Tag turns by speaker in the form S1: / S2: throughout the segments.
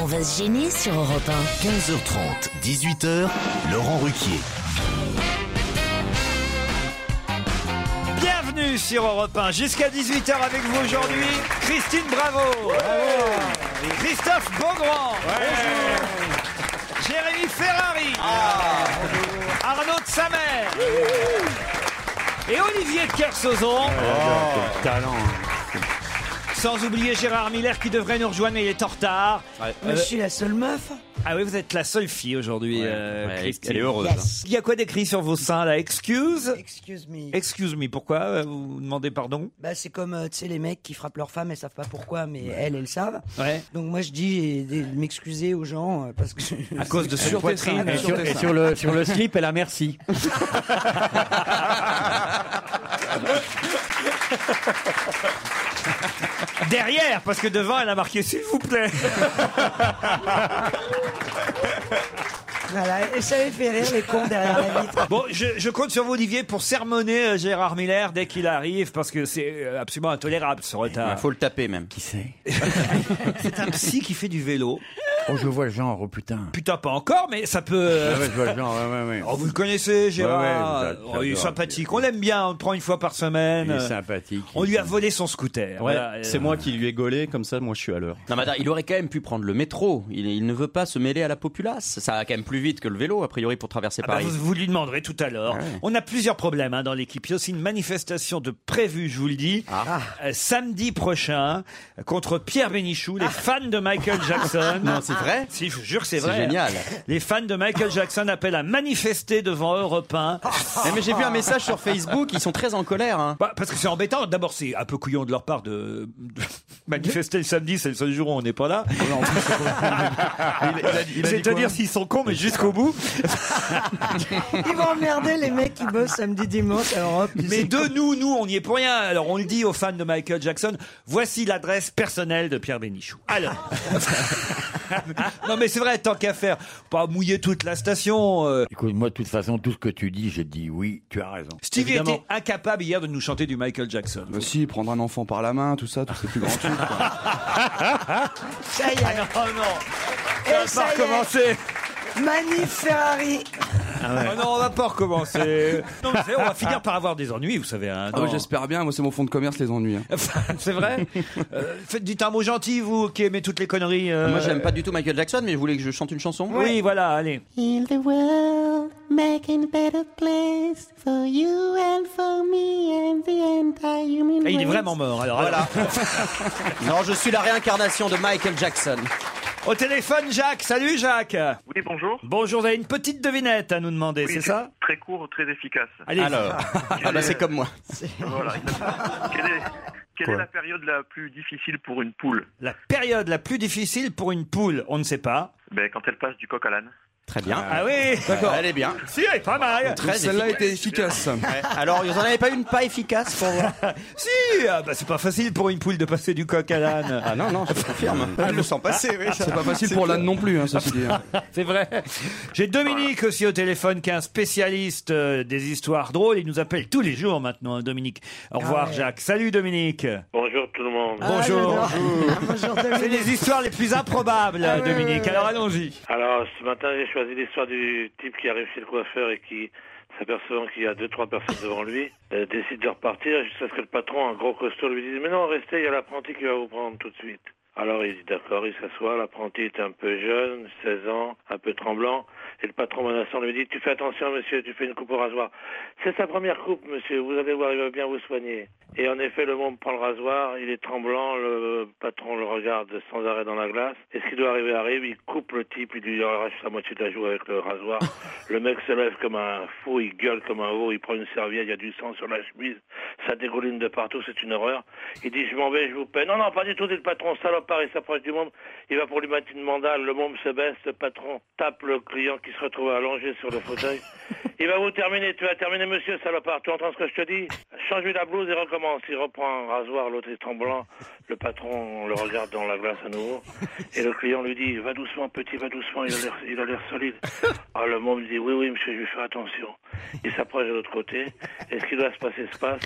S1: On va se gêner sur Europe
S2: 15h30, 18h, Laurent Ruquier.
S3: Bienvenue sur Europe 1, jusqu'à 18h avec vous aujourd'hui, Christine Bravo, Et Christophe Beaugrand, Bonjour. Jérémy Ferrari,
S4: Ah.
S3: Arnaud de Samer, et Olivier de Kersauzon.
S5: Oh, talent.
S3: Sans oublier Gérard Miller qui devrait nous rejoindre, mais il est en retard. Euh,
S4: Mais je suis la seule meuf.
S3: Ah oui, vous êtes la seule fille aujourd'hui, euh,
S5: Ouais,
S3: Christine.
S5: elle est heureuse,
S4: Yes. hein.
S3: Il y a quoi d'écrit sur vos seins là Excuse
S4: Excuse me.
S3: Excuse me, pourquoi euh, vous demandez pardon
S4: Bah, c'est comme, euh, tu sais, les mecs qui frappent leurs femmes, elles savent pas pourquoi, mais elles, elles savent.
S3: Ouais.
S4: Donc moi, je dis de de m'excuser aux gens euh, parce que...
S3: À cause de cette poitrine.
S5: Et sur, et sur le, sur le slip, elle a merci.
S3: Derrière, parce que devant, elle a marqué s'il vous plaît.
S4: Voilà, et ça avait fait rire les cons derrière la vitre.
S3: Bon, je, je compte sur vous, Olivier, pour sermonner euh, Gérard Miller dès qu'il arrive, parce que c'est euh, absolument intolérable ce
S6: Il
S3: retard.
S6: faut le taper même.
S5: Qui c'est
S3: C'est un psy qui fait du vélo.
S5: Oh, je vois le genre, oh putain.
S3: Putain, pas encore, mais ça peut.
S5: Ah
S3: euh,
S5: ouais, je vois le genre, ouais, ouais, ouais.
S3: Oh, vous le connaissez, Gérard.
S5: Ouais, ouais, j'adore.
S3: Oh, il est sympathique. On l'aime bien, on le prend une fois par semaine.
S5: Il est
S3: Euh,
S5: sympathique.
S3: On lui a volé son scooter.
S7: Ouais,
S3: Voilà, euh,
S7: c'est moi qui lui ai gaulé, comme ça, moi je suis à l'heure.
S6: Non, mais attends, il aurait quand même pu prendre le métro. Il, il ne veut pas se mêler à la populace. Ça va quand même plus vite que le vélo, a priori, pour traverser
S3: Ah bah,
S6: Paris.
S3: vous, vous lui demanderez tout à l'heure. On a plusieurs problèmes hein, dans l'équipe. Il y a aussi une manifestation de prévue, je vous le dis,
S6: Ah.
S3: euh, samedi prochain euh, contre Pierre Bénichou, les fans de Michael Jackson.
S6: Ah.
S3: Ah.
S6: Non, c'est vrai
S3: Si, je vous jure, que c'est
S6: C'est
S3: vrai. hein.
S6: génial.
S3: Les fans de Michael Jackson appellent à manifester devant Europe 1.
S6: Eh, mais j'ai vu un message sur Facebook, ils sont très en colère. hein.
S3: Bah, parce que c'est embêtant. D'abord, c'est un peu couillon de leur part de, de manifester le samedi, c'est le seul jour où on n'est pas là. C'est-à-dire s'ils sont cons, mais jusqu'au bout.
S4: Ils vont emmerder les mecs qui bossent samedi, dimanche à Europe.
S3: Mais de nous, nous, on n'y est pour rien. Alors, on le dit aux fans de Michael Jackson. Voici l'adresse personnelle de Pierre Bénichou. Alors. non, mais c'est vrai, tant qu'à faire. Pas mouiller toute la station. euh.
S5: Écoute, moi, de toute façon, tout ce que tu dis, je dis oui, tu as raison.
S3: Stevie
S7: Évidemment.
S3: était incapable hier de nous chanter du Michael Jackson.
S7: Aussi, prendre un enfant par la main, tout ça, tout c'est plus grand
S3: Ah,
S4: Ça y est,
S3: Oh non! On va
S4: ça
S3: pas
S4: y est.
S3: recommencer!
S4: Manif Ferrari.
S3: Oh non, on va pas recommencer! Non, mais c'est vrai, on va finir par avoir des ennuis, vous savez. Hein, dans-
S7: Ah
S3: Ah,
S7: J'espère bien, moi c'est mon fonds de commerce, les ennuis. hein.
S3: c'est vrai? Euh, faites, dites un mot gentil, vous qui aimez toutes les conneries. euh.
S6: Moi, j'aime pas du tout Michael Jackson, mais vous voulez que je chante une chanson
S3: Oui, voilà, allez.
S8: Heal the world, making a better place for you and for me and the entire human
S3: Et Ah, il est
S8: race.
S3: vraiment mort, alors.
S6: Voilà. non, je suis la réincarnation de Michael Jackson.
S3: Au téléphone, Jacques. Salut, Jacques.
S9: Oui, bonjour.
S3: Bonjour, vous avez une petite devinette à nous demander,
S9: Oui,
S3: c'est ça
S9: Très court, très efficace.
S3: Allez,
S6: Alors, ah bah, c'est comme moi.
S9: Voilà, exactement. Quelle, est, quelle est la période la plus difficile pour une poule
S3: la période la plus difficile pour une poule, on ne sait pas.
S9: ben, Quand elle passe du coq à l'âne.
S6: Très bien.
S3: Ah oui
S6: D'accord. Elle est bien.
S3: Si, elle est pas mal
S6: Très
S7: Celle-là
S6: efficace.
S7: était efficace.
S6: Ouais. Alors, vous en avez pas une pas efficace pour moi
S3: Si ah bah, C'est pas facile pour une poule de passer du coq à l'âne. Ah,
S6: Ah non, non, je confirme. Je le sens passer, oui.
S7: C'est pas facile pour l'âne non plus, hein, ceci dit. hein.
S3: C'est vrai. J'ai Dominique aussi au téléphone, qui est un spécialiste euh, des histoires drôles. Il nous appelle tous les jours maintenant, hein, Dominique. Au revoir, Jacques. Salut, Dominique.
S9: Bonjour tout le monde.
S3: Bonjour.
S4: Ah, j'adore. Bonjour
S3: C'est
S4: Dominique. Ah,
S3: les histoires les plus improbables,
S9: Ah
S3: Dominique. Alors allons-y.
S9: Alors, ce matin, j'ai choisi l'histoire du type qui arrive chez le coiffeur et qui, s'apercevant qu'il y a deux, trois personnes devant lui, euh, décide de repartir jusqu'à ce que le patron, un gros costaud, lui dise « Mais non, restez, il y a l'apprenti qui va vous prendre tout de suite. » Alors, il dit « D'accord, il s'assoit. L'apprenti est un peu jeune, 16 ans, un peu tremblant. Et le patron menaçant lui dit, tu fais attention, monsieur, tu fais une coupe au rasoir. C'est sa première coupe, monsieur, vous allez voir, il va bien vous soigner. Et en effet, le monde prend le rasoir, il est tremblant, le patron le regarde sans arrêt dans la glace. Et ce qui doit arriver arrive, il coupe le type, il lui arrache sa moitié de la joue avec le rasoir. Le mec se lève comme un fou, il gueule comme un veau, il prend une serviette, il y a du sang sur la chemise, ça dégouline de partout, c'est une horreur. Il dit, je m'en vais, je vous paie. Non, non, pas du tout, dit le patron, salopard, il s'approche du môme, il va pour lui mettre une mandale, le môme se baisse, le patron tape le client qui se retrouve allongé sur le fauteuil. Il va vous terminer, tu vas terminer, monsieur salopard, tu entends ce que je te dis Change-lui la blouse et recommence. Il reprend un rasoir, l'autre est tremblant, le patron le regarde dans la glace à nouveau, et le client lui dit, va doucement, petit, va doucement, il a l'air- il a l'air solide. Ah, le môme dit, oui, oui, monsieur, je vais faire attention. Il s'approche de l'autre côté, et ce qui doit se passer se passe.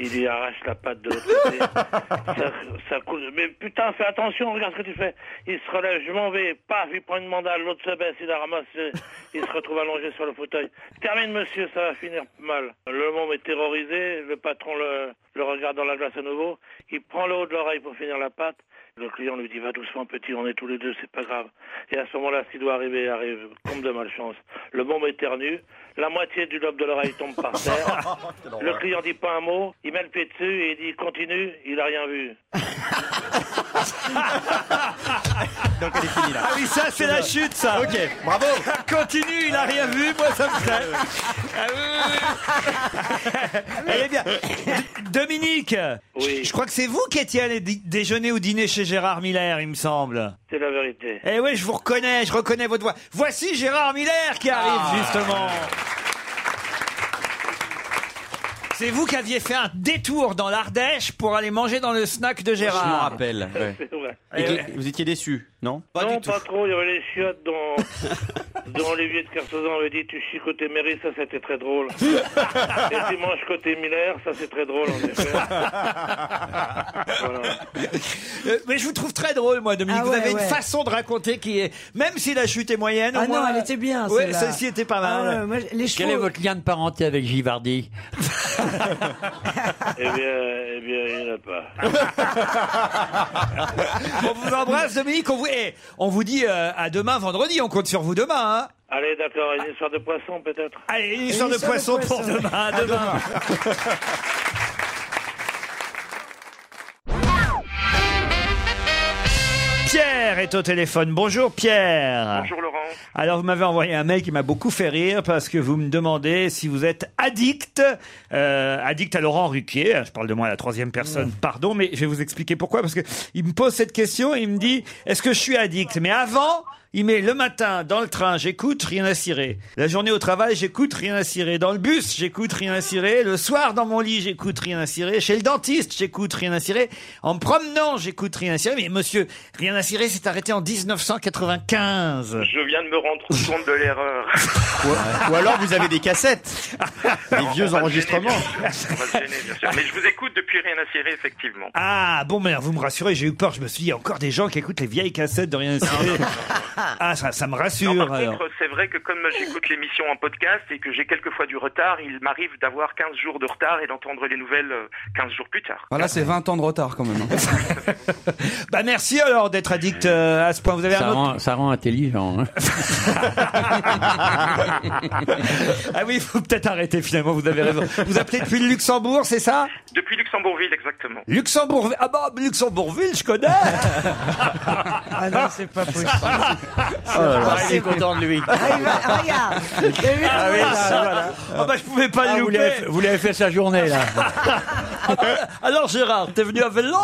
S9: Il lui arrache la patte de l'autre côté. Ça, ça coule. Mais putain, fais attention, regarde ce que tu fais. Il se relève, je m'en vais, paf, il prend une mandale, l'autre se baisse, il la ramasse, euh, il se retrouve allongé sur le fauteuil. Termine, monsieur, ça va finir mal. Le monde est terrorisé, le patron le, le regarde dans la glace à nouveau. Il prend le haut de l'oreille pour finir la patte. Le client lui dit, va doucement, petit, on est tous les deux, c'est pas grave. Et à ce moment-là, ce qui doit arriver arrive, comme de malchance. Le bombe éternue, la moitié du lobe de l'oreille tombe par terre. Le
S10: hein.
S9: client dit pas un mot, il met le pied dessus et il dit, continue, il a rien vu.
S3: Donc elle est finie là. Ah oui, ça c'est la chute ça. Ok, bravo. Continue, il a rien vu, moi ça me plaît. Ah oui, oui, oui. Elle est Eh bien. D- Dominique, je- je crois que c'est vous qui étiez allé dé- déjeuner ou dîner chez Gérard Miller, il me semble.
S9: C'est la vérité.
S3: Eh oui, je vous reconnais, je reconnais votre voix. Voici Gérard Miller qui arrive
S4: Ah.
S3: justement. C'est vous qui aviez fait un détour dans l'Ardèche pour aller manger dans le snack de Gérard.
S11: Je m'en rappelle. ouais.
S9: C'est vrai.
S3: Eh
S11: Et que- Vous étiez déçu, non
S9: non, pas trop. Il y avait les chiottes dont, dont Olivier de Kersauzon avait dit tu chies côté mairie, ça c'était très drôle. Et tu manges côté Miller, ça c'est très drôle en effet. Voilà.
S3: Euh, mais je vous trouve très drôle, moi, Dominique.
S4: Ah
S3: vous
S4: ouais,
S3: avez une
S4: ouais.
S3: façon de raconter qui est, même si la chute est moyenne, au
S4: Ah non,
S3: moins-
S4: elle était bien.
S3: Ouais,
S4: celle-là.
S3: celle-ci était pas mal.
S4: Ah ouais, moi, les chevaux.
S5: Quel est votre lien de parenté avec Givardi
S9: Eh bien, eh bien, il n'y en a pas.
S3: On vous embrasse, Dominique. On vous, eh, on vous dit euh, à demain, vendredi. On compte sur vous demain. hein.
S9: Allez, d'accord. Une histoire de poisson peut-être.
S3: Allez, une histoire de
S4: histoire de
S3: poisson, pour
S4: poisson.
S3: demain. À demain. Pierre est au téléphone. Bonjour, Pierre.
S9: Bonjour Laurent.
S3: Alors, vous m'avez envoyé un mail qui m'a beaucoup fait rire parce que vous me demandez si vous êtes addict, euh, addict à Laurent Ruquier. Je parle de moi à la troisième personne, pardon, mais je vais vous expliquer pourquoi. Parce que il me pose cette question et il me dit est-ce que je suis addict Mais avant, il met le matin dans le train, j'écoute, rien à cirer. La journée au travail, j'écoute, rien à cirer. Dans le bus, j'écoute, rien à cirer. Le soir, dans mon lit, j'écoute, rien à cirer. Chez le dentiste, j'écoute, rien à cirer. En me promenant, j'écoute, rien à cirer. Mais monsieur, rien à cirer s'est arrêté en 1995.
S9: Je viens de me rendre compte de l'erreur.
S11: Ou alors vous avez des cassettes, des vieux enregistrements.
S9: Mais je vous écoute depuis rien à cirer, effectivement.
S3: Ah bon, mais alors, vous me rassurez, j'ai eu peur. Je me suis dit, il y a encore des gens qui écoutent les vieilles cassettes de rien à cirer. Ah, ça, ça me rassure.
S12: Non, par
S3: alors.
S12: contre, c'est vrai que comme j'écoute l'émission en podcast et que j'ai quelquefois du retard, il m'arrive d'avoir 15 jours de retard et d'entendre les nouvelles euh, 15 jours plus tard.
S7: Voilà, c'est 20 ans de retard quand même. hein.
S3: Bah merci alors d'être addict euh, à ce point. Vous avez un
S5: ça
S3: autre-
S5: rend, ça rend intelligent. hein.
S3: Ah oui, il faut peut-être arrêter finalement, vous avez raison. Vous appelez depuis le Luxembourg, c'est ça
S12: Depuis Luxembourgville, exactement.
S3: Luxembourg. Ah bah, Luxembourgville, je connais
S4: Ah non, c'est pas possible.
S5: Ah, il est content de lui.
S4: Ah, il va- regarde. T'as vu
S3: Ah oui, ça, Ah bah, je pouvais pas
S5: Ah,
S3: le
S5: vous
S3: louper.
S5: l'avez fait- vous l'avez fait sa journée, là.
S3: Alors Gérard, t'es venu à Vélo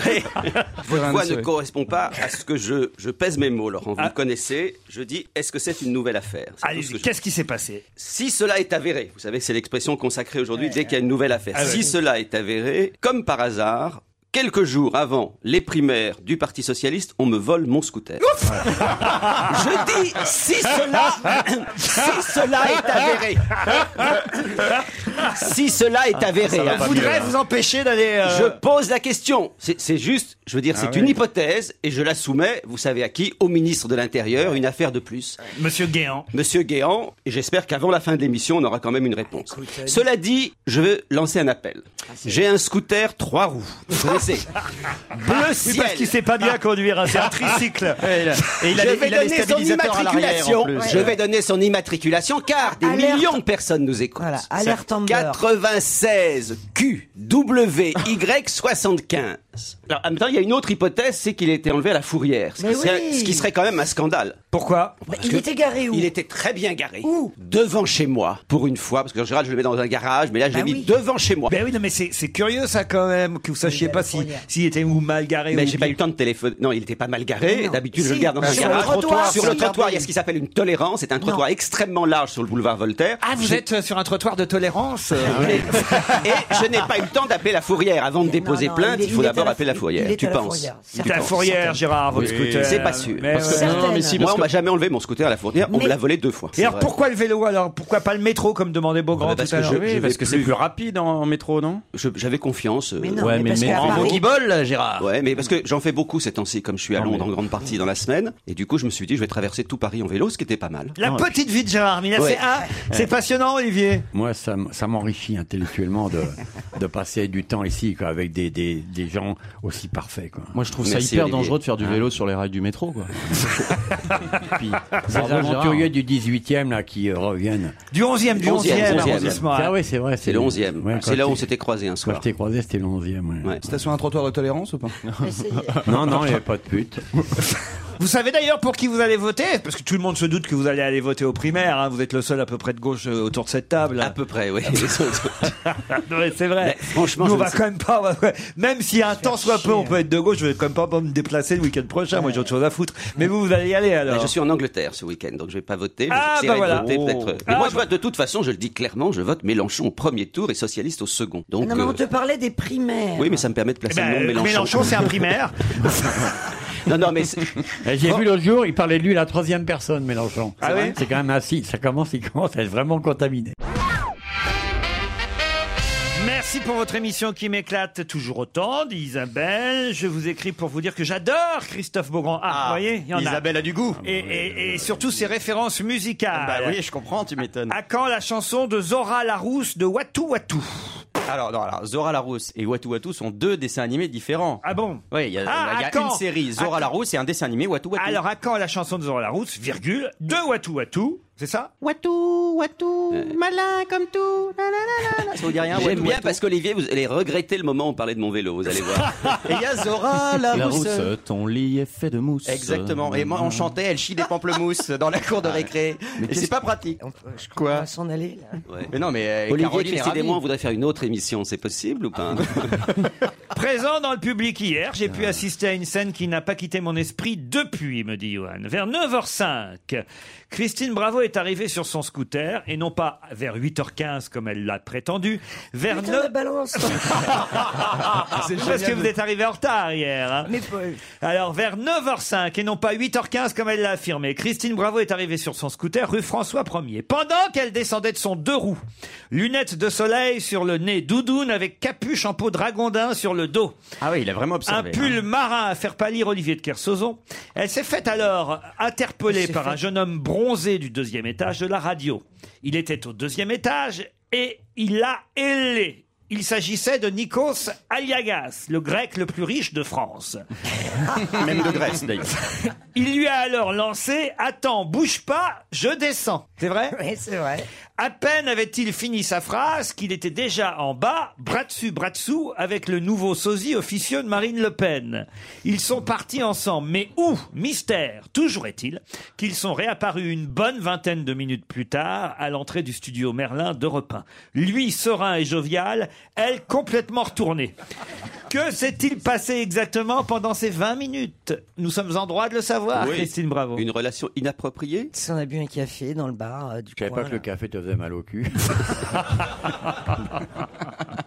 S7: Rien
S13: Votre
S7: de
S13: voix
S7: souhait.
S13: ne correspond pas à ce que je, je pèse mes mots, Laurent. Vous
S3: Ah.
S13: me connaissez, je dis est-ce que c'est une nouvelle affaire C'est tout
S3: Allez,
S13: ce que je-
S3: qu'est-ce qui s'est passé
S13: Si cela est avéré, vous savez que c'est l'expression consacrée aujourd'hui dès qu'il y a une nouvelle affaire.
S3: Ah
S13: si cela est avéré, comme par hasard, quelques jours avant les primaires du Parti Socialiste, on me vole mon scooter. je dis si cela, si cela est avéré. si cela est avéré. hein.
S3: Je voudrais vous empêcher d'aller... euh, Ah
S13: Je pose la question. C'est c'est juste, je veux dire, c'est une hypothèse et je la soumets, vous savez à qui Au ministre de l'Intérieur, une affaire de plus.
S3: Monsieur Guéant.
S13: Monsieur Guéant, et j'espère qu'avant la fin de l'émission, on aura quand
S3: Ah,
S13: même une réponse. Cela dit, je veux lancer un appel. J'ai un scooter trois roues. Vous savez, passé.
S3: Bleu ciel. Ah, parce qu'il sait pas bien conduire, hein, c'est un tricycle. Et il a
S13: Ah. je
S3: des-
S13: vais
S3: il a des
S13: donner son
S3: stabilisateurs à l'arrière, en
S13: immatriculation.
S3: plus.
S13: Je vais donner son immatriculation car des
S4: Alerte.
S13: millions de personnes nous écoutent.
S4: alerte
S13: C'est 96 QWY75. Alors, en même temps, il y a une autre hypothèse, c'est qu'il a été enlevé à la fourrière. Ce qui,
S4: Mais
S13: serait,
S4: oui.
S13: ce qui serait quand même un scandale.
S3: Pourquoi
S4: il était garé où
S13: Il était très bien garé. Devant chez moi, pour une fois, parce que en général, je le mets dans un garage, mais là,
S4: Bah
S13: je l'ai mis devant chez moi.
S3: Ben oui, non, mais c'est c'est curieux ça quand même, que vous sachiez pas si- s'il était ou mal garé
S13: Mais
S3: ou
S13: Ben, j'ai pas eu le temps de téléphone. Non, il était pas mal garé.
S3: Non.
S13: D'habitude, je
S3: Si.
S13: le garde dans
S3: Bah,
S13: un
S3: sur
S13: garage.
S3: le trottoir,
S13: Sur
S3: si.
S13: le trottoir, il y a ce qui s'appelle une tolérance. C'est un trottoir extrêmement large sur le boulevard Voltaire.
S3: Ah, vous
S13: J'ai-
S3: êtes euh, sur un trottoir de tolérance
S13: Et je n'ai pas eu le temps d'appeler la fourrière. Avant de déposer
S3: non,
S13: plainte,
S3: il est-
S13: il faut
S3: il est à
S13: d'abord
S3: la-
S13: appeler la
S3: il-
S13: fourrière.
S3: il est
S13: Tu
S3: à la
S13: penses
S3: fourrière.
S13: Tu
S3: C'est à la
S13: penses.
S3: fourrière, Gérard, votre
S13: Oui.
S3: scooter.
S13: C'est pas sûr.
S3: Mais
S13: Parce que-
S3: ouais.
S13: Non, mais si, Moi,
S3: Parce
S13: on
S3: que-
S13: m'a jamais enlevé mon scooter à la fourrière. On
S3: Mais-
S13: me l'a volé deux fois.
S3: Et
S13: c'est
S3: alors
S13: vrai.
S3: pourquoi le vélo alors Pourquoi pas le métro comme demandait Beaugrand
S13: Ah, parce
S3: tout à
S13: que
S3: l'heure
S13: je- je vais plus-
S11: rapide en, en métro, non
S13: Je- J'avais confiance. euh,
S11: Mais non, Ouais, mais mais parce mais- qu'à en Paris- mogibole, Gérard.
S13: Ouais, mais parce que j'en fais beaucoup ces temps-ci, comme je suis à Londres en grande partie dans la semaine. Et du coup, je me suis dit, je vais traverser tout Paris en vélo, ce qui était pas mal.
S3: La petite vie de Gérard Mina,
S13: Ouais.
S3: c'est ah, c'est passionnant, Olivier.
S5: Moi, ça, m- ça m'enrichit intellectuellement de, de passer du temps ici quoi, avec des, des, des gens aussi parfaits. Quoi. Ah.
S7: Moi, je trouve ça hyper dangereux de faire du vélo sur les rails du métro. Quoi.
S5: Les
S7: Bravo, Gérard.
S5: aventuriers du 18e là, qui euh, reviennent.
S3: Du 11e, du 11e, arrondissement. hein.
S5: Ah oui, c'est vrai.
S13: C'est le 11e.
S7: Ah,
S5: Ouais,
S13: c'est
S5: quand
S13: là où on
S5: je-
S13: s'était croisés un soir.
S5: Quand je t'ai croisé, c'était le 11e. ouais.
S7: C'était sur un trottoir de tolérance ou pas
S5: Non, non, il n'y avait pas de pute.
S3: Vous savez d'ailleurs pour qui vous allez voter Parce que tout le monde se doute que vous allez aller voter aux primaires. hein. Vous êtes le seul à peu près de gauche euh, autour de cette table. À
S13: peu près, oui.
S3: c'est vrai.
S13: franchement,
S3: Nous,
S13: je
S3: on
S13: ne
S3: va
S13: sais-
S3: quand même pas. on va- Même si un temps soit peu, on peut être de gauche. Je vais quand même pas me déplacer le week-end prochain. Moi, j'ai autre chose à foutre. Mais vous, vous allez y aller alors.
S13: Je suis en Angleterre ce week-end, donc je vais pas voter. mais
S3: Ah,
S13: j'essaierai
S3: bah voilà.
S13: de voter
S3: Oh.
S13: peut-être. Mais moi, je vote de toute façon, je le dis clairement, je vote Mélenchon au premier tour et socialiste au second. Donc,
S4: Non, mais
S13: euh,
S4: on te parlait des primaires.
S13: oui, mais ça me permet de placer
S4: Eh ben,
S13: le nom de
S4: euh,
S13: Mélenchon.
S4: Mélenchon, c'est un primaire.
S13: non, non, mais
S5: Et Eh,
S7: Oh.
S5: J'ai vu l'autre jour, il parlait de lui la troisième personne, Mélenchon.
S13: Ah ouais
S5: C'est quand même assis. Ça commence, il commence à être vraiment contaminé.
S3: Merci pour votre émission qui m'éclate toujours autant, dit Isabelle. Je vous écris pour vous dire que j'adore Christophe Beaugrand. Ah, vous voyez, il y en
S11: Isabelle
S3: a.
S11: a du goût. Ah, euh,
S3: Et, et- et surtout ses références musicales.
S11: Bah oui, je comprends, tu m'étonnes.
S3: Ah, À quand la chanson de Zora Larousse de Watu Watu
S11: Alors, non, alors, Zora Larousse et Watu Watu sont deux dessins animés différents.
S3: Ah bon
S11: Oui, il y a,
S3: Ah,
S11: il y a
S3: à quand
S11: une série Zora
S3: À-
S11: Larousse et un dessin animé Watu Watu.
S3: Alors à quand la chanson de Zora Larousse, virgule, de Watu Watu, c'est ça
S14: Watou, watou,
S3: Euh.
S14: malin comme tout. na, na, na, na, na.
S13: J'aime bien parce qu'Olivier, vous allez regretter le moment où on parlait de mon vélo, vous allez voir.
S11: Et il y a Zora Larousse.
S7: ton lit est fait de mousse.
S11: Exactement. Et moi, on chantait, elle chie des pamplemousses dans la cour de récré. Et c'est pas pratique.
S4: Quoi On va s'en aller, là.
S11: Mais non, mais euh,
S13: Olivier,
S11: Caroline est
S13: Christine et
S11: ravie.
S13: moi, on voudrait faire une autre émission, c'est possible ou pas
S3: Présent dans le public hier, j'ai pu assister à une scène qui n'a pas quitté mon esprit depuis, me dit Johan. Vers 9h05, Christine Bravo est arrivée sur son scooter, et non pas vers 8h15 comme elle l'a prétendu, vers
S4: Putain,
S3: 9...
S4: la balance. Ah,
S3: Parce que vous êtes arrivé en retard hier. hein. Alors, vers 9h05 et non pas 8h15 comme elle l'a affirmé, Christine Bravo est arrivée sur son scooter rue François 1er. Pendant qu'elle descendait de son deux roues, lunettes de soleil sur le nez, doudoune avec capuche en peau dragondin sur le dos.
S11: Ah oui, il a vraiment observé.
S3: Un pull marin à faire pâlir Olivier de Kersauzon. Elle s'est faite alors interpeller par un jeune homme bronzé du deuxième étage de la radio. Il était au deuxième étage et il l'a hélé. Il s'agissait de Nikos Aliagas, le grec le plus riche de France.
S11: Même de Grèce, d'ailleurs.
S3: Il lui a alors lancé Attends, bouge pas, je descends. C'est vrai
S4: Oui, c'est vrai.
S3: À peine avait-il fini sa phrase qu'il était déjà en bas, bras dessus, bras dessous, avec le nouveau sosie officieux de Marine Le Pen. Ils sont partis ensemble, mais où Mystère Toujours est-il qu'ils sont réapparus une bonne vingtaine de minutes plus tard à l'entrée du studio Merlin d'Europe 1. Lui serein et jovial, elle complètement retournée. Que s'est-il passé exactement pendant ces 20 minutes Nous sommes en droit de le savoir,
S13: Oui.
S3: Christine Bravo.
S13: Une relation inappropriée
S4: Si on a bu un café dans le bar euh, du
S5: Je savais
S4: coin,
S5: pas que le
S4: là.
S5: café te faisait mal au cul.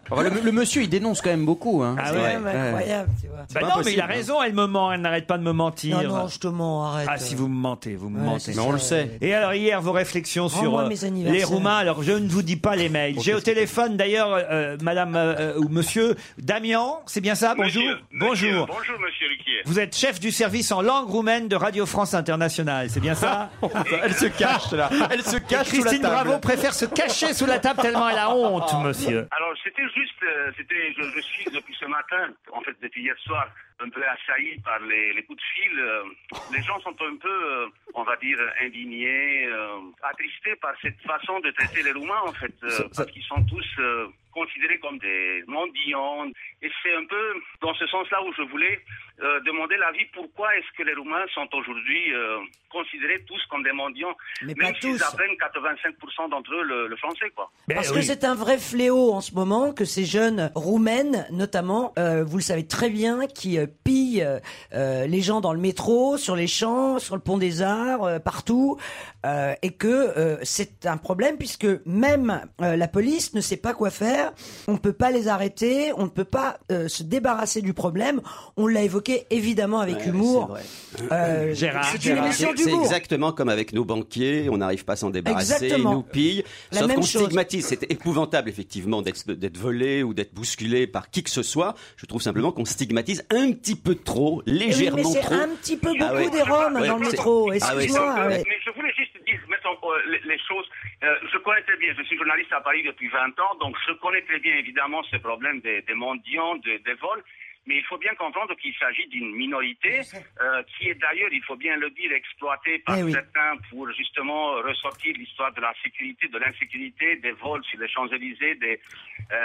S11: Enfin, le, le monsieur, il dénonce quand même beaucoup. Hein.
S3: Ah
S4: C'est
S11: Ouais.
S4: quand même incroyable, tu vois.
S3: Bah non, mais il a raison, elle me ment, elle n'arrête pas de me mentir.
S4: Non, non, je te mens, arrête.
S3: Ah, si vous me mentez, vous me
S4: Ouais,
S3: mentez.
S4: c'est Mais on ça, le sait. ouais.
S3: Et alors, hier, vos réflexions sur
S4: Rends-moi
S3: euh,
S4: mes
S3: les
S4: anniversaires.
S3: Roumains. Alors, je ne vous dis pas les
S10: Oh,
S3: mails. J'ai au téléphone, d'ailleurs, euh, madame euh, euh, ou monsieur Damian. C'est bien ça Bonjour. bonjour.
S10: Bonjour, monsieur Ruquier.
S3: Vous êtes chef du service en langue roumaine de Radio France Internationale, c'est bien ça
S10: Oh, Elle se cache, là. Elle se cache
S3: Et Christine
S10: sous la table.
S3: Ah.
S10: Ah.
S3: Bravo préfère se cacher sous la table tellement elle a honte, monsieur.
S10: Alors, c'était juste, euh, c'était, je, je suis depuis ce matin, en fait depuis hier soir, un peu assailli par les, les coups de fil. euh, Les gens sont un peu, euh, on va dire, indignés, euh, attristés par cette façon de traiter les Roumains, en fait, euh, parce qu'ils sont tous euh, considérés comme des mendiants. Et c'est un peu dans ce sens-là où je voulais euh, demander l'avis pourquoi est-ce que les Roumains sont aujourd'hui euh, considérés tous comme des mendiants,
S4: Mais
S10: même
S4: pas
S10: s'ils
S4: tous.
S10: apprennent 85% d'entre eux le, le français, quoi.
S4: Parce que c'est un vrai fléau en ce moment que ces jeunes roumaines, notamment, euh, vous le savez très bien, qui euh, pillent euh, euh, les gens dans le métro, sur les champs, sur le pont des Arts, euh, partout, euh, et que euh, c'est un problème puisque même euh, la police ne sait pas quoi faire. On ne peut pas les arrêter, on ne peut pas euh, se débarrasser du problème. On l'a évoqué évidemment avec humour. Euh, c'est une émission
S13: C'est
S4: d'humour.
S13: exactement comme avec nos banquiers, on n'arrive pas à s'en débarrasser, ils
S4: Exactement.
S13: nous pillent.
S4: La
S13: sauf
S4: même
S13: qu'on
S4: chose.
S13: stigmatise. C'est épouvantable, effectivement, d'être d'être volé ou d'être bousculé par qui que ce soit. Je trouve simplement qu'on stigmatise un petit peu trop, légèrement
S4: Oui, mais c'est
S13: trop. Ah
S4: un petit peu beaucoup
S13: ouais.
S4: des Roms dans le
S13: c'est-
S4: métro,
S13: ah ouais, c'est-
S4: excuse-moi. Ah ouais.
S10: Mais je voulais juste dire, mettre en- euh, les, les choses. euh, je connais très bien, je suis journaliste à Paris depuis 20 ans, donc je connais très bien évidemment ce problème des, des mendiants, de- des vols. Mais il faut bien comprendre qu'il s'agit d'une minorité euh, qui est d'ailleurs, il faut bien le dire, exploitée par
S6: Eh oui.
S10: certains pour justement ressortir l'histoire de la sécurité, de l'insécurité, des vols sur les Champs-Élysées. Des, euh,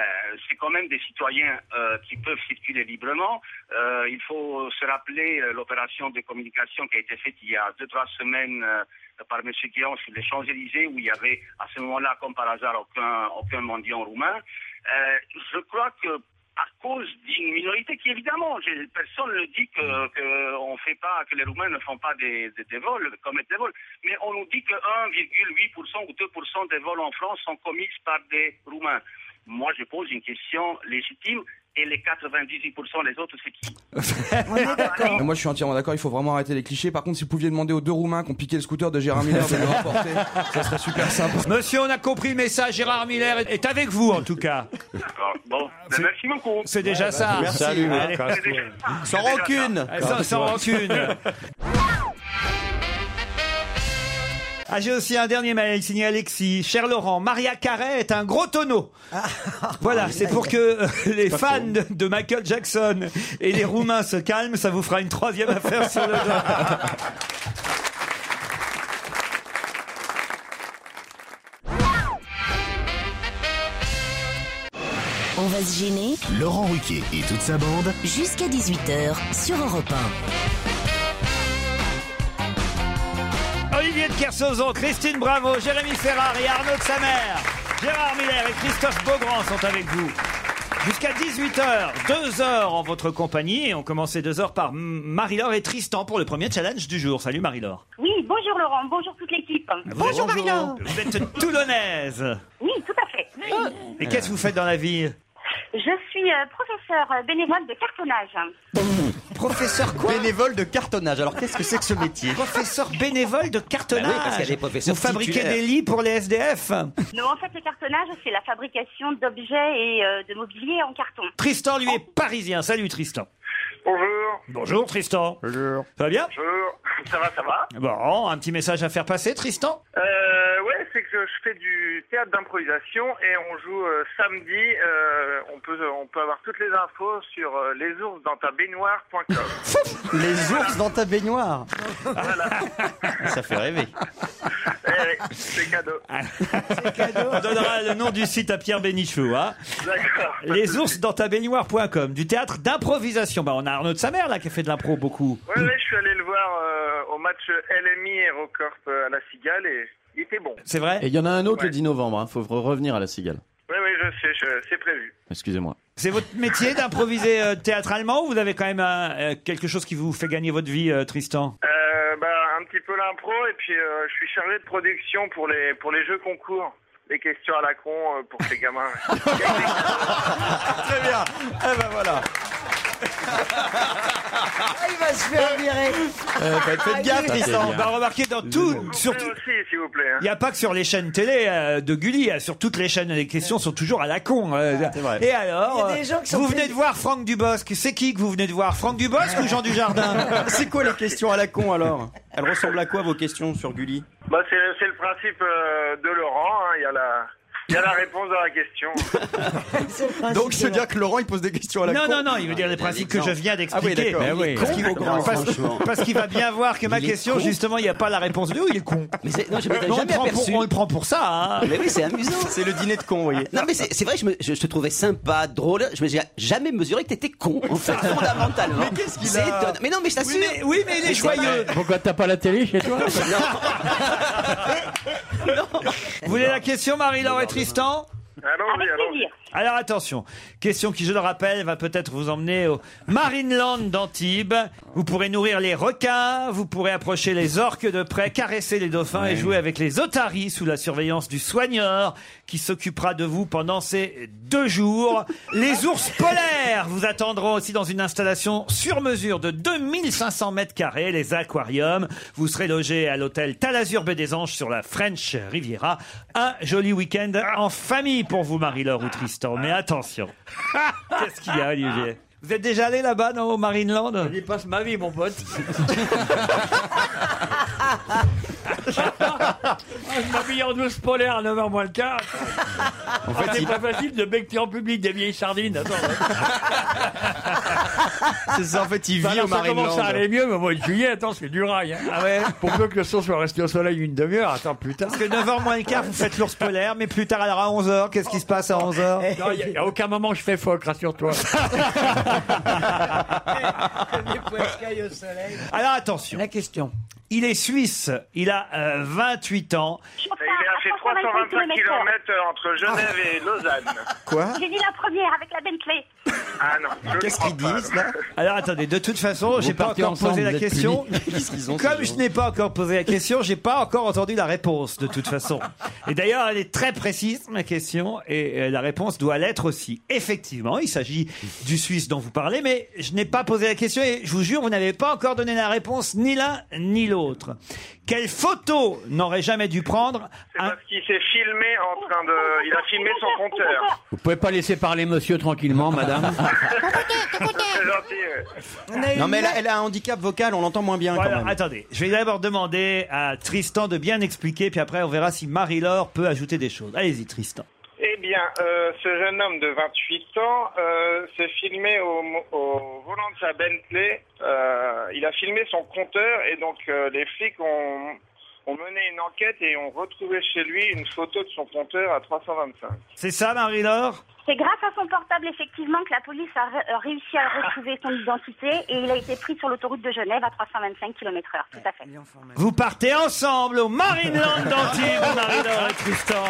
S10: c'est quand même des citoyens euh, qui peuvent circuler librement. Euh, il faut se rappeler euh, l'opération de communication qui a été faite il y a deux, trois semaines euh, par M. Guéant sur les Champs-Élysées, où il y avait à ce moment-là, comme par hasard, aucun, aucun mendiant roumain. Euh, je crois que à cause d'une minorité qui, évidemment, j'ai- personne ne dit que, que on fait pas, que les Roumains ne font pas des, des, des vols, commettent des vols, mais on nous dit que 1,8% ou 2% des vols en France sont commis par des Roumains. Moi, je pose une question légitime, et les 98% les autres, c'est qui
S7: Mais Moi, je suis entièrement d'accord. Il faut vraiment arrêter les clichés. Par contre, si vous pouviez demander aux deux Roumains qui ont piqué le scooter de Gérard Miller de le rapporter, ça serait super sympa.
S3: Monsieur, on a compris le message. Gérard Miller est- est avec vous, en tout cas.
S10: D'accord. Bon, ben, merci beaucoup.
S3: C'est déjà
S12: bah,
S3: ça.
S10: Salut,
S3: Allez.
S10: Sans rancune.
S3: Ah, Sans, sans rancune. Ah, j'ai aussi un dernier mail signé Alexis. Cher Laurent, Maria Carré est un gros tonneau. Voilà, c'est pour que euh, les fans de, de Michael Jackson et les Roumains se calment. Ça vous fera une troisième affaire sur le dos.
S2: On va se gêner.
S15: Laurent Ruquier et toute sa bande.
S2: Jusqu'à 18h sur Europe
S3: Olivier de Kersauzon, Christine Bravo, Jérémy Ferrari, Arnaud de Samer, Gérard Miller et Christophe Beaugrand sont avec vous. Jusqu'à 18h, 2h en votre compagnie. Et on commence ces 2h par M- Marie-Laure et Tristan pour le premier challenge du jour. Salut Marie-Laure.
S16: Oui, bonjour Laurent, bonjour toute l'équipe.
S3: Ah, Bonjour, Marie-Laure. Vous êtes toulonnaise.
S16: Oui, tout à fait.
S3: Et qu'est-ce que vous faites dans la vie
S16: Je suis euh, professeur euh, bénévole de cartonnage.
S3: Professeur quoi Bénévole de cartonnage. Alors qu'est-ce que c'est que ce métier Professeur bénévole de cartonnage.
S13: Bah oui, parce qu'il y a des professeurs
S3: Vous fabriquez
S13: titulaires.
S3: des lits pour les SDF.
S16: Non, en fait, le cartonnage, c'est la fabrication d'objets et euh, de mobilier en carton.
S3: Tristan, lui, est parisien. Salut Tristan.
S10: Bonjour.
S3: Bonjour Tristan. Bonjour. Ça va bien
S10: Bonjour. Ça va, ça va
S3: Bon, un petit message à faire passer, Tristan
S10: Euh, ouais, c'est que je fais du théâtre d'improvisation et on joue euh, samedi. Euh, on peut on peut avoir toutes les infos sur euh, lesoursdantabaignoire.com.
S17: Les ours dans ta baignoire.
S12: Ah,
S11: Ça fait rêver.
S10: c'est cadeau.
S3: On donnera le nom du site à Pierre Bénichou. Hein.
S10: D'accord.
S3: Les ours dans ta baignoire.com, du théâtre d'improvisation. Bah, on a Arnaud de sa mère là qui a fait de l'impro beaucoup.
S10: Ouais, ouais, je suis allé le voir euh, au match LMI Aérocorp euh, à la Cigale et il était bon.
S3: C'est vrai
S7: Et il y en a un autre
S10: Ouais.
S7: le 10 novembre.
S17: hein.
S7: Il faut re- revenir à la cigale.
S10: Ouais, ouais, je sais, je- c'est prévu.
S7: Excusez-moi.
S3: C'est votre métier d'improviser euh, théâtralement ou vous avez quand même euh, euh, quelque chose qui vous fait gagner votre vie, euh, Tristan
S10: Euh, bah, un petit peu l'impro et puis euh, je suis chargé de production pour les pour les jeux concours. Les questions à la con euh, pour ces gamins.
S17: Ah, Très bien. Eh ben voilà.
S4: Ah, Il va se faire virer.
S17: Euh,
S3: Euh,
S17: bah,
S4: Ah,
S17: faites gaffe, Tristan.
S3: On va remarquer Bah, dans bah, tout, sur tout-
S10: Aussi, s'il vous plaît. hein.
S3: Il n'y a pas que sur les chaînes télé euh, de Gulli, euh, sur toutes les chaînes, les questions sont toujours à la con. euh. Et alors, euh,
S4: Il y a des gens qui sont
S3: vous venez
S4: payés.
S3: de voir Franck Dubosc. C'est qui que vous venez de voir Franck Dubosc ou Jean Dujardin
S17: C'est quoi les questions à la con alors
S11: Elles ressemblent à quoi vos questions sur Gulli
S10: Bah, c'est c'est le principe euh, de Laurent. hein. Il y a la
S12: Il y a la réponse à la question.
S17: Donc, je veux dire que Laurent, il pose des questions à la
S3: Non,
S17: con.
S3: non, non, il veut dire des principes que je viens d'expliquer.
S17: Ah oui,
S3: Parce qu'il-
S17: d'accord.
S3: parce- Parce qu'il va bien voir que ma
S17: Il est
S3: question,
S17: con.
S3: justement, il n'y a pas la réponse de où il est con.
S6: non, je m'étais
S3: on, le
S6: jamais
S3: prend pour,
S6: aperçu.
S3: on le prend pour ça. hein.
S6: Mais oui, c'est amusant. C'est le dîner de con, vous voyez. Non, mais c'est c'est vrai, je, me- je- je te trouvais sympa, drôle. Je me suis jamais mesuré que t'étais con, en fait, fondamentalement. Mais qu'est-ce
S3: qu'il
S6: C'est
S3: a
S6: étonnant. Mais non, mais je t'assure.
S3: Oui, mais- oui, mais il est
S6: C'est
S3: joyeux.
S6: vrai.
S5: Pourquoi t'as pas la télé chez toi
S3: Vous voulez la question, Marie-Laure et Tristan
S16: Avec plaisir.
S3: Alors attention, question qui, je le rappelle, va peut-être vous emmener au Marineland d'Antibes. Vous pourrez nourrir les requins, vous pourrez approcher les orques de près, caresser les dauphins et jouer avec les otaries sous la surveillance du soigneur qui s'occupera de vous pendant ces deux jours. Les ours polaires vous attendront aussi dans une installation sur mesure de 2500 mètres carrés, les aquariums. Vous serez logé à l'hôtel Talazur Baie des Anges sur la French Riviera. Un joli week-end en famille pour vous, Marie-Laure ou Tristan. Mais attention. Qu'est-ce qu'il y a, Olivier Vous êtes déjà allé là-bas, non, au Marineland Je passe ma vie, mon pote.
S8: Ah, je m'habille en douce polaire à 9h moins le quart. En
S6: fait,
S8: fait, c'est
S6: il-
S8: pas facile de becter en public des vieilles sardines. Attends, hein.
S17: C'est ça, en fait, il vit
S8: Bah,
S17: au Ah
S8: alors, ça
S17: Marineland.
S8: commence à aller mieux, mais au mois de juillet, attends, c'est du rail. hein. Pour peu que le son soit resté au soleil une demi-heure, attends, putain.
S3: Parce que 9h moins le quart, vous faites l'ours polaire, mais plus tard, alors à 11h, qu'est-ce qui se passe à 11h
S8: Non, il n'y a, aucun moment je fais phoque, rassure-toi.
S3: Alors attention. La question. Il est suisse, il a euh, 28 ans.
S16: Chopin,
S12: Il a fait
S16: à 325
S12: 325
S16: kilomètres.
S12: km euh, entre Genève et Lausanne.
S3: Quoi
S16: J'ai dit la première avec la Bentley.
S12: Ah non. je crois pas.
S3: Alors attendez, de toute façon, j'ai pas
S17: partez
S3: encore
S17: ensemble,
S3: posé la
S17: vous êtes
S3: question.
S17: punis. Qu'est-ce qu'ils ont, ces
S3: Comme je
S17: gens
S3: n'ai pas encore posé la question, j'ai pas encore entendu la réponse de toute façon. Et d'ailleurs, elle est très précise ma question et euh, la réponse doit l'être aussi. Effectivement, il s'agit du Suisse dont vous parlez, mais je n'ai pas posé la question et je vous jure, vous n'avez pas encore donné la réponse ni l'un ni l'autre. Quelle photo n'aurait jamais dû prendre un...
S12: Parce qu'il s'est filmé en train de. Il a filmé son compteur.
S5: Vous pouvez pas laisser parler monsieur tranquillement, madame
S12: C'est gentil, ouais.
S17: Non, mais elle a, elle a un handicap vocal, on l'entend moins bien
S3: Bon,
S17: quand
S3: alors,
S17: même.
S3: attendez, je vais d'abord demander à Tristan de bien expliquer, puis après on verra si Marie-Laure peut ajouter des choses. Allez-y, Tristan.
S18: Eh bien, euh, ce jeune homme de 28 ans euh, s'est filmé au, mo- au volant de sa Bentley. Euh, il a filmé son compteur et donc euh, les flics ont, ont mené une enquête et ont retrouvé chez lui une photo de son compteur à 325.
S3: C'est ça, Marie-Laure
S16: C'est grâce à son portable, effectivement, que la police a ré- euh, réussi à retrouver son identité et il a été pris sur l'autoroute de Genève à 325 km/h. Tout à fait.
S3: Vous partez ensemble au Marineland d'Antibes, Marie-Laure et Tristan.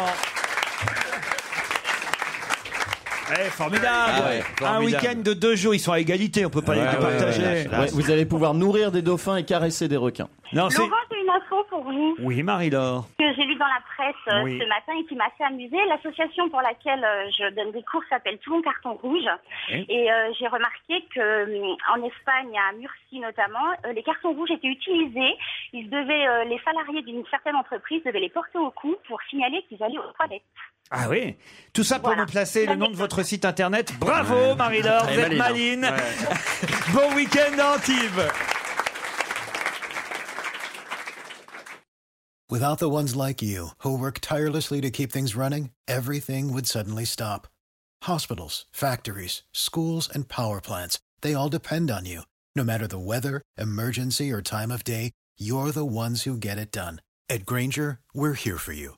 S3: Eh, formidable.
S6: Ah ouais,
S3: Un
S6: formidable.
S3: week-end de deux jours, ils sont à égalité, on peut pas les partager.
S6: Ouais, vous allez pouvoir nourrir des dauphins et caresser des requins.
S17: Ah,
S3: Non, c'est-
S16: Laurent, j'ai une info pour vous.
S3: Oui, Marie-Laure.
S16: que j'ai lu dans la presse euh,
S3: Oui.
S16: ce matin et qui m'a fait amuser. L'association pour laquelle euh, je donne des cours s'appelle Tout mon carton rouge.
S3: Oui.
S16: Et euh, j'ai remarqué que hum, en Espagne, à Murcie notamment, euh, les cartons rouges étaient utilisés. Ils devaient, euh, les salariés d'une certaine entreprise devaient les porter au cou pour signaler qu'ils allaient aux toilettes.
S3: Ah oui Tout ça pour nous placer le nom de votre site internet. Bravo, Marie-Laure,
S6: Elle
S3: vous
S6: est
S3: êtes
S6: maline,
S3: maline.
S6: hein.
S3: Bon week-end à Antibes
S19: Without the ones like you, who work tirelessly to keep things running, everything would suddenly stop. Hospitals, factories, schools, and power plants, they all depend on you. No matter the weather, emergency, or time of day, you're the ones who get it done. At Granger, we're here for you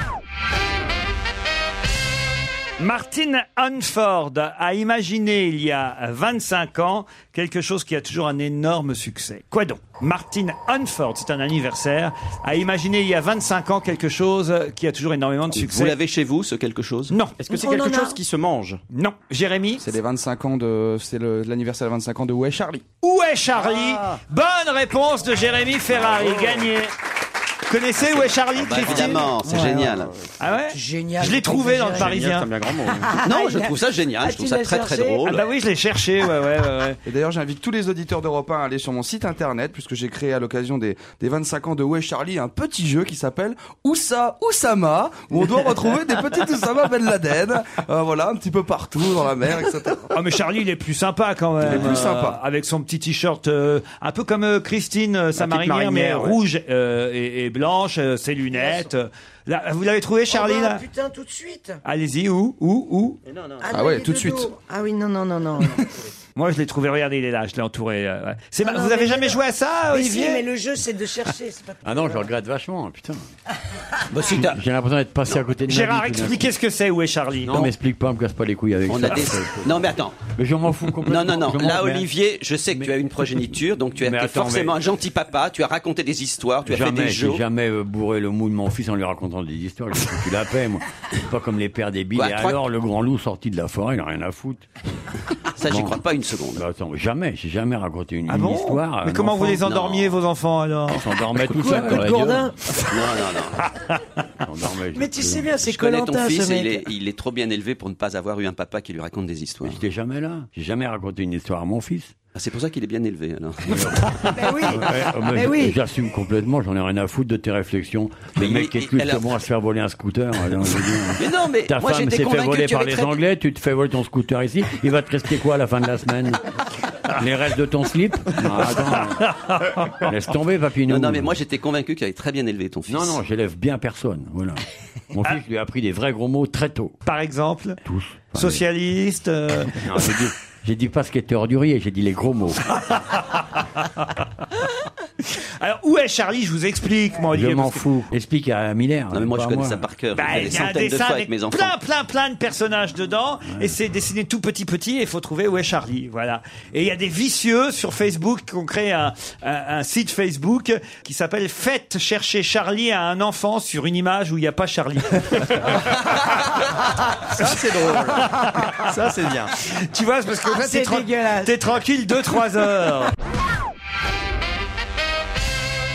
S3: Martin Hanford a imaginé il y a 25 ans quelque chose qui a toujours un énorme succès. Quoi donc Martin Hanford, c'est un anniversaire, a imaginé il y a 25 ans quelque chose qui a toujours énormément de succès.
S13: Vous l'avez chez vous, ce quelque chose
S3: Oh, Non.
S13: Est-ce
S3: que c'est On quelque en a- chose qui
S13: se mange
S3: Non. Jérémy
S7: C'est les 25 ans de. C'est le- l'anniversaire des 25 ans de Ouais Charlie.
S13: Ah.
S3: Où est Charlie Bonne réponse de Jérémy Ferrari,
S7: Bravo.
S3: gagné. Connaissez Où est Charlie
S13: Ah bah,
S3: Christine
S13: évidemment, c'est
S3: Ouais,
S13: génial.
S3: ouais, ouais. Ah ouais
S4: Génial.
S3: Je l'ai trouvé dans le Parisien.
S20: hein.
S7: hein.
S13: Non, je trouve ça génial,
S3: Ah,
S13: je trouve
S3: tu
S13: ça
S3: l'as
S13: très très
S3: cherché
S13: drôle.
S3: Ah bah oui, je l'ai cherché, ouais, ouais, ouais.
S7: Et d'ailleurs, j'invite tous les auditeurs d'Europe 1 à aller sur mon site internet, puisque j'ai créé à l'occasion des, des 25 ans de Où est Charlie un petit jeu qui s'appelle Oussa Oussama, où on doit retrouver des petits Oussama Ben Laden, euh, voilà, un petit peu partout dans la mer, etc.
S3: Ah mais Charlie, il est plus sympa quand même.
S7: Il est plus
S3: euh,
S7: sympa.
S3: avec son petit t-shirt, euh, un peu comme euh, Christine, euh, sa
S7: petite
S3: marinière, mais
S7: marinière, ouais.
S3: rouge euh, et, et blanche, euh, ses lunettes. euh. Là, vous l'avez trouvé, Charlie
S20: Oh bah,
S3: là
S20: Putain, tout de suite.
S3: Allez-y, où Où Où
S20: non, il est dos. Ah oui, non, non, non, non.
S3: Moi, je l'ai trouvé. Regardez, il est là. Je l'ai entouré. euh, ouais. C'est ma-
S20: Ah Non, non,
S3: Vous avez
S20: mais
S3: jamais
S20: non.
S3: joué à ça,
S20: Mais si,
S3: Ah, Olivier
S20: mais le jeu, c'est de chercher. c'est pas-
S5: Ah non, je regrette vachement, putain.
S13: Bah,
S5: J'ai l'impression d'être passé à côté de ma
S3: Gérard,
S5: vie, tout d'un coup.
S3: expliquez ce que c'est. Où est Charlie
S5: Non, m'explique pas, me casse pas les couilles avec
S13: On
S5: ça.
S13: a des- Non mais attends.
S5: Mais je m'en fous complètement.
S13: Non, non, non.
S5: Je m'en
S13: Là,
S5: fous, mais-
S13: Olivier, je sais que tu as une progéniture, donc tu as été
S5: attends,
S13: forcément
S5: mais-
S13: un gentil papa, tu as raconté des histoires, tu as fait
S5: Jamais,
S13: des jeux.
S5: j'ai jamais euh, bourré le mou de mon fils en lui racontant des histoires. J'ai foutu la paix, moi. C'est Pas comme les pères débiles.
S13: Ouais,
S5: et
S13: trois-
S5: alors, le grand loup sorti de la forêt, il n'a rien à foutre. Bah,
S13: Ça, j'y crois pas une seconde.
S5: attends, jamais, j'ai jamais raconté une, une
S3: Ah bon
S5: histoire. à
S20: Ah,
S3: Mais
S5: un
S3: comment vous
S5: enfant.
S3: les endormiez, vos enfants, alors Bah,
S5: Ils s'endormaient tout seuls dans la gueule. Non, non, non.
S20: Mais tu sais bien, c'est
S13: Je connais
S20: Colanta,
S13: ton fils,
S20: ce
S13: et il, est,
S20: mec.
S13: il est trop bien élevé pour ne pas avoir eu un papa qui lui raconte des histoires.
S5: J'étais jamais là. J'ai jamais raconté une histoire à mon fils.
S13: Ah, c'est pour ça qu'il est bien élevé, alors.
S5: Ouais,
S13: Mais
S5: j-
S13: oui.
S5: J'assume complètement, j'en ai rien à foutre de tes réflexions.
S13: Mais
S5: Le
S13: il-
S5: mec qui est
S13: il-
S5: plus
S13: elle a-
S5: que moi à se faire voler un scooter. euh, non, je veux dire.
S13: Mais non, mais
S5: Ta
S13: moi
S5: femme
S13: j'étais
S5: s'est fait
S13: convaincu
S5: voler
S13: que tu
S5: par
S13: avais
S5: les
S13: très-
S5: Anglais, tu te fais voler ton scooter ici, il va te rester quoi à la fin de la semaine Les restes de ton slip Non,
S13: Ah,
S5: Ah, attends. Laisse tomber, Papineau.
S13: Non, non, mais moi j'étais convaincu qu'il avait très bien élevé ton fils.
S5: Non, non, j'élève bien personne. Voilà. Mon fils lui a appris des vrais gros mots très tôt.
S3: Ah. Par exemple
S5: Tous.
S3: Socialiste euh,
S5: Non, j'ai dit, j'ai dit pas ce qui était ordurier, j'ai dit les gros mots.
S3: Alors, où est Charlie Je vous explique, moi, Olivier.
S5: je m'en
S3: parce que-
S5: fous. Explique à Miller.
S13: Non, mais moi, je
S5: pas à
S13: connais ça par cœur.
S3: Bah,
S13: J'ai fait des
S3: il y a un
S13: centaines de
S3: dessin
S13: fois
S3: avec
S13: avec mes enfants.
S3: plein, plein, plein de personnages dedans, et c'est dessiné tout petit, petit, et il faut trouver où est Charlie, voilà. Et il y a des vicieux sur Facebook qui ont créé un, un- un site Facebook qui s'appelle Faites chercher Charlie à un enfant sur une image où il n'y a pas Charlie.
S17: Ça, c'est drôle. Ça, c'est bien.
S3: tu vois, c'est parce que
S17: Ah,
S3: là, t'es
S17: c'est
S3: tra-
S17: dégueulasse.
S3: t'es tranquille 2-3 heures.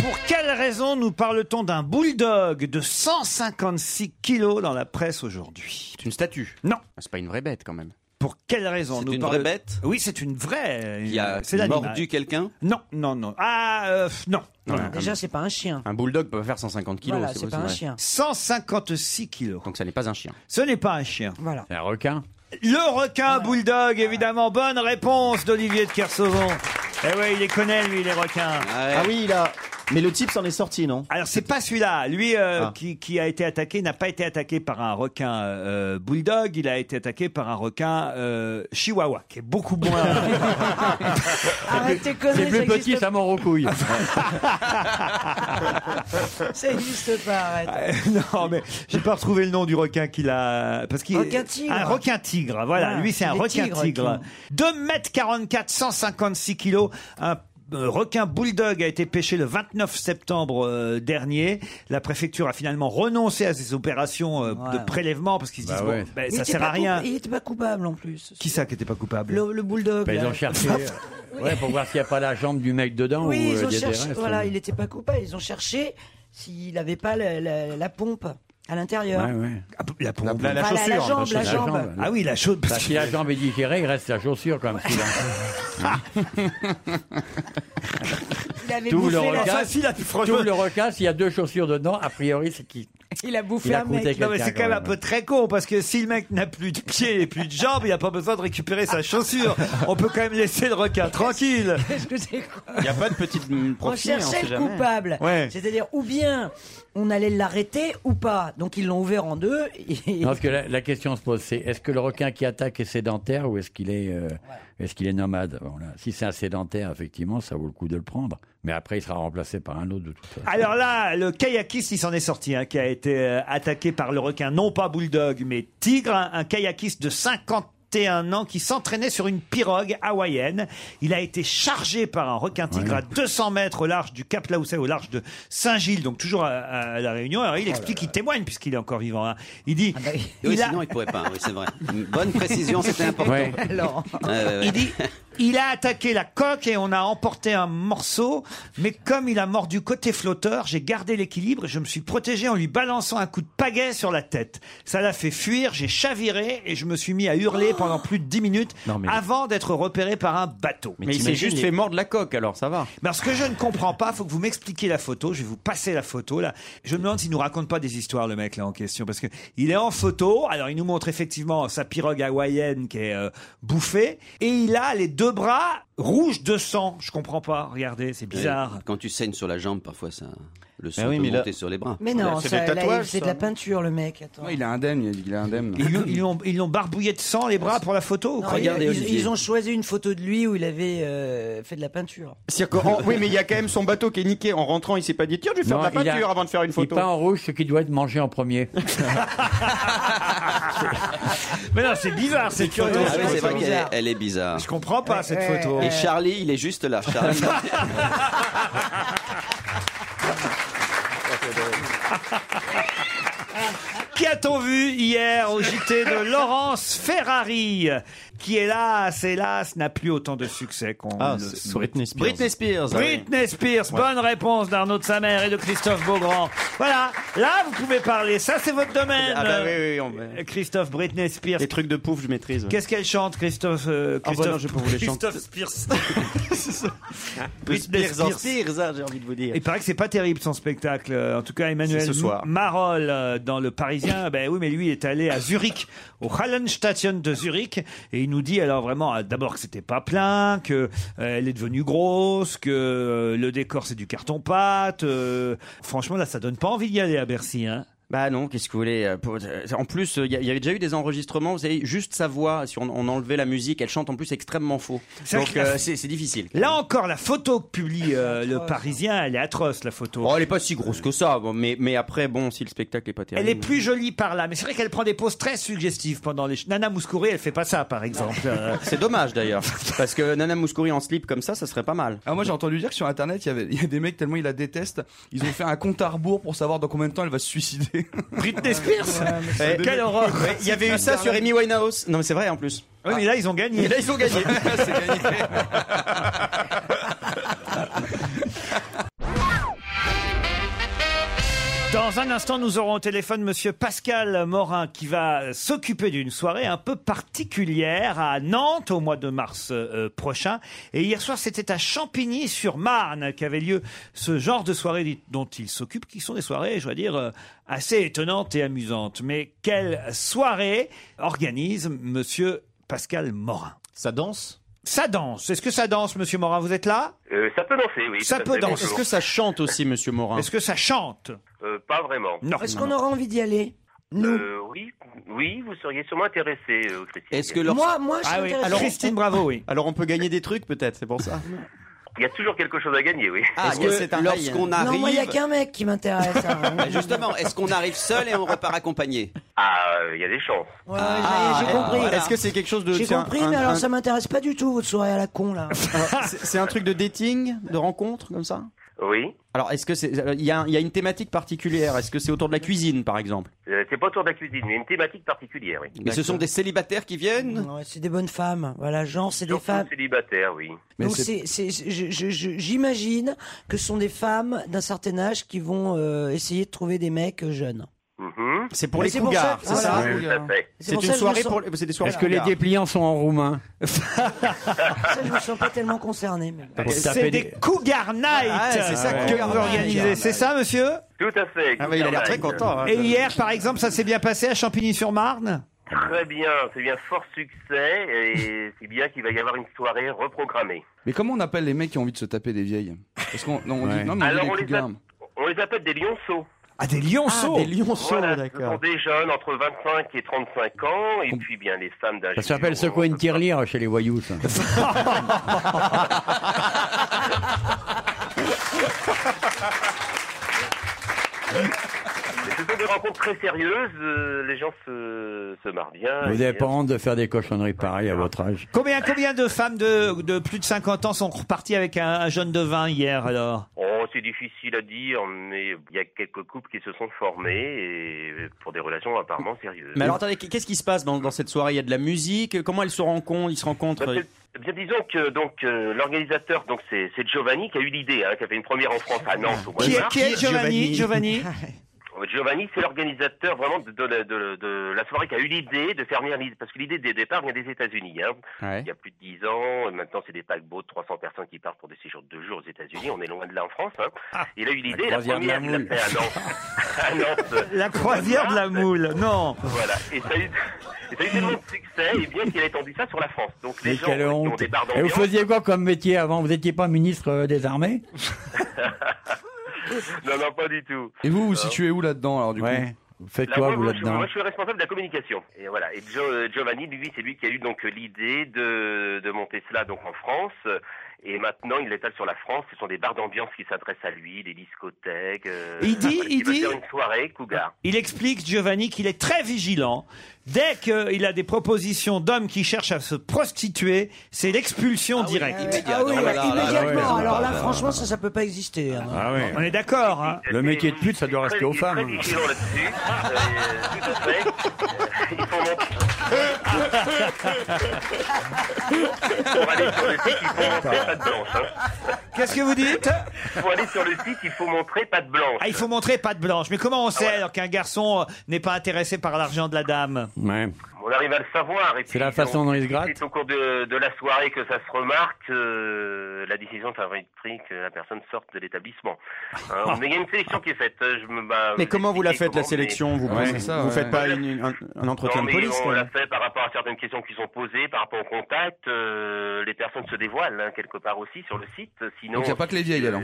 S3: Pour quelle raison nous parle-t-on d'un bulldog de 156 kilos dans la presse aujourd'hui
S11: C'est une statue. Ah,
S3: Non.
S11: C'est pas une vraie bête quand même.
S3: Pour quelle raison
S11: C'est
S3: nous
S11: une
S3: parle-
S11: vraie bête
S3: Oui, c'est une vraie. euh,
S11: Qui a
S3: c'est l'animal.
S11: mordu quelqu'un
S3: Non, non, non. Ah, euh, pff, non.
S11: Non, mais
S4: Déjà,
S11: un-
S4: c'est pas un chien.
S11: Un bulldog peut faire 150 kilos.
S4: Voilà, c'est pas un
S11: possible, ouais.
S4: chien.
S3: 156 kilos.
S11: Donc ça n'est pas un chien.
S3: Ce n'est pas un chien.
S4: Voilà.
S5: Un requin
S3: Le requin bulldog, évidemment. Bonne réponse d'Olivier de Kersauzon. Eh ouais, il les connaît, lui, les requins.
S17: Ah oui, il a. Mais le type s'en est sorti, non
S3: Alors c'est pas celui-là. Lui euh,
S17: Ah.
S3: qui, qui a été attaqué n'a pas été attaqué par un requin euh, bulldog. Il a été attaqué par un requin euh, chihuahua, qui est beaucoup moins.
S4: Arrête tes conneries,
S5: C'est
S4: ça
S5: plus petit,
S4: existe
S5: ça mord aux couilles.
S4: Ça existe pas,
S3: Ah,
S4: arrête.
S3: non mais j'ai pas retrouvé le nom du requin qu'il a parce qu'il
S4: Requin tigre.
S3: un requin tigre voilà
S4: Voilà,
S3: lui
S4: c'est
S3: c'est un
S4: les
S3: requin
S4: tigres
S3: tigre 2 mètres 44 156 kilos un euh, requin bulldog a été pêché le 29 septembre euh, dernier. La préfecture a finalement renoncé à ces opérations euh, de prélèvement parce qu'ils se
S5: Bah
S3: disent
S5: ouais.
S3: bon, ben,
S4: Il
S3: ça
S4: était
S3: sert
S4: pas
S3: à rien.
S4: coup- Il était pas coupable en plus.
S3: Qui ça qui était pas coupable
S4: Le, le bulldog.
S5: Ben, ils
S4: là.
S5: ont cherché. euh, ouais, pour voir s'il n'y a pas la jambe du mec dedans
S4: Oui,
S5: ou euh,
S4: ils ont
S5: il y a des
S4: cherché.
S5: restes.
S4: Voilà, il n'était pas coupable. Ils ont cherché s'il n'avait pas la, la- la pompe à l'intérieur.
S5: Ouais, ouais.
S3: La,
S5: pompe.
S4: la- la Enfin, la- la chaussure, jambe, la la jambe. jambe.
S3: Ah oui, la chaussure.
S5: Bah, si la jambe est digérée, il reste la chaussure quand même.
S4: Il avait
S5: Tout
S4: bouffé
S5: le
S4: la-
S5: requin,
S3: facile, là, franchement.
S5: tout le requin, s'il y a deux chaussures dedans, a priori, c'est qui
S4: Il a bouffé
S5: Il a
S4: un mec.
S5: croûté
S3: Non, mais
S5: quelqu'un,
S3: c'est quand même un peu très con parce que si le mec n'a plus de pieds et plus de jambes, il n'a pas besoin de récupérer sa chaussure. On peut quand même laisser le requin tranquille.
S4: Qu'est-ce que c'est quoi
S11: Il n'y a pas de petite hein,
S4: On cherchait le coupable.
S3: Ouais.
S4: C'est-à-dire, ou bien on allait l'arrêter ou pas. Donc ils l'ont ouvert en deux. et-
S5: Non, parce que la, la question se pose, c'est est-ce que le requin qui attaque est sédentaire ou est-ce qu'il est, euh, est-ce qu'il est nomade Bon, là, Si c'est un sédentaire, effectivement, ça vaut le coup de le prendre. Mais après, il sera remplacé par un autre de toute façon.
S6: Ah,
S3: Alors là, le kayakiste, il s'en est sorti, hein, qui a été euh, attaqué par le requin, non pas bulldog, mais tigre, un, un kayakiste de 51 ans qui s'entraînait sur une pirogue hawaïenne. Il a été chargé par un requin tigre à 200 mètres au large du Cap Laousset, au large de Saint-Gilles, donc toujours à, à la Réunion. Alors il explique, il témoigne puisqu'il est encore vivant. hein. Il dit,
S13: Oui,
S3: il a-
S11: hein.
S13: sinon, il pourrait pas. Oui, c'est vrai. Une bonne précision, c'était important.
S5: Ouais.
S13: Ouais, ouais, ouais.
S3: Il dit Il a attaqué la coque et on a emporté un morceau, mais comme il a mordu côté flotteur, j'ai gardé l'équilibre et je me suis protégé en lui balançant un coup de pagaie sur la tête. Ça l'a fait fuir, j'ai chaviré et je me suis mis à hurler pendant plus de 10 minutes avant d'être repéré par un bateau.
S21: Mais, il s'est juste fait mordre la coque, alors ça va.
S3: Mais ce que je ne comprends pas, faut que vous m'expliquiez la photo. Je vais vous passer la photo là. Je me demande s'il nous raconte pas des histoires le mec là en question parce que il est en photo. Alors il nous montre effectivement sa pirogue hawaïenne qui est euh, bouffée et il a les deux bras rouges de sang. Je comprends pas. Regardez, c'est bizarre.
S13: Ouais, Quand tu saignes sur la jambe, parfois ça. Le sang
S21: Ben oui,
S13: peut
S21: mais là-
S13: monter sur les bras.
S4: Mais non,
S13: c'est
S4: ça,
S13: des
S4: là,
S13: tatouages,
S4: c'est de
S13: ça,
S4: la peinture, le mec. Attends.
S7: il est indemne, il est- il est indemne.
S3: Ils l'ont- ils l'ont- ils l'ont barbouillé de sang les bras pour la photo. vous
S4: Non,
S3: croyez
S4: ils- ils, ils ont choisi une photo de lui où il avait euh, fait de la peinture.
S6: C'est-à-dire que- en- oui, mais il y a quand même son bateau qui est niqué. En rentrant, il s'est pas dit tiens, je vais faire
S5: Non,
S6: de la
S5: il a-
S6: peinture avant de faire une photo.
S5: Il peint en rouge ce qui doit être mangé en premier.
S3: Mais non, c'est bizarre cette
S13: Ah
S3: photo.
S13: oui, c'est vrai qu'elle est- elle est bizarre.
S3: Je comprends pas cette
S13: Ouais,
S4: hein.
S3: photo.
S13: Et Charlie, il est juste là. Charlie.
S3: Qu'a-t-on vu hier au JT de Laurence Ferrari qui, hélas, hélas, n'a plus autant de succès qu'on
S21: Ah,
S3: le
S21: c'est
S3: souhaite.
S21: Britney Spears. Britney Spears, ah oui.
S3: Britney Spears,
S21: Ouais.
S3: bonne réponse d'Arnaud de sa mère et de Christophe Beaugrand. Voilà, là, vous pouvez parler, ça, c'est votre domaine.
S6: Ah bah oui, oui,
S3: Euh, Christophe, Britney Spears.
S6: Les trucs de pouf, je maîtrise. ouais.
S3: Qu'est-ce qu'elle chante, Christophe, euh,
S6: Ah bah
S3: Christophe
S6: non, je peux vous les chanter.
S3: Christophe Spears.
S6: De
S3: Britney
S6: Spears en
S3: Spears.
S6: Spears, hein, j'ai envie de vous dire.
S3: Il paraît que c'est pas terrible son spectacle. Euh, En tout cas, Emmanuel
S6: C'est ce soir.
S3: M- Marolles euh, dans le Parisien. Ben oui, mais lui est allé à Zurich, au Hallenstation de Zurich, et il nous dit alors vraiment euh, d'abord que c'était pas plein, que euh, elle est devenue grosse, que euh, le décor c'est du carton pâte. franchement, là, ça donne pas envie d'y aller à Bercy. Hein.
S6: Bah non, qu'est-ce que vous voulez euh, pour- euh, En plus, il y, a- y avait déjà eu des enregistrements, vous savez, juste sa voix, si on, on enlevait la musique, elle chante en plus extrêmement faux.
S3: C'est vrai
S6: Donc
S3: que la-
S6: euh, c'est c'est difficile.
S3: Là encore, la photo que publie euh, le Parisien, elle est atroce, la photo.
S6: Oh, elle est pas si grosse que ça, bon, mais, mais après, bon, si le spectacle est pas terrible.
S3: Elle est plus jolie par là, mais c'est vrai qu'elle prend des poses très suggestives pendant les. ch- Nana Mouskouri, elle fait pas ça, par exemple. Euh,
S6: C'est dommage d'ailleurs, parce que Nana Mouskouri en slip comme ça, ça serait pas mal.
S7: Ah, moi j'ai entendu dire que sur internet il y avait il y a des mecs tellement ils la détestent, ils ont fait un compte à rebours pour savoir dans combien de temps elle va se suicider.
S3: Britney Spears
S6: Eh,
S7: Quelle
S3: horreur
S6: Ouais, Il y avait eu ça sur Amy Winehouse. Non, mais c'est vrai en plus.
S3: Oui, mais là ils ont gagné.
S6: Mais là ils ont gagné.
S3: Dans un instant, nous aurons au téléphone Monsieur Pascal Morin qui va s'occuper d'une soirée un peu particulière à Nantes au mois de mars euh, prochain. Et hier soir, c'était à Champigny-sur-Marne qu'avait lieu ce genre de soirée dit- dont il s'occupe, qui sont des soirées, je dois dire, euh, assez étonnantes et amusantes. Mais quelle soirée organise Monsieur Pascal Morin Ça danse Ça danse. Est-ce que ça danse, Monsieur Morin Vous êtes là
S22: Euh, ça peut danser, oui.
S3: Ça
S22: tout à
S3: peut
S22: fait,
S3: danser.
S22: bonjour.
S6: Est-ce que ça chante aussi, monsieur Morin
S3: Est-ce que ça chante
S22: Euh, Pas vraiment.
S4: Est-ce qu'on aura envie d'y aller
S22: Euh, oui, oui, vous seriez sûrement intéressé, euh, Christine.
S3: Ah
S6: Ah
S3: Christine Bravo, oui.
S6: Alors on peut gagner des trucs peut-être, c'est pour ça.
S22: Il y a toujours quelque chose à gagner, oui.
S6: Ah.
S4: Ah,
S13: Est-ce que c'est un lorsqu'on arrive
S4: Non, moi, il n'y a qu'un mec qui m'intéresse. hein.
S13: Bah, Justement, est-ce qu'on arrive seul et on repart accompagné Ah,
S22: Ah, il y a des chances.
S4: Ouais, j'ai- j'ai compris.
S6: Est-ce que c'est quelque chose de
S4: J'ai
S6: c'est un-
S4: compris,
S6: un-
S4: mais alors
S6: un-
S4: ça m'intéresse pas du tout, votre soirée à la con, là.
S6: c'est c'est un truc de dating, de rencontre comme ça
S22: Oui.
S6: Alors est-ce que c'est il y, a un- il y a une thématique particulière Est-ce que c'est autour de la cuisine par exemple
S22: Euh, c'est pas autour de la cuisine, mais une thématique particulière, oui.
S6: Mais ce sont des célibataires qui viennent
S4: Ouais, c'est des bonnes femmes. Voilà, genre, c'est des femmes.
S22: Célibataire, oui.
S4: Donc c'est, c'est- c'est- je- je- je- j'imagine que ce sont des femmes d'un certain âge qui vont euh, essayer de trouver des mecs euh, jeunes.
S22: Mhm.
S6: C'est pour
S4: Mais
S6: les
S4: c'est pour ça-
S6: cougars, c'est
S4: voilà.
S6: ça
S4: Oui, tout à fait. C'est
S6: C'est
S4: pour
S6: une
S4: ça que je me
S6: soirée
S4: sens-
S6: pour les- c'est des soirées
S5: Est-ce que les
S6: cougars.
S5: dépliants sont en roumain
S4: Ça, je me sens pas tellement concernée. mais bon.
S5: Pour se
S3: C'est
S5: taper
S3: des
S5: des-
S3: Cougar Night
S4: Ah ouais, c'est ça,
S3: euh, que
S4: Cougar
S3: vous
S4: Night. Cougar
S3: organisez.
S4: Night.
S3: C'est ça, monsieur
S22: Tout à fait.
S6: Ah, mais il a l'air très
S22: Contact.
S6: content, hein.
S3: Et hier, par exemple, ça s'est bien passé à Champigny-sur-Marne
S22: Très bien, c'est bien fort succès et c'est bien qu'il va y avoir une soirée reprogrammée.
S7: Mais comment on appelle les mecs qui ont envie de se taper des vieilles Parce qu'on non, on dit
S22: Ouais.
S7: non mais on dit
S22: Alors,
S7: les
S22: on les
S7: cougars.
S22: On les appelle des lionceaux.
S3: Ah, des lionceaux
S6: Des lionceaux,
S22: Voilà, ce sont
S6: d'accord.
S22: des jeunes entre 25 et 35 ans, et puis bien les femmes d'âge.
S5: Ça s'appelle secouer une tirelire chez les voyous. ça.
S22: C'est ce sont des rencontres très sérieuses, euh, les gens se, se marrent bien.
S5: Vous
S22: Et-
S5: n'avez pas honte de faire des cochonneries pareilles à
S22: Ah.
S5: votre âge
S3: Combien, combien de femmes de, de plus de 50 ans sont reparties avec un, un jeune de 20 hier alors
S22: Oh, c'est difficile à dire, mais il y a quelques couples qui se sont formés et pour des relations apparemment sérieuses.
S17: Mais alors attendez, qu'est-ce qui se passe dans, dans cette soirée Il y a de la musique Comment elles se rencontrent Ils se rencontrent euh,
S22: Eh Bien, disons que donc euh, l'organisateur, donc c'est c'est Giovanni qui a eu l'idée, hein, qui a fait une première en France à Nantes. au mois de mars. Giovanni, c'est l'organisateur vraiment de, de la- de- de la soirée qui a eu l'idée de faire venir l'idée, parce que l'idée des départs vient des États-Unis. hein.
S17: Ouais.
S22: Il y a plus de 10 ans, et maintenant c'est des paquebots de 300 personnes qui partent pour des séjours de deux jours aux États-Unis. On est loin de là en France. hein.
S5: Ah,
S22: Il a eu l'idée, la,
S3: croisière de la
S22: première, il l'a
S3: moule.
S22: fait à Nantes. à Nantes.
S3: La croisière de la moule, non
S22: Voilà, et ça a eu, et ça a eu tellement de succès, et bien qu'il a étendu ça sur la France. Donc les
S5: Mais
S22: gens
S5: quelle
S22: qui ont
S5: honte
S22: des barres
S5: Et vous
S22: d'ambiance.
S5: faisiez quoi comme métier avant Vous n'étiez pas ministre euh, des armées
S22: non, non, pas du tout.
S7: Et vous, vous situez où là-dedans alors du
S5: Ouais.
S7: coup
S5: Vous faites
S22: Là, moi, moi, je, moi, je suis responsable de la communication. Et voilà. Et Gio- euh, Giovanni, lui, c'est lui qui a eu donc euh, l'idée de, de monter cela donc en France. Et maintenant, il l'étale sur la France. Ce sont des bars d'ambiance qui s'adressent à lui, des discothèques. euh,
S3: Il dit-
S22: voilà,
S3: il
S22: veut
S3: dit-
S22: faire une soirée cougar.
S3: Il explique, Giovanni, qu'il est très vigilant. Dès qu'il a des propositions d'hommes qui cherchent à se prostituer, c'est l'expulsion directe.
S4: Ah oui, immédiatement. Alors là, franchement, ça, ça peut pas exister. hein.
S3: On est d'accord. hein.
S5: Ah Le métier de pute, ça doit rester aux femmes.
S22: Ah, Très vigilant là-dessus. Euh, tout à fait. Il faut monter. Pour aller sur le site, il faut montrer patte blanche. hein.
S3: Qu'est-ce que vous dites
S22: Pour aller sur le site, il faut montrer patte blanche.
S3: Ah, il faut montrer patte blanche. Mais comment on
S4: Ah
S3: sait alors qu'un garçon euh, n'est pas intéressé par l'argent de la dame
S22: On arrive à le savoir. et
S3: C'est
S22: puis
S3: la façon
S22: on-
S3: dont il se gratte
S22: C'est au cours de, de la soirée que ça se remarque. euh, la décision sera prise que la personne sorte de l'établissement. Hein, mais il y a une sélection qui est faite. euh, Je me, bah,
S17: Mais comment vous la
S22: expliquez
S17: faites
S22: comment,
S17: la
S22: mais-
S17: sélection Vous
S7: Ouais,
S17: vous,
S7: c'est ça,
S17: vous
S7: ouais.
S17: faites pas une- une- un, un entretien
S22: Non,
S17: de
S22: mais
S17: police
S22: on
S17: quand
S22: l'a
S17: même
S22: fait par rapport à certaines questions qui sont posées, par rapport au contact. euh, les personnes se dévoilent hein, quelque part aussi sur le site. Sinon,
S7: Donc il n'y a pas que les vieilles alors.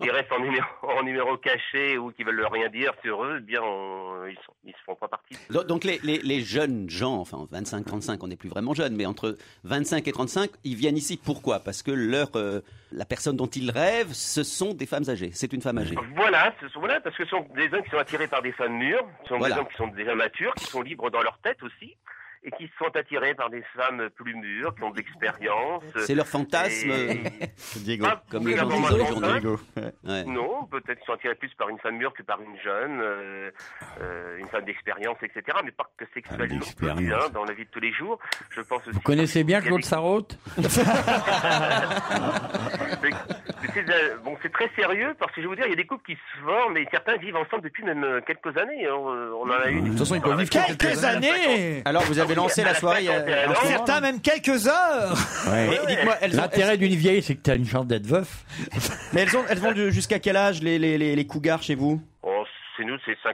S22: ils restent en numéro, en numéro caché ou qui veulent leur rien dire sur eux. eh Bien, on- ils, sont, ils se font pas partie.
S6: Do- Donc les, les- les jeunes gens, enfin 25-35, on n'est plus vraiment jeunes, mais entre 25 et 35, ils viennent ici. Pourquoi Parce que leur, euh, la personne dont ils rêvent, ce sont des femmes âgées. C'est une femme âgée.
S22: Voilà, ce sont, voilà, parce que ce sont des hommes qui sont attirés par des femmes mûres, ce sont
S6: Voilà.
S22: des hommes qui sont déjà matures, qui sont libres dans leur tête aussi, et qui sont attirés par des femmes plus mûres, qui ont de l'expérience.
S6: C'est leur fantasme,
S22: Et-
S6: euh, Diego,
S22: Ah,
S6: comme les gens
S22: clairement,
S6: disent
S22: maintenant,
S6: aujourd'hui.
S22: Diego.
S6: Ouais.
S22: Non, peut-être qu'ils sont attirés plus par une femme mûre que par une jeune, euh, euh, une femme d'expérience, etc. Mais pas que sexuelle non plus,
S5: d'expérience.
S22: hein, dans la vie de tous les jours. Je pense aussi.
S5: Vous connaissez bien Claude Sarraute
S22: Mais- mais c'est euh, bon, c'est très sérieux parce que je vais vous dire, il y a des couples qui se forment et certains vivent ensemble depuis même euh, quelques années. hein. On on en a eu. De toute façon, ils peuvent vivre
S3: Quelques années
S17: Alors vous avez lancé la soirée. il y a- un moment, là.
S3: Certains même quelques heures
S5: Ouais.
S17: Et eh, dites-moi, elles ont-
S5: L'intérêt d'une vieille, c'est que tu as une chance d'être veuf.
S17: Mais elles, ont, elles vont de- jusqu'à quel âge les, les, les, les cougars chez vous
S22: Oh, chez nous, c'est 55-60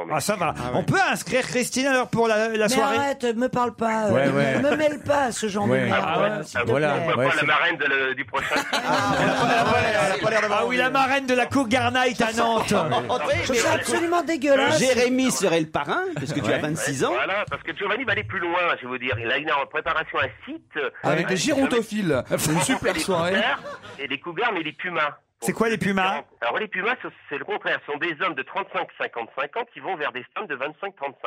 S22: ans.
S3: Ah, ça va. On peut inscrire Christine alors pour la, la
S4: Mais
S3: soirée
S4: arrête, me parle pas. euh,
S3: Ouais,
S4: me-
S3: ouais.
S4: Me mêle pas à ce genre de
S22: Ah
S4: merde.
S17: Ah
S5: Ah,
S4: euh, s'il te plaît.
S22: Pourquoi pas la marraine de le- du prochain
S3: Ah oui, la marraine de la Courgarnight à Nantes.
S4: Je trouve ça absolument dégueulasse.
S6: Jérémy serait le parrain, parce que tu as 26 ans.
S22: Voilà, parce que Giovanni va aller plus loin, je vais vous dire. Il a une en préparation un site. euh,
S17: Ah,
S7: Avec des gérontophiles. C'est une super
S22: les
S7: soirée.
S22: cougars, Et les cougars, mais les pumas.
S3: C'est quoi les pumas
S22: Alors les pumas, c'est- c'est le contraire. Ce sont des hommes de 35-55 ans qui vont vers des femmes de 25-35.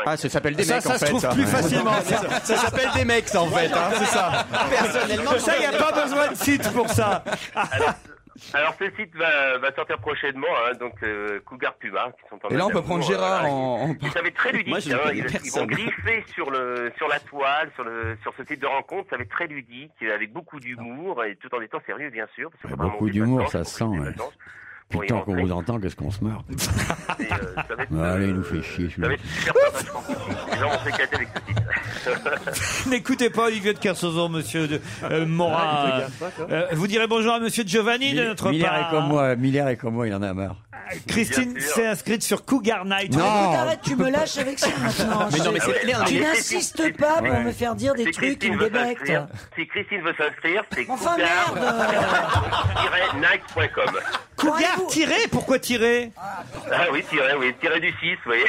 S17: Ah, ça s'appelle des
S3: Ça,
S17: mecs
S3: ça
S17: en fait.
S3: se trouve plus
S17: Ouais.
S3: facilement.
S17: ça ça s'appelle des mecs ça, en fait, hein, c'est ça.
S22: Personnellement,
S3: ça, il n'y a pas besoin de site pour ça.
S22: Alors, alors, ce site va, va sortir prochainement, hein, donc euh, Cougar Puma. Qui sont en
S7: Et là, on
S22: mode
S7: peut prendre
S22: d'amour,
S7: Gérard
S22: euh,
S7: en. en-
S22: Et ça va être très ludique.
S7: Moi, je ne
S22: hein.
S7: connais
S22: ils, ils
S7: personne.
S22: vont griffer sur le sur la toile, sur le sur ce type de rencontre. Ça va être très ludique, avec beaucoup d'humour et tout en étant sérieux, bien sûr. Parce que faut pas
S5: Beaucoup
S22: manquer de
S5: d'humour,
S22: patience,
S5: ça
S22: faut qu'il y
S5: sent.
S22: ait
S5: ouais.
S22: de patience. Pour y
S5: Putain, qu'on
S22: rentrer.
S5: vous entend, qu'est-ce qu'on se marre.
S22: Et, euh, ça va être,
S5: Ah, Allez,
S22: euh,
S5: il nous fait chier.
S22: ça
S5: celui-là.
S22: va être super sympa, je pense. Les gens vont s'éclater avec ce site.
S3: N'écoutez pas Olivier de Kersozo, monsieur de euh,
S5: Ah, il te
S3: Morin.
S5: regarde pas, toi.
S3: Euh, vous direz bonjour à monsieur Giovanni de notre
S5: Miller
S3: part.
S5: est comme moi, Miller est comme moi, il en a marre.
S3: Euh, Christine s'est inscrite sur Cougar Night.
S5: Non. Ah, écoute,
S4: Arrête, tu me lâches avec ça maintenant.
S3: Mais non, mais c'est-
S22: Ah,
S4: Je- Tu n'insistes pas pour me faire dire des
S22: Si
S4: trucs
S22: Christine
S4: ou
S22: veut
S4: des mecs.
S22: s'inscrire- Si Christine veut s'inscrire, c'est
S4: Enfin,
S22: cougar-night.com.
S3: Cougar tiré Pourquoi tirer
S22: Ah oui, tiré, oui, tiré du 6, vous voyez.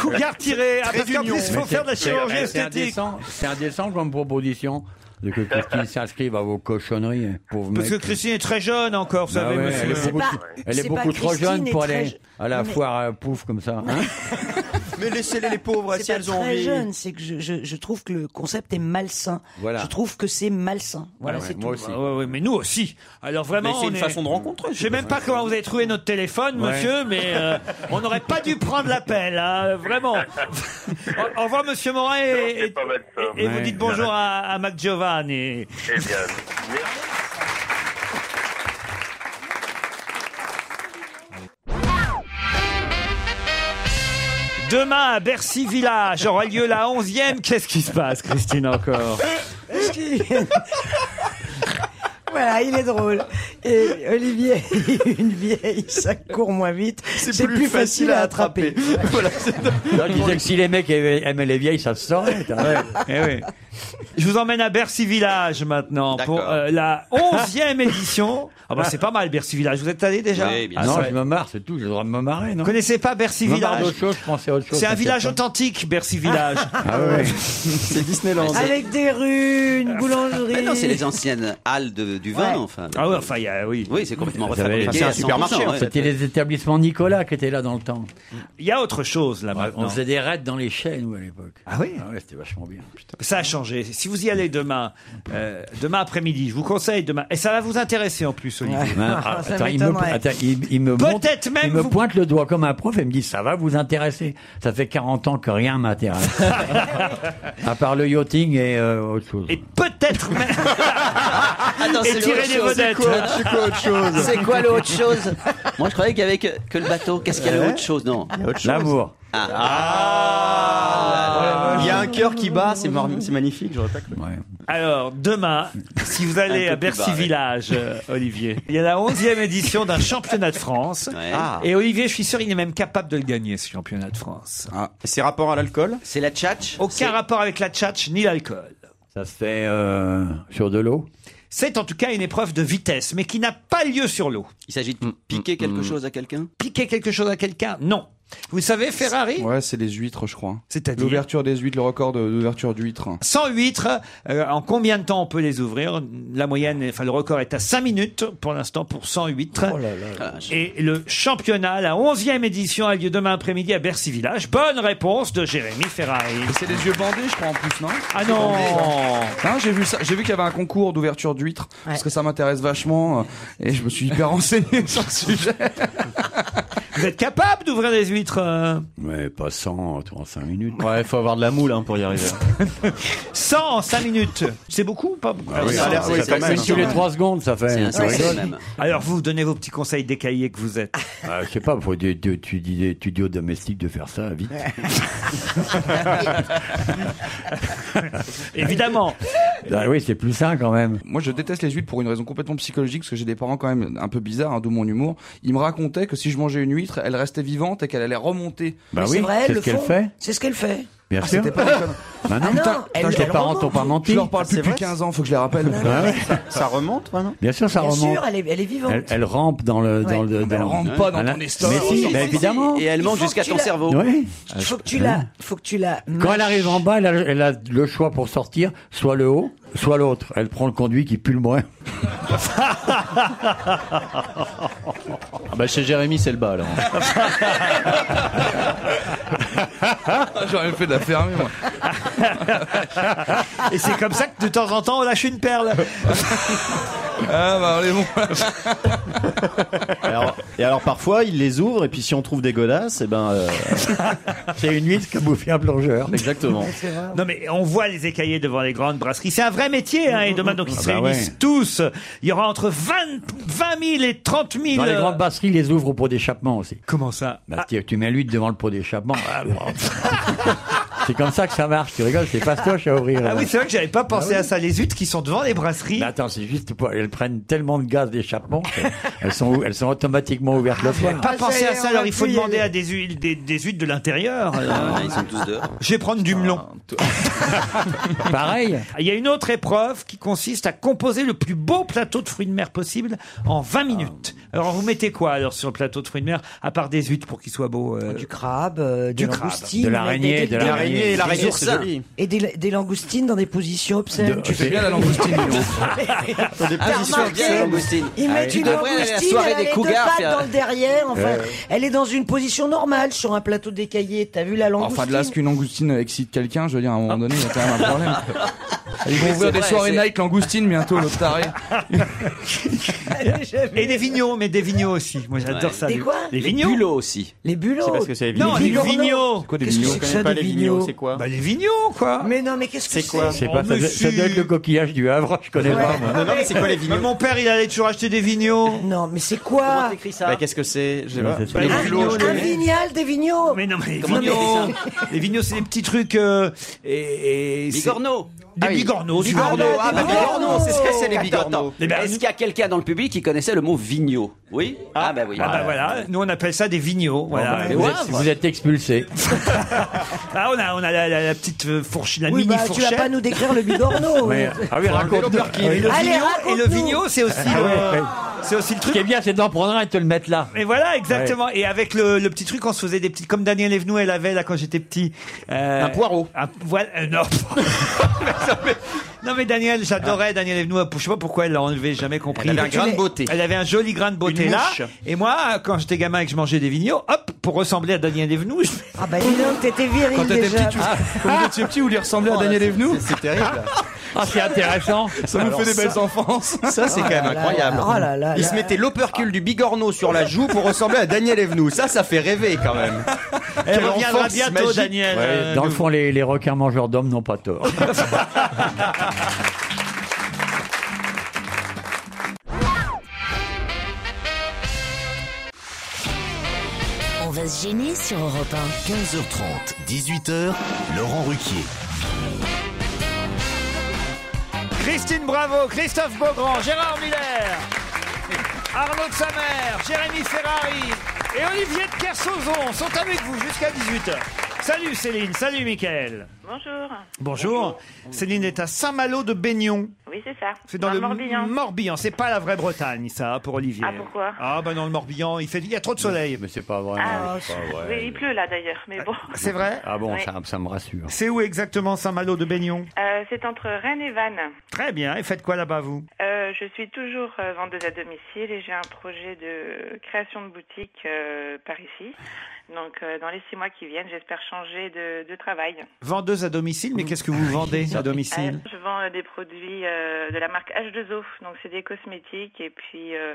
S3: Cougar tiré. Ah, parce qu'en plus, il faut
S5: Mais
S3: faire de la
S5: c'est-
S3: chirurgie
S5: c'est- c'est
S3: esthétique.
S5: indécent- C'est indécent comme proposition. de que Christine s'inscrive à vos cochonneries. Pauvre
S3: Parce que
S5: mec.
S3: Christine est très jeune encore, vous
S5: Bah
S3: savez,
S5: ouais,
S3: monsieur.
S5: Elle est beaucoup, elle est beaucoup trop jeune pour aller à la
S4: Mais-
S5: foire euh, pouf comme ça. hein.
S4: Mais laissez-les les pauvres
S5: si elles ont
S4: très
S5: envie.
S4: jeune, c'est que je, je- je trouve que le concept est malsain.
S5: Voilà.
S4: Je trouve que c'est malsain. Voilà, c'est tout.
S3: Ah ouais, ouais, mais nous aussi. Alors vraiment,
S4: Mais c'est
S3: on
S4: une
S3: est-
S4: façon de rencontrer,
S3: Je sais même pas comment vous avez trouvé notre téléphone,
S4: Ouais.
S3: monsieur, mais euh, on n'aurait pas dû prendre l'appel, hein, vraiment. Au- Au revoir, monsieur Morin, et, et- et vous
S8: Ouais.
S3: dites bonjour à, à Mac Giovanni.
S8: Eh bien,
S3: Demain à Bercy Village aura lieu la 11e. Qu'est-ce qui se passe, Christine, encore
S20: Est-ce qu'il- Voilà, il est drôle. Et Olivier, une vieille, ça court moins vite. C'est plus, facile à attraper.
S5: Voilà, je disais que si les mecs aimaient aimaient les vieilles, ça se saurait. t'as raison.
S3: Eh oui. Je vous emmène à Bercy Village maintenant pour euh, la 11e édition. Ah bah c'est pas mal Bercy Village. Vous êtes allé déjà
S5: Ah non, je me marre, c'est tout. J'ai le droit de me marrer, non
S3: Vous connaissez pas Bercy
S5: Je me marre
S3: Village
S5: d'autre chose, je pensais à autre chose.
S3: C'est un
S5: t'inquiète
S3: village
S5: pas.
S3: authentique, Bercy Village.
S5: Ah ouais.
S13: C'est Disneyland.
S20: Avec des rues, une boulangerie.
S13: Mais non, c'est les anciennes halles de- du vin,
S20: Ouais.
S13: enfin.
S3: Ah ouais, enfin, oui.
S13: Oui, c'est complètement
S5: Vous savez,
S13: refabriqué. à 100%, ouais.
S5: C'était les établissements Nicolas qui étaient là dans le temps.
S3: Il y a autre chose là maintenant.
S5: On faisait des raids dans les chais, nous, à l'époque.
S3: Ah oui
S5: ouais, c'était vachement bien. putain.
S3: Ça a changé. Si vous y allez demain, euh, demain après-midi, je vous conseille demain. Et ça va vous intéresser en plus, Olivier.
S5: Ben, ah, attends, il me, attends, il- il me montre-
S3: Peut-être même
S5: il me pointe le doigt comme un prof et me dit ça va vous intéresser. Ça fait 40 ans que rien m'intéresse. à part le yachting et euh, autre chose.
S3: Peut-être même.
S17: Ah,
S13: Attends,
S3: Et
S13: c'est
S3: tirer
S13: autre
S3: des
S13: chose.
S3: vedettes. C'est
S13: C'est quoi-
S3: quoi autre chose
S13: C'est quoi le autre chose Moi, je croyais qu'il y avait que, que le bateau. Qu'est-ce qu'il y avait autre chose Non.
S5: L'amour.
S13: Ah.
S3: Ah.
S17: Il y a un cœur qui bat, c'est mar- c'est magnifique, j'aurais pas cru.
S3: Alors, demain, si vous allez
S17: Un
S3: à
S17: peu plus bas,
S3: Bercy
S17: ouais.
S3: Village, euh, Olivier, il y a la 11e édition d'un championnat de France.
S5: Ah.
S3: Et Olivier, je suis sûr, il est même capable de le gagner, ce championnat de France.
S17: C'est rapport à l'alcool
S13: C'est la tchatch
S3: Aucun rapport avec la tchatch ni l'alcool.
S5: Ça se fait euh, sur de l'eau.
S3: C'est en tout cas une épreuve de vitesse, mais qui n'a pas lieu sur l'eau.
S13: Il s'agit de piquer quelque chose à quelqu'un
S3: Piquer quelque chose à quelqu'un Non. Vous savez, Ferrari
S7: Ouais, c'est les huîtres, je crois.
S3: C'est-à-dire
S7: L'ouverture des huîtres, le record de- d'ouverture d'huîtres.
S3: 100 huîtres, euh, en combien de temps on peut les ouvrir La moyenne, enfin le record est à 5 minutes pour l'instant pour 100 huîtres.
S5: Oh
S3: Et le championnat, la 11e édition, a lieu demain après-midi à Bercy Village. Bonne réponse de Jérémy Ferrari.
S7: C'est les yeux bandés, je crois, en plus, non
S3: Ah non
S7: Hein, J'ai vu ça. J'ai vu qu'il y avait un concours d'ouverture d'huîtres parce que ça m'intéresse vachement euh, et je me suis hyper renseigné sur le sujet.
S3: Vous êtes capable d'ouvrir des huîtres euh,
S5: Mais pas 100 en 5 minutes.
S17: Ouais, faut avoir de la moule hein, pour y arriver.
S3: 100 en 5 minutes C'est beaucoup ou pas beaucoup
S5: Ah oui, ça a l'air- oui, quand même. Tous les 3 secondes, ça fait.
S3: C'est un
S5: ça rigole.
S3: système. Alors vous, donnez vos petits conseils décaillés que vous êtes.
S5: Ah, je sais pas, faut des, des, tu dis des studios domestiques de faire ça vite.
S3: Évidemment.
S5: Ah oui, c'est plus sain quand même.
S7: Moi, je déteste les huîtres pour une raison complètement psychologique, parce que j'ai des parents quand même un peu bizarres, hein, d'où mon humour. Ils me racontaient que si je mangeais une huître, elle restait vivante et qu'elle allait remonter.
S5: Bah Mais oui, c'est vrai, c'est ce le qu'elle fond. fait.
S4: C'est ce qu'elle fait. Ah
S5: Bien
S7: Ah,
S5: sûr.
S7: c'était pas une connerie.
S5: Bah non,
S7: Putain,
S5: putain,
S7: putain, je
S5: tes
S7: leur
S5: parents
S7: remonte.
S5: t'ont pas menti.
S7: Je leur parle plus
S5: C'est
S7: depuis
S5: vrai
S7: 15 ans, faut que je les rappelle.
S5: Ah ouais.
S17: Ça remonte, toi, non
S5: Bien sûr, ça
S4: Bien
S5: remonte.
S4: sûr, elle est- elle est vivante.
S5: Elle, elle rampe dans le. Dans
S4: Ouais.
S5: le
S4: Mais elle
S5: dans-
S4: rampe pas dans
S5: Voilà.
S4: ton estomac.
S5: Mais si,
S4: Si,
S5: bah
S4: si,
S5: évidemment.
S4: si. Et elle Il monte faut jusqu'à que tu ton la- cerveau.
S5: Oui. Ah,
S4: Il faut que tu la, faut que tu la.
S5: Quand elle arrive en bas, elle a, elle a le choix pour sortir, soit le haut, soit l'autre. Elle prend le conduit qui pue le moins.
S17: Ah bah chez Jérémy, c'est le bas alors.
S20: Ah.
S7: Ah, J'aurais fait de la fermer, moi.
S3: Et c'est comme ça que de temps en temps on lâche une perle.
S7: Ah bah allez bon.
S17: Alors- et alors parfois, ils les ouvrent et puis si on trouve des godasses, et ben. euh,
S5: C'est une huître qui a bouffé un plongeur.
S17: Exactement.
S3: Non mais on voit les écaillés devant les grandes brasseries. C'est un vrai métier. Hein, et demain donc ils
S5: Ah
S3: se
S5: bah
S3: réunissent
S5: ouais.
S3: tous. Il y aura entre 20, 20 000 et 30 000.
S5: Dans les
S3: euh,
S5: grandes brasseries, ils les ouvrent au pot d'échappement aussi. Bah,
S3: Comment ça
S5: Tu mets l'huître devant le pot d'échappement. Ah, bon. c'est comme ça que ça marche. Tu rigoles, c'est fastoche à ouvrir.
S3: Ah oui, c'est vrai que j'avais pas pensé à ça. Les huîtres qui sont devant les brasseries.
S5: Mais attends, c'est juste pour- elles prennent tellement de gaz d'échappement qu'elles elles sont, elles sont automatiquement ouvertes le
S3: J'avais
S5: soir.
S3: pas
S20: Ah, ça y
S3: pensé
S20: est,
S3: à ça.
S20: on
S3: Alors
S20: va
S3: il faut
S20: plus y
S3: demander
S20: aller.
S3: à des huiles, des, des huiles de l'intérieur. euh.
S13: Ils sont tous dehors.
S3: Je vais prendre du melon.
S5: Pareil.
S3: Il y a une autre épreuve qui consiste à composer le plus beau plateau de fruits de mer possible en 20 minutes. Alors vous mettez quoi alors sur le plateau de fruits de mer à part des huîtres pour qu'il soit beau euh,
S4: Du crabe, euh,
S3: Du
S4: de
S3: crabe.
S4: langoustine,
S3: De l'araignée,
S4: des-
S3: de
S4: des-
S3: l'araignée,
S17: palmier et la
S4: des
S17: raie
S4: oursins.
S17: c'est joli.
S4: Et des, des langoustines dans des positions obscènes.
S17: Tu fais bien la langoustine, dis donc. Dans des
S4: Ah,
S17: positions
S4: remarquez,
S17: obscènes, langoustine.
S4: Ils
S17: Ah
S4: mettent
S17: oui.
S4: une
S17: Après, la
S4: langoustine,
S17: soirée
S4: elle
S17: des
S4: a les deux
S17: cougars,
S4: pattes
S17: c'est-
S4: dans le derrière. Enfin,
S7: Ouais.
S4: Elle est dans une position normale sur un plateau décaillé. T'as vu la langoustine
S7: Enfin, de là, ce qu'une langoustine excite quelqu'un, je veux dire, à un
S5: Ah.
S7: moment donné, il y a quand même un problème. Ils
S3: Mais
S7: vont
S3: c'est
S7: ouvrir des
S3: vrai,
S7: soirées
S3: c'est-
S7: Nike langoustine bientôt, l'autre taré.
S3: Et des vignots, mais des vignots aussi. Moi,
S7: Ouais.
S3: j'adore ça.
S7: Des quoi
S3: Les
S7: Les
S3: vignots.
S7: bulots
S13: aussi.
S4: Les bulots.
S3: C'est parce que c'est les Non, vignots. les vignots.
S5: C'est quoi des
S3: Qu'est-ce que
S5: vignots
S3: c'est que
S5: Je
S3: ça,
S5: connais pas
S3: des
S5: les vignots,
S3: vignots
S5: c'est quoi
S3: Bah, les vignots, quoi.
S4: Mais non, mais qu'est-ce que c'est
S5: Je sais
S3: Oh,
S5: pas, ça, doit- ça
S3: monsieur.
S5: doit être le coquillage du Havre, je connais pas moi.
S3: Mais Mon père, il allait toujours acheter des vignots.
S4: Non, mais c'est quoi
S17: Bah, Qu'est-ce que c'est Je sais pas.
S3: Bah, les
S4: Ah,
S3: vignots, je
S4: Un
S3: connais.
S4: vignal, des vignots
S3: Mais non, mais les
S4: Comment
S3: vignots,
S4: t'écris
S3: les vignots, c'est des petits trucs. euh, et, et c'est-
S6: Bigorneaux.
S3: Des bigorneaux, tu vois.
S6: Bigorneaux, ah bah bigorneaux, c'est ce que c'est les
S3: Attends,
S6: bigorneaux.
S3: attends. Eh ben,
S6: Est-ce qu'il y a quelqu'un dans le public qui connaissait le mot vigno Oui Ah bah oui.
S3: Ah bah voilà, nous on appelle ça des vignots. Voilà.
S6: bah, vous êtes- vous êtes
S5: expulsé.
S3: ah, on a, on a la, la- la petite euh, fourche, la
S4: Oui,
S3: mini
S4: bah, tu
S3: fourchette.
S4: vas pas nous décrire le bigorneau.
S3: Ouais. Ah oui, raconte-nous. Et le
S4: Allez,
S3: vigno- et le
S4: raconte-nous.
S3: vigno, c'est aussi
S5: Ah
S3: le-
S5: ouais, ouais.
S3: c'est aussi le
S5: Ce
S3: truc.
S5: qui est bien, c'est d'en prendre un et de te le mettre là.
S3: Et voilà, exactement. Et avec le, le petit truc, on se faisait des petites. Comme Daniel Evenou, elle avait là quand j'étais petit. euh,
S17: Un poireau.
S3: un- voilà, euh, non. Mais non, mais- Non mais Daniel, j'adorais Daniel Evenou. Je sais pas pourquoi elle l'a enlevé, j'ai jamais compris.
S17: Elle avait un grain de beauté.
S3: Ah. Elle avait un joli grain de beauté
S17: Une
S3: là.
S17: mouche.
S3: Et moi, quand j'étais gamin et que je mangeais des vignots, hop, pour ressembler à Daniel Evenou, je...
S4: Ah bah dis donc, t'étais viril
S3: Quand t'étais
S4: déjà.
S3: petit, tu- Ah.
S7: Quand vous étiez petit, vous lui ressemblez à Daniel Evenou C'est terrible.
S5: Ah, c'est intéressant.
S7: Ça vous
S17: Alors
S7: fait des
S17: ça-
S7: belles enfances.
S17: Ça, c'est quand même incroyable.
S4: Oh là là
S17: Il
S4: là
S17: se mettait l'opercule du bigorneau sur la joue pour ressembler à Daniel Evenou. Ça, ça fait rêver quand même.
S3: Elle
S17: Quelle
S3: reviendra
S17: enfance
S3: bientôt,
S17: magique.
S3: Daniel.
S5: Ouais,
S3: Euh,
S5: dans
S3: nous-
S5: le fond, les, les requins mangeurs d'hommes n'ont pas tort.
S2: On va se gêner sur Europe
S15: 15h30, 18h, Laurent Ruquier.
S3: Christine Bravo, Christophe Beaugrand, Gérard Miller, Arnaud de Samer, Jérémy Ferrari et Olivier de Kersauzon sont avec vous jusqu'à 18h. Salut Céline, salut Mickaël.
S23: Bonjour.
S3: Bonjour. Céline est à Saint-Malo de Baignon.
S23: Oui, c'est ça.
S3: C'est dans, le
S23: Morbihan.
S3: Morbihan. C'est pas la vraie Bretagne, ça, pour Olivier.
S23: Ah, pourquoi
S3: Ah, bah dans le Morbihan, il, fait... il y a trop de soleil. Mais
S5: c'est pas vrai.
S23: Ah, oui, il pleut là d'ailleurs, mais bon.
S3: C'est vrai
S5: Ah bon,
S23: Oui.
S5: ça, ça me rassure.
S3: C'est où exactement Saint-Malo de Baignon
S23: Euh, c'est entre Rennes et Vannes.
S3: Très bien. Et faites quoi là-bas, vous
S23: Euh, je suis toujours euh, vendeuse à domicile et j'ai un projet de création de boutique euh, par ici. Donc, euh, dans les six mois qui viennent, j'espère changer de, de travail.
S3: Vendeuse à domicile, mais qu'est-ce que vous vendez à domicile
S23: Euh, je vends euh, des produits euh, de la marque H2O. Donc, c'est des cosmétiques et puis euh,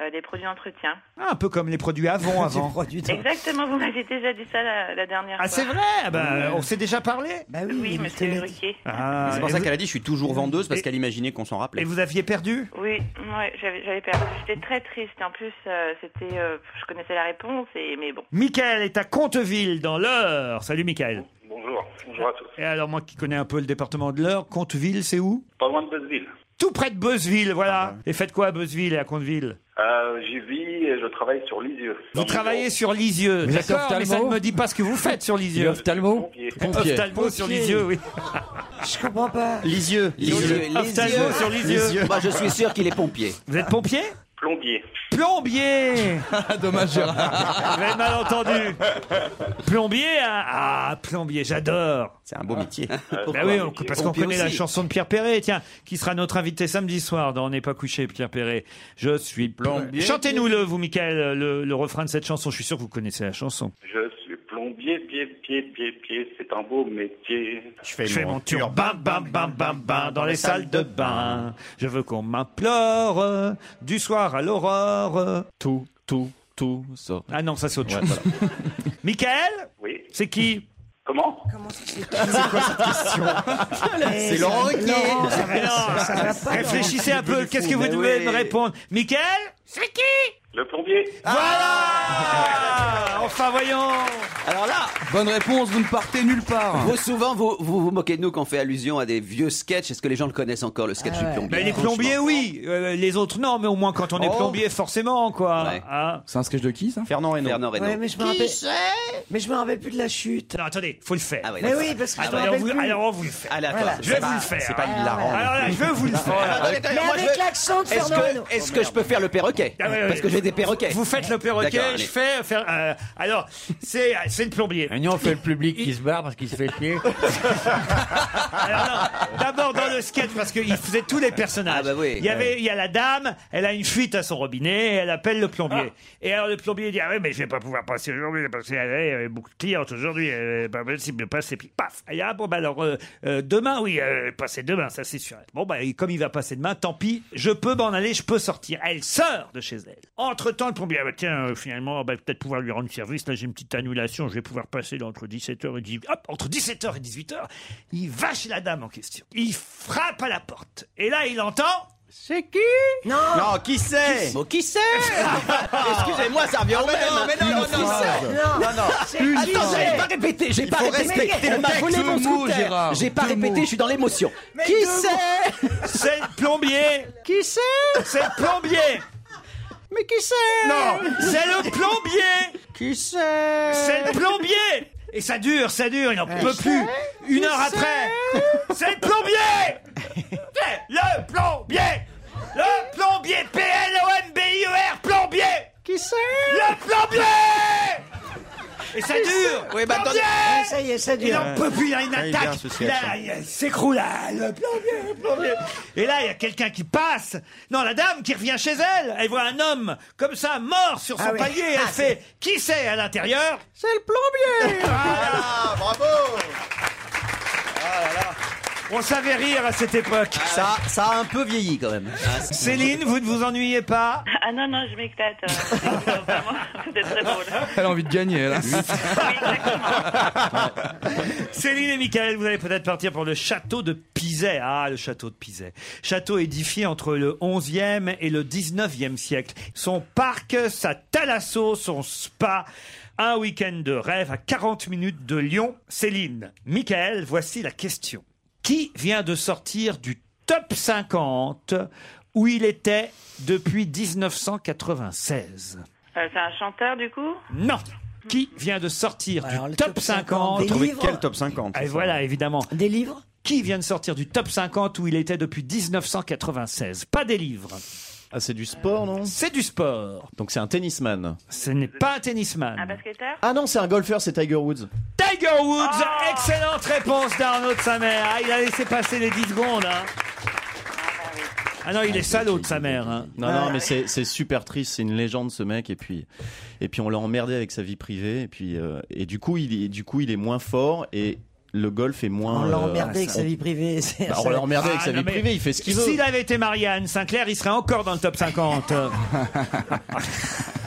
S23: euh, des produits d'entretien.
S3: Ah, Un peu comme les produits avant, avant.
S23: Exactement, vous m'avez déjà dit ça la, la dernière
S3: Ah,
S23: fois.
S3: c'est vrai Ah bah, On s'est déjà parlé
S23: Bah Oui, monsieur Ruquier.
S3: Ah,
S17: c'est pour ça
S3: et vous-
S17: qu'elle a dit Je suis toujours vendeuse parce qu'elle imaginait qu'on s'en rappelait.
S3: Et vous aviez perdu
S23: Oui, ouais, j'avais j'avais perdu. J'étais très triste. En plus, euh, c'était, euh, je connaissais la réponse, et, mais bon.
S3: Michael est à Conteville, dans l'Eure. Salut, Michael.
S23: Bonjour.
S3: Bonjour à tous. Et alors, moi qui connais un peu le département de l'Eure, Conteville, c'est où
S24: Pas loin de Buzzville.
S3: Tout près de Beuzeville, voilà. Et faites quoi à Beuzeville et à Conteville
S24: Euh, J'y vis et je travaille sur Lisieux.
S3: Vous travaillez sur Lisieux,
S24: Mais c'est
S3: d'accord Mais ça ne
S24: ophtalmo
S3: me dit pas ce que vous faites sur Lisieux. Ophtalmo
S24: Pompier.
S3: Ophtalmo sur
S24: Pompier.
S3: Lisieux, oui.
S4: Je comprends pas. Bah,
S17: Lisieux.
S3: Lisieux. Ophtalmo sur Lisieux.
S6: Moi, je suis sûr qu'il est pompier.
S3: Vous êtes pompier
S24: Plombier.
S3: Plombier
S7: Dommage,
S3: Gérard. Vous avez mal entendu. Plombier hein Ah, plombier, j'adore.
S17: C'est un beau métier.
S3: Ben oui, on- parce qu'on connaît la chanson de Pierre Perret, tiens, qui sera notre invité samedi soir dans On n'est pas couché, Pierre Perret. Je suis plombier. Chantez-nous le, vous, Michael, le, le refrain de cette chanson. Je suis sûr que vous connaissez la chanson.
S24: Je suis plombier, pied, pied, pied, pied, c'est un beau métier.
S3: Je fais, mon turbin, bam, bam, bam, bam, dans les salles de bain. Je veux qu'on m'implore euh, du soir à l'aurore. euh.
S17: Tout, tout, tout, ça.
S3: Ah non, ça c'est autre chose. Michael
S24: Oui.
S3: C'est qui
S24: Comment
S3: C'est quoi cette question
S24: C'est Laurent Ruquier.
S3: Laurent, ça va-
S24: Mais non,
S3: ça va pas, Réfléchissez un peu, qu'est-ce que vous devez me répondre Michael C'est qui
S24: Le plombier.
S3: Voilà Ah. Enfin voyons
S6: Alors là,
S7: bonne réponse, vous ne partez nulle part.
S6: Vous souvent vous vous, vous moquez de nous quand on fait allusion à des vieux sketchs. Est-ce que les gens le connaissent encore le sketch du plombier Ah,
S3: Ben, les plombiers, oui. Euh, les autres, non. Mais au moins, quand on est
S6: Oh.
S3: plombier, forcément, quoi. Hein
S7: C'est un sketch de qui, ça
S17: Fernand Reynaud.
S6: Fernand Reynaud.
S4: Ah, Ouais, mais je me
S6: Qui
S4: rappelle. Mais je me rappelle plus de la chute.
S3: Non, attendez, faut le faire.
S4: Mais d'accord. oui, parce que je me
S3: Ah, alors,
S4: rappelle
S3: vous-
S4: plus.
S3: alors, on vous le fait. Ah,
S4: Allez, attends,
S3: je vais
S4: c'est
S3: vous
S4: pas-
S3: le faire.
S4: c'est pas hilarant.
S3: Alors là, je vais vous le faire.
S4: Mais avec l'accent de
S6: Est-ce
S4: Fernand Reynaud.
S6: que, est-ce que je peux faire le perroquet
S13: perroquet.
S3: Ah ouais, ouais.
S13: Parce que j'ai des perroquets.
S3: Vous faites le
S13: D'accord,
S3: perroquet,
S13: allez.
S3: je fais. faire- euh, alors, c'est c'est le plombier.
S5: Et nous, on fait le public qui se barre parce qu'il se fait chier.
S3: Ah, D'abord dans le sketch, parce qu'il faisait tous les personnages. il, y avait, il y a la dame, elle a une fuite à son robinet, elle appelle le plombier. Et alors le plombier dit Ah oui, mais je vais pas pouvoir passer aujourd'hui, parce qu'il y avait beaucoup de clientes aujourd'hui, euh, pas possible de passer. Puis paf Et ah, bon, bah alors, euh, euh, demain, oui, euh, passer demain, ça c'est sûr. Bon, bah, et comme il va passer demain, tant pis, je peux m'en aller, je peux sortir. Elle sort de chez elle. Entre-temps, le plombier, ah bah, tiens, euh, finalement, bah, peut-être pouvoir lui rendre service. Là, j'ai une petite annulation, je vais pouvoir passer là, entre 17h et 18h. Hop, entre 17h et 18h, il va chez la dame en question. Il frappe à la porte. Et là, il entend. C'est qui
S6: Non
S3: Non, qui c'est Ah,
S6: Bon, qui c'est
S3: Excusez-moi, ça revient au même.
S6: mais non, non, non, non, non,
S13: Une
S6: Ah, Attends,
S13: phrase.
S6: j'ai pas répété, j'ai
S13: Il
S6: pas
S13: faut
S6: répété.
S13: respecter
S6: Elle
S13: le
S6: m'a
S13: texte.
S6: volé mon
S13: Deux mots,
S6: scooter.
S13: Gérard.
S6: J'ai pas
S13: Deux
S6: répété,
S13: mots.
S6: je suis dans l'émotion.
S13: Mais
S6: Qui
S13: deux
S6: c'est
S3: C'est le plombier.
S6: Qui c'est
S3: C'est le plombier.
S6: Mais qui c'est
S3: Non, c'est le plombier.
S6: Qui c'est
S3: C'est le plombier Et ça dure, ça dure, il n'en
S6: Euh,
S3: peut
S6: je
S3: plus.
S6: sais,
S3: Une
S6: je
S3: heure
S6: sais.
S3: après, c'est le plombier C'est le plombier Le plombier P-L-O-M-B-I-E-R, plombier
S6: Qui c'est
S3: Le plombier Et ça dure
S6: Oui, bah,
S3: Plombier
S6: attendez. Ça y est, ça dure.
S3: Il n'en peut plus, il a une
S6: Ah, il est
S3: attaque.
S6: bien, ce sketch,
S3: Il, a-
S6: hein.
S3: il a- il s'écroule, là, le plombier, le plombier. Et là, il y a quelqu'un qui passe. Non, la dame qui revient chez elle. Elle voit un homme, comme ça, mort sur son
S6: Ah oui.
S3: palier. Elle
S6: Ah,
S3: fait, qui c'est à l'intérieur
S6: C'est le plombier
S3: Ah, bravo Ah, On savait rire à cette époque.
S25: Ça, ça a un peu vieilli quand même.
S3: Céline, vous ne vous ennuyez pas
S23: Ah non, non, je m'éclate. euh, vraiment, vous êtes très drôle.
S7: Elle a envie de gagner, là.
S3: Céline et Michael, vous allez peut-être partir pour le château de Pizet. Ah, le château de Pizet. Château édifié entre le 11e et le 19e siècle. Son parc, sa thalasso, son spa. Un week-end de rêve à 40 minutes de Lyon. Céline, Michael, voici la question. Qui vient de sortir du top 50 où il était depuis 1996
S23: Euh, c'est un chanteur, du coup
S3: Non. Qui vient de sortir du top, 50
S17: Des Trouver livres quel top 50, c'est
S3: Et
S17: ça
S3: voilà, évidemment.
S4: Des livres
S3: Qui vient de sortir du top 50 où il était depuis 1996 Pas des livres.
S17: Ah, c'est du sport, non
S3: C'est du sport.
S17: Donc c'est un tennisman.
S3: Ce n'est pas un tennisman.
S23: Un basketteur
S17: Ah non, c'est un golfeur, c'est Tiger Woods.
S3: Tiger Woods,
S4: Ah
S3: excellente réponse d'Arnaud de sa mère. Ah, il a laissé passer les 10 secondes. hein. Ah non, il est salaud de sa mère. hein.
S17: Non, non, mais c'est c'est super triste. C'est une légende, ce mec. Et puis, et puis on l'a emmerdé avec sa vie privée. Et puis, euh, et du coup, il est, du coup, il est moins fort et le golf est moins.
S4: On l'a
S17: euh,
S4: emmerdé avec
S17: on-
S4: sa vie privée. c'est-
S17: Bah, on l'a emmerdé avec
S3: Ah,
S17: sa
S3: non,
S17: vie
S3: mais
S17: privée. Il fait ce qu'il veut.
S3: S'il avait été marié à Anne Sinclair, il serait encore dans le top 50.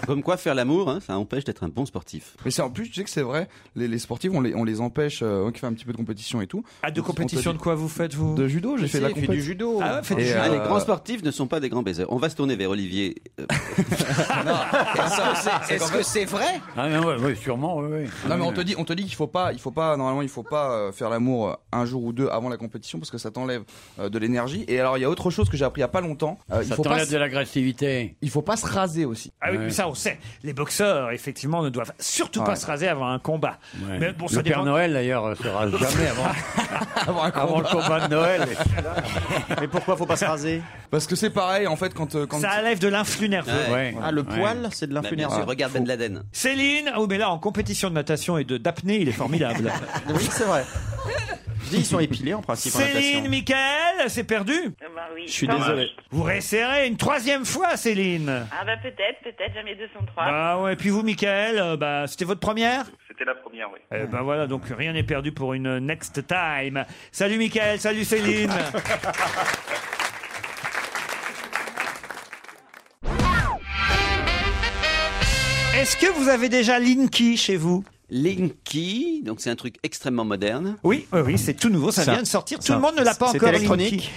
S13: Comme quoi, faire l'amour, hein, ça empêche d'être un bon sportif.
S7: Mais c'est en plus, tu sais que c'est vrai, les, les sportifs, on les, on les empêche, euh, on qui fait un petit peu de compétition et tout.
S3: Ah, de
S7: On te
S3: compétition
S7: dit-
S3: de quoi vous faites, vous
S7: De judo, j'ai
S13: Si,
S7: fait de la
S13: il fait
S7: compétition.
S13: du judo.
S3: Ah ouais, fait du
S7: Et,
S3: judo.
S13: Ah, les
S7: euh,
S13: grands sportifs ne sont pas des grands baisers. On va se tourner vers Olivier. Euh,
S5: Est-ce que c'est vrai Ah non, oui, sûrement, oui, oui.
S7: Non mais on te dit, on te dit qu'il faut pas, il faut pas normalement il faut pas euh, faire l'amour euh, un jour ou deux avant la compétition parce que ça t'enlève euh, de l'énergie. Et alors il y a autre chose que j'ai appris il y a pas longtemps. Euh, il
S5: Ça
S7: faut pas,
S5: t'enlève
S7: s-
S5: de l'agressivité.
S7: il faut pas se raser aussi.
S3: Ah oui, mais ça on sait. Les boxeurs, effectivement, ne doivent surtout pas
S7: Ouais.
S3: se raser avant un combat.
S5: Ouais.
S3: Mais bon, ça
S5: le Père
S3: dépend.
S5: Noël, d'ailleurs, euh, se rase jamais avant, avant le combat de Noël.
S17: Mais pourquoi faut pas se raser
S7: Parce que c'est pareil en fait quand euh, quand
S3: Ça enlève de l'influx nerveux.
S5: Ouais.
S17: Ah, le poil, c'est de
S13: bah, bien
S17: l'influence.
S13: sûr, regarde Ben Laden.
S3: Céline, oh mais là en compétition de natation et de d'apnée, il est formidable.
S17: Oui, c'est vrai. Je dis, ils sont épilés en principe en
S3: Céline,
S17: natation.
S3: Michael, c'est perdu.
S23: Euh, bah oui.
S17: Je suis
S23: Tant
S17: désolé.
S3: Vous resserrez une troisième fois, Céline.
S23: mieux. Ah bah peut-être, peut-être, jamais 203.
S3: Ah ouais, et puis vous, Michael, euh, bah, c'était votre première
S14: C'était la première, oui.
S3: Eh ben voilà, donc rien n'est perdu pour une next time. Salut Michael, salut Céline. Est-ce que vous avez déjà Linky chez vous
S13: Linky, donc c'est un truc extrêmement moderne.
S3: Oui, oui, oui, c'est tout nouveau, ça
S13: Ça-
S3: vient de sortir. Tout
S13: ça-
S3: le monde ne l'a pas
S13: c'est
S3: encore.
S13: électronique
S3: Linky.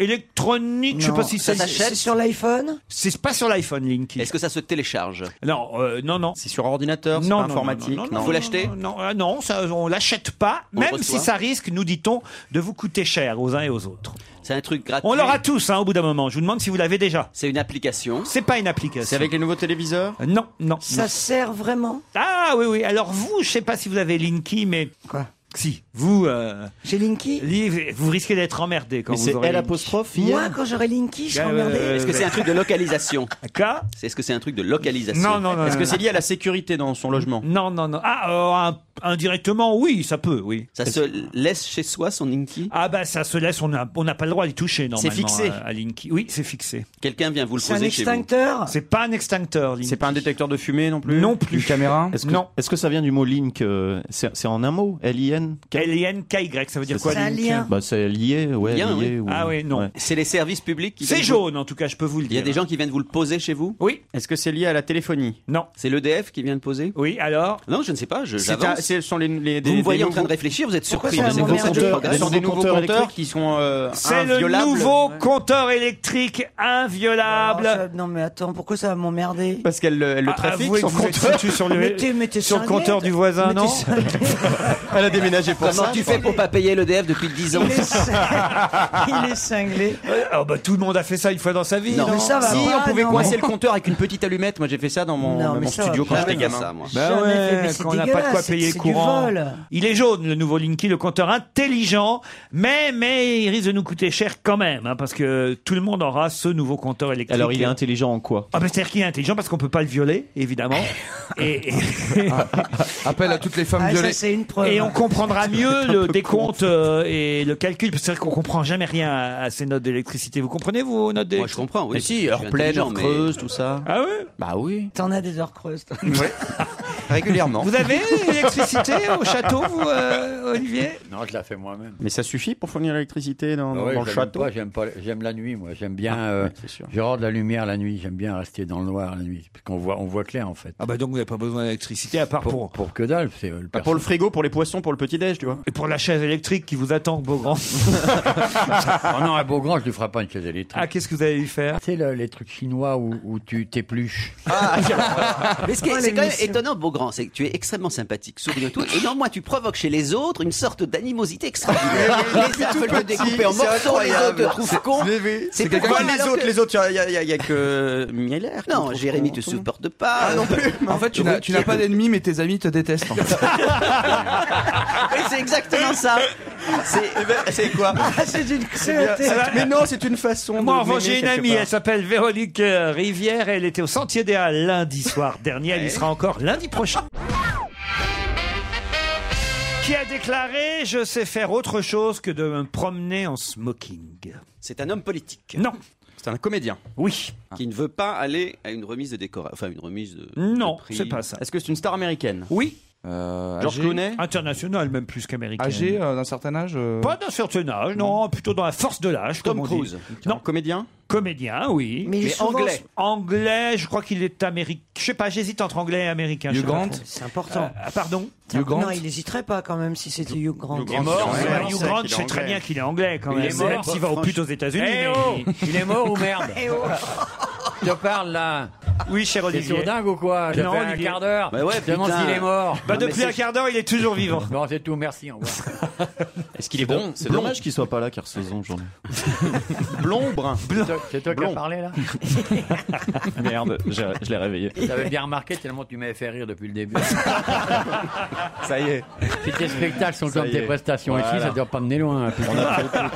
S3: Électronique, je sais
S4: Non,
S3: pas si ça
S4: c'est- c'est sur l'iPhone
S3: C'est pas sur l'iPhone, Linky.
S13: Est-ce que ça se télécharge
S3: Non, euh, non, non.
S17: C'est sur ordinateur, c'est
S3: Non,
S17: pas
S3: non,
S17: informatique.
S3: non, non,
S17: non.
S13: Faut l'acheter
S3: Non, non, euh, non, ça, on l'achète pas,
S13: On le
S3: même
S13: reçoit
S3: si ça risque, nous dit-on, de vous coûter cher aux uns et aux autres.
S13: C'est un truc gratuit.
S3: On l'aura tous, hein, au bout d'un moment. Je vous demande si vous l'avez déjà.
S13: C'est une application.
S3: C'est pas une application.
S17: C'est avec les nouveaux téléviseurs
S3: Non, non.
S4: Ça sert vraiment
S3: Ah oui, oui. Alors vous, je sais pas si vous avez Linky, mais...
S4: Quoi
S3: Si, vous. euh, Liv- vous risquez d'être emmerdé quand
S17: Mais
S3: vous
S17: c'est
S3: aurez
S17: L
S3: Linky.
S17: apostrophe,
S4: Moi, quand j'aurai Linky, je serai
S6: Ah,
S3: Ouais,
S4: emmerdée.
S3: ouais, ouais.
S13: Est-ce que c'est un truc de localisation
S3: Euh, Quoi
S13: Est-ce que c'est un truc de localisation
S3: Non, non, non,
S13: Est-ce que
S3: non,
S13: c'est
S3: non.
S13: lié à la sécurité dans son logement
S3: Non, non, non. Ah, euh, un- indirectement, oui, ça peut, oui.
S13: Ça se laisse chez soi, son Linky
S3: Ah, bah, ça se laisse, on n'a on n'a pas le droit d'y toucher, normalement.
S13: fixé.
S3: À, à Linky. Oui, c'est fixé.
S13: Quelqu'un vient vous le
S3: C'est un
S13: poser chez vous.
S4: extincteur
S3: C'est pas un extincteur, Linky.
S13: C'est pas un détecteur de fumée non plus
S3: Non plus.
S17: caméra
S13: Est-ce
S3: que- Non.
S17: Est-ce que ça vient du mot link euh, C'est c'est en un mot L-I-N
S3: L-I-N-K-Y, ça veut dire quoi, Linky
S17: Bah, c'est lié, ouais.
S13: Lien,
S17: lié,
S13: oui.
S17: ou-
S3: Ah oui, non.
S17: ouais.
S13: C'est les services publics qui
S3: C'est
S13: viennent vous-
S3: jaune, en tout cas, je peux vous le
S13: Il y
S3: dire.
S13: a des gens qui viennent vous le poser chez vous
S3: Oui.
S13: Est-ce que c'est lié à la téléphonie
S3: Non.
S13: C'est l'EDF qui vient le poser
S3: Oui, alors
S13: Non, je ne sais pas, je-
S6: C'est un-
S13: j'avance.
S6: c'est- ce sont les- les- des-
S13: vous me voyez
S6: des
S13: en train de
S6: nouveaux-
S13: réfléchir, vous êtes
S6: Pourquoi c'est
S13: surpris.
S6: un
S13: mais
S6: nouveau
S13: c'est
S6: compteur
S13: progrès.
S6: Ce sont des nouveaux compteurs
S13: électriques.
S6: qui sont euh,
S3: C'est le
S6: inviolables.
S3: nouveau compteur électrique inviolable.
S4: Ah, Non, mais attends, pourquoi ça va m'emmerder
S6: Parce qu'elle le, elle le
S3: Ah,
S6: trafique,
S3: avouez
S6: son
S3: que vous êtes
S6: compteur.
S3: foutu sur le,
S4: Mais t'es- mais t'es
S3: sur le
S4: cinglé,
S3: compteur
S4: toi.
S3: du voisin,
S4: Mais t'es
S3: non
S4: cinglé.
S6: Elle a déménagé pour
S13: Comment
S6: ça.
S13: tu fais pour pas payer l'EDF depuis 10 ans
S4: Il est cin- Il est cinglé.
S3: Ah bah, tout le monde a fait ça une fois dans sa vie.
S4: Non. Mais ça va
S6: si
S4: pas,
S6: on pouvait
S4: non.
S6: coincer le compteur avec une petite allumette, moi j'ai fait ça dans mon,
S4: Non,
S6: dans
S4: mais
S6: mon
S4: ça
S6: studio
S4: va
S6: quand
S4: pas. Jamais
S6: j'étais gamin. Ah
S13: ça, moi.
S3: Bah
S4: Jamais fait, mais
S3: ouais,
S4: c'est
S3: quand on n'a pas de quoi
S4: dégueulasse,
S3: payer
S4: c'est-
S3: le
S4: c'est
S3: courant.
S4: du vol.
S3: Il est jaune, le nouveau Linky, le compteur intelligent, mais, mais il risque de nous coûter cher quand même, hein, parce que tout le monde aura ce nouveau compteur électrique.
S17: Alors, il est intelligent en quoi
S3: Ah bah, c'est-à-dire qu'il est intelligent parce qu'on peut pas le violer, évidemment. et, et-
S7: Appel à toutes les femmes
S4: Ah, ça,
S7: violées.
S4: c'est une preuve.
S3: et on comprendra mieux le décompte euh, et le calcul. parce que C'est vrai qu'on comprend jamais rien à, à ces notes d'électricité. Vous comprenez, vous, notes
S13: Moi je
S3: d'électricité
S13: comprends, oui.
S6: Mais si,
S13: Je
S6: heure
S13: suis
S6: pleine,
S13: intelligent,
S6: heure
S13: mais-
S6: creuse, tout ça.
S3: Ah ouais
S6: Bah oui,
S4: T'en as des heures creuses. toi.
S6: régulièrement.
S3: Vous avez l'électricité au château, vous, euh, Olivier
S5: Non, je la fais moi-même.
S17: Mais ça suffit pour fournir l'électricité dans,
S5: Ah
S17: dans-
S5: ouais,
S17: dans le
S5: j'aime
S17: château
S5: pas, J'aime pas- j'aime la nuit, moi. J'aime bien.
S17: Ah,
S5: euh,
S17: ouais, c'est sûr.
S5: je rends de la lumière la nuit. J'aime bien rester dans le noir la nuit. Parce qu'on voit, on voit clair, en fait.
S3: Ah bah donc vous n'avez pas besoin d'électricité à part pour...
S5: Pour que dalle, c'est euh, le
S17: Bah, Pour le frigo, pour les poissons, pour le petit-déj, tu vois.
S3: Et pour la chaise électrique qui vous attend, Beaugrand.
S5: Ah non, à Beaugrand, je lui ferai pas une chaise électrique.
S3: Ah, qu'est-ce que vous allez lui faire
S5: Tu sais, le- les trucs chinois où, où tu t'épluches.
S13: Mais ce qui est,
S3: Ah,
S4: Oh,
S13: c'est quand même
S4: l'émission.
S13: étonnant, Beaugrand, c'est que tu es extrêmement sympathique, souriant et tout, et néanmoins tu provoques chez les autres une sorte d'animosité extraordinaire. les uns veulent te découper en morceaux, les autres te trouvent con.
S6: C'est
S13: C'est
S6: quelqu'un
S13: pourquoi,
S6: les
S13: alors
S6: autres,
S13: que-
S6: les autres, il y a- il y a- il y a que Mieller. qui
S13: Non,
S6: trouve
S13: Jérémy,
S6: con,
S13: tu
S6: tout le monde. Ah,
S13: supportes pas.
S6: non plus.
S7: En fait, tu n'as- tu n'as pas d'ennemis, mais tes amis te détestent. en fait.
S6: Ah
S13: Oui, c'est exactement ça. C'est
S6: C'est quoi
S13: Ah,
S4: C'est d'une
S6: Bien,
S4: cruauté.
S6: c'est- Mais non, c'est une
S3: Moi,
S6: façon. de
S3: en revanche,
S6: m'aimer
S3: j'ai une
S6: quelque
S3: amie,
S6: part.
S3: elle s'appelle Véronique euh, Rivière, elle était au Sentier des Halles lundi soir dernier, elle y sera encore lundi prochain. Qui a déclaré Je sais faire autre chose que de me promener en smoking.
S13: C'est un homme politique.
S3: Non,
S6: C'est un comédien
S3: oui,
S13: Ah. Qui ne veut pas aller à une remise de décoration. Enfin, une remise de.
S3: non,
S13: de prix.
S3: c'est pas ça.
S6: Est-ce que c'est une star américaine
S3: Oui,
S7: Euh,
S6: George
S7: âgé-
S6: Clooney
S3: international même plus qu'américain.
S7: Âgé euh, d'un certain âge. euh,
S3: Pas Ah, d'un certain âge, non, plutôt dans la force de l'âge.
S13: Tom
S3: comme on dit.
S13: Cruise.
S3: Non,
S6: Comédien
S3: comédien, oui.
S4: Mais il est souvent-
S3: anglais. Anglais, je crois qu'il est américain. Je sais pas, j'hésite entre anglais et américain. je
S7: Hugh
S3: sais pas
S7: Grant
S3: trop.
S4: C'est important.
S3: Ah, pardon
S7: Hugh Grant
S4: Non, il n'hésiterait pas quand même si c'était Hugh Grant.
S6: Hugh Grant. mort,
S3: Ouais,
S6: ouais,
S3: ouais,
S6: on
S3: Hugh
S6: sait
S3: Grant,
S6: qu'il
S3: je
S6: est
S3: sais très
S6: anglais.
S3: bien qu'il est Eh oh anglais quand
S5: Il
S3: même.
S5: est mort,
S3: Même s'il va aux putes aux États-Unis. mais-
S5: Eh oh
S3: Eh oh
S5: Il est mort ou merde Je te parle là.
S3: Oui, cher
S5: T'es
S3: Olivier.
S5: sur dingue ou quoi J'ai
S3: Non,
S5: fait un
S3: Olivier.
S5: quart d'heure.
S13: Bah ouais,
S5: Je te demande
S13: putain.
S5: s'il est mort.
S3: Bah,
S13: Non, mais
S3: depuis
S13: c'est-
S3: un quart d'heure, il est toujours vivant.
S5: Bon, c'est tout. Merci. Au revoir.
S6: Est-ce qu'il est bon
S17: C'est dommage qu'il soit pas là, car saison aujourd'hui.
S6: Blond ou brun
S5: C'est toi- C'est toi qui as
S6: Blond.
S5: parlé là
S17: Ah, Merde, j'ai- je l'ai réveillé.
S5: J'avais bien remarqué tellement tu m'avais fait rire depuis le début.
S6: Ça y est.
S5: Si tes spectacles sont
S17: Ça
S5: comme
S17: y est.
S5: tes prestations ici,
S17: Voilà.
S5: ça ne doit pas mener loin. hein, putain.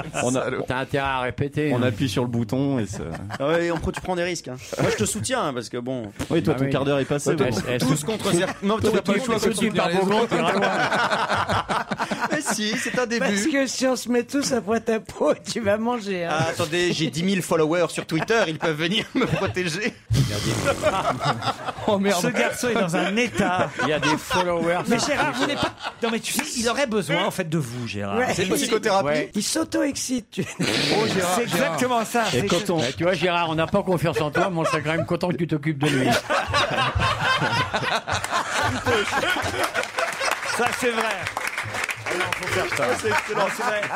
S17: On, a-
S5: T'as intérêt à répéter.
S17: on
S5: hein.
S17: appuie sur le bouton et ça.
S6: Ah ouais, on, tu prends des risques. hein. Moi, je te soutiens hein, parce que bon.
S17: Oui, toi,
S5: Ah
S17: ton
S5: oui.
S17: quart d'heure est passé.
S5: Ouais,
S17: bon.
S5: ouais, ouais.
S6: Tous contre Zer- Non,
S7: T'aurais pas le choix
S5: Tout
S7: que
S5: de suite
S7: de
S5: par
S7: les autres.
S5: Beaugrand, t'es pas loin.
S6: Mais Bah, si, c'est un
S4: Parce
S6: début.
S4: que si on se met tous après ta peau, tu vas manger. hein.
S6: Ah, attendez, j'ai 10 000 followers sur Twitter, ils peuvent venir me protéger. Ah.
S7: Oh
S3: Ce
S7: merde.
S3: garçon est dans un état.
S5: Il y a des followers.
S3: Mais Gérard, vous n'êtes pas. Non, mais tu sais, il aurait besoin en fait de vous, Gérard.
S4: Ouais.
S6: Hein C'est une psychothérapie.
S5: Ouais.
S4: Il s'auto-excite. tu-
S7: Oh, Gérard,
S3: C'est
S7: Gérard.
S3: exactement ça.
S17: Et
S3: C'est-
S17: quand on,
S5: Ouais, Bah, tu vois, Gérard, on n'a pas confiance en toi, mais on serait quand même content que tu t'occupes de lui.
S3: Ça, c'est vrai.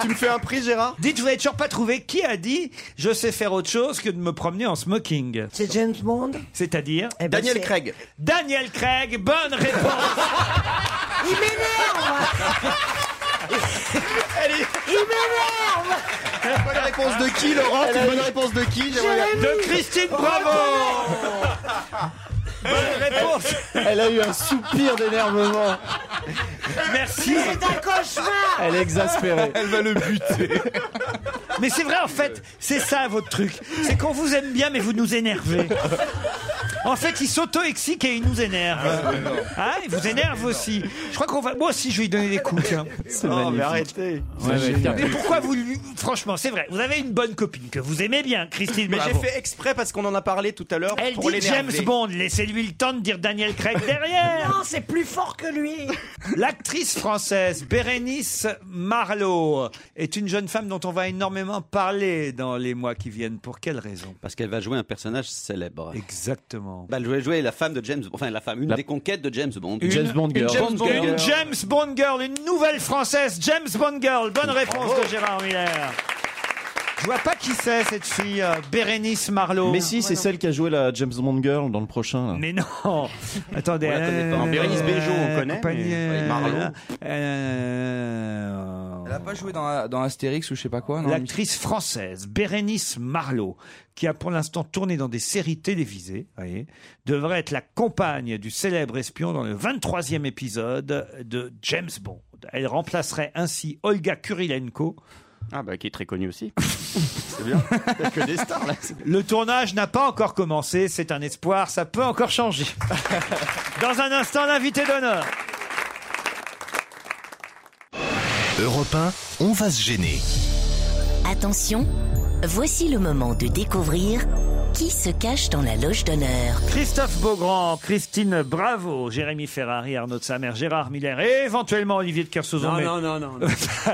S6: Tu me fais un prix, Gérard
S3: Dites, vous n'avez toujours pas trouvé qui a dit je sais faire autre chose que de me promener en smoking.
S4: C'est James Bond
S3: C'est-à-dire
S4: Eh ben,
S6: Daniel
S4: c'est-
S6: Craig.
S3: Daniel Craig, bonne réponse.
S4: Il m'énerve Il m'énerve
S6: Bonne réponse de qui, Laurent C'est une bonne réponse de qui J'aimerais bien-
S3: de Christine Bravo. bonne réponse.
S17: Elle a eu un soupir d'énervement.
S3: Merci.
S4: C'est un cauchemar
S3: Elle est exaspérée.
S26: Elle va le buter.
S3: Mais c'est vrai, en fait, c'est ça votre truc. C'est qu'on vous aime bien, mais vous nous énervez. En fait, il s'auto-excique et il nous énerve.
S26: Ah, c'est énorme.
S3: Hein, il vous énerve aussi. Je crois qu'on va. Moi aussi, je vais lui donner des coups. tiens.
S26: C'est Oh, magnifique. mais arrêtez. C'est Ouais, ouais, génial.
S3: mais pourquoi vous. lui- Franchement, c'est vrai. Vous avez une bonne copine que vous aimez bien, Christine.
S13: Mais j'ai
S3: Bravo.
S13: fait exprès parce qu'on en a parlé tout à l'heure
S3: Elle
S13: pour
S3: dit James
S13: l'énerver.
S3: Bond. Laissez-lui le temps de dire Daniel Craig derrière.
S4: Non, c'est plus fort que lui
S3: L'actrice française Bérénice Marlowe est une jeune femme dont on va énormément parler dans les mois qui viennent. Pour quelle raison
S13: Parce qu'elle va jouer un personnage célèbre.
S3: Exactement.
S13: Bah, elle va jouer la femme de James Bond. Enfin, la femme, une des conquêtes de James Bond.
S3: Une- Une James Bond, Girl. Une James Bond Girl, une nouvelle française, James Bond Girl. Bonne réponse de Gérard Miller. Je vois pas qui c'est cette fille, euh, Bérénice Marlowe.
S17: Mais si, c'est celle qui a joué la James Bond Girl dans le prochain.
S3: Mais non Attendez.
S17: On la connaît pas.
S3: euh,
S17: Bérénice Bejo, on
S3: euh,
S17: connaît,
S3: compagnie,
S17: mais-
S3: euh,
S17: Ouais, Marlowe.
S3: euh,
S7: Elle a pas joué dans, dans Astérix ou je sais pas quoi, non
S3: L'actrice française Bérénice Marlowe, qui a pour l'instant tourné dans des séries télévisées, voyez, devrait être la compagne du célèbre espion dans le 23e épisode de James Bond. Elle remplacerait ainsi Olga Kurilenko.
S13: Ah bah qui est très connue aussi. c'est bien. T'as que des stars là.
S3: Le tournage n'a pas encore commencé, c'est un espoir, ça peut encore changer. Dans un instant, l'invité d'honneur.
S27: Europe 1, on va se gêner.
S2: Attention, voici le moment de découvrir qui se cache dans la loge d'honneur.
S3: Christophe Beaugrand, Christine Bravo, Jérémy Ferrari, Arnaud de Samer, Gérard Miller et éventuellement Olivier de Kersauzon.
S22: Non,
S3: mais-
S22: non, non, non, non.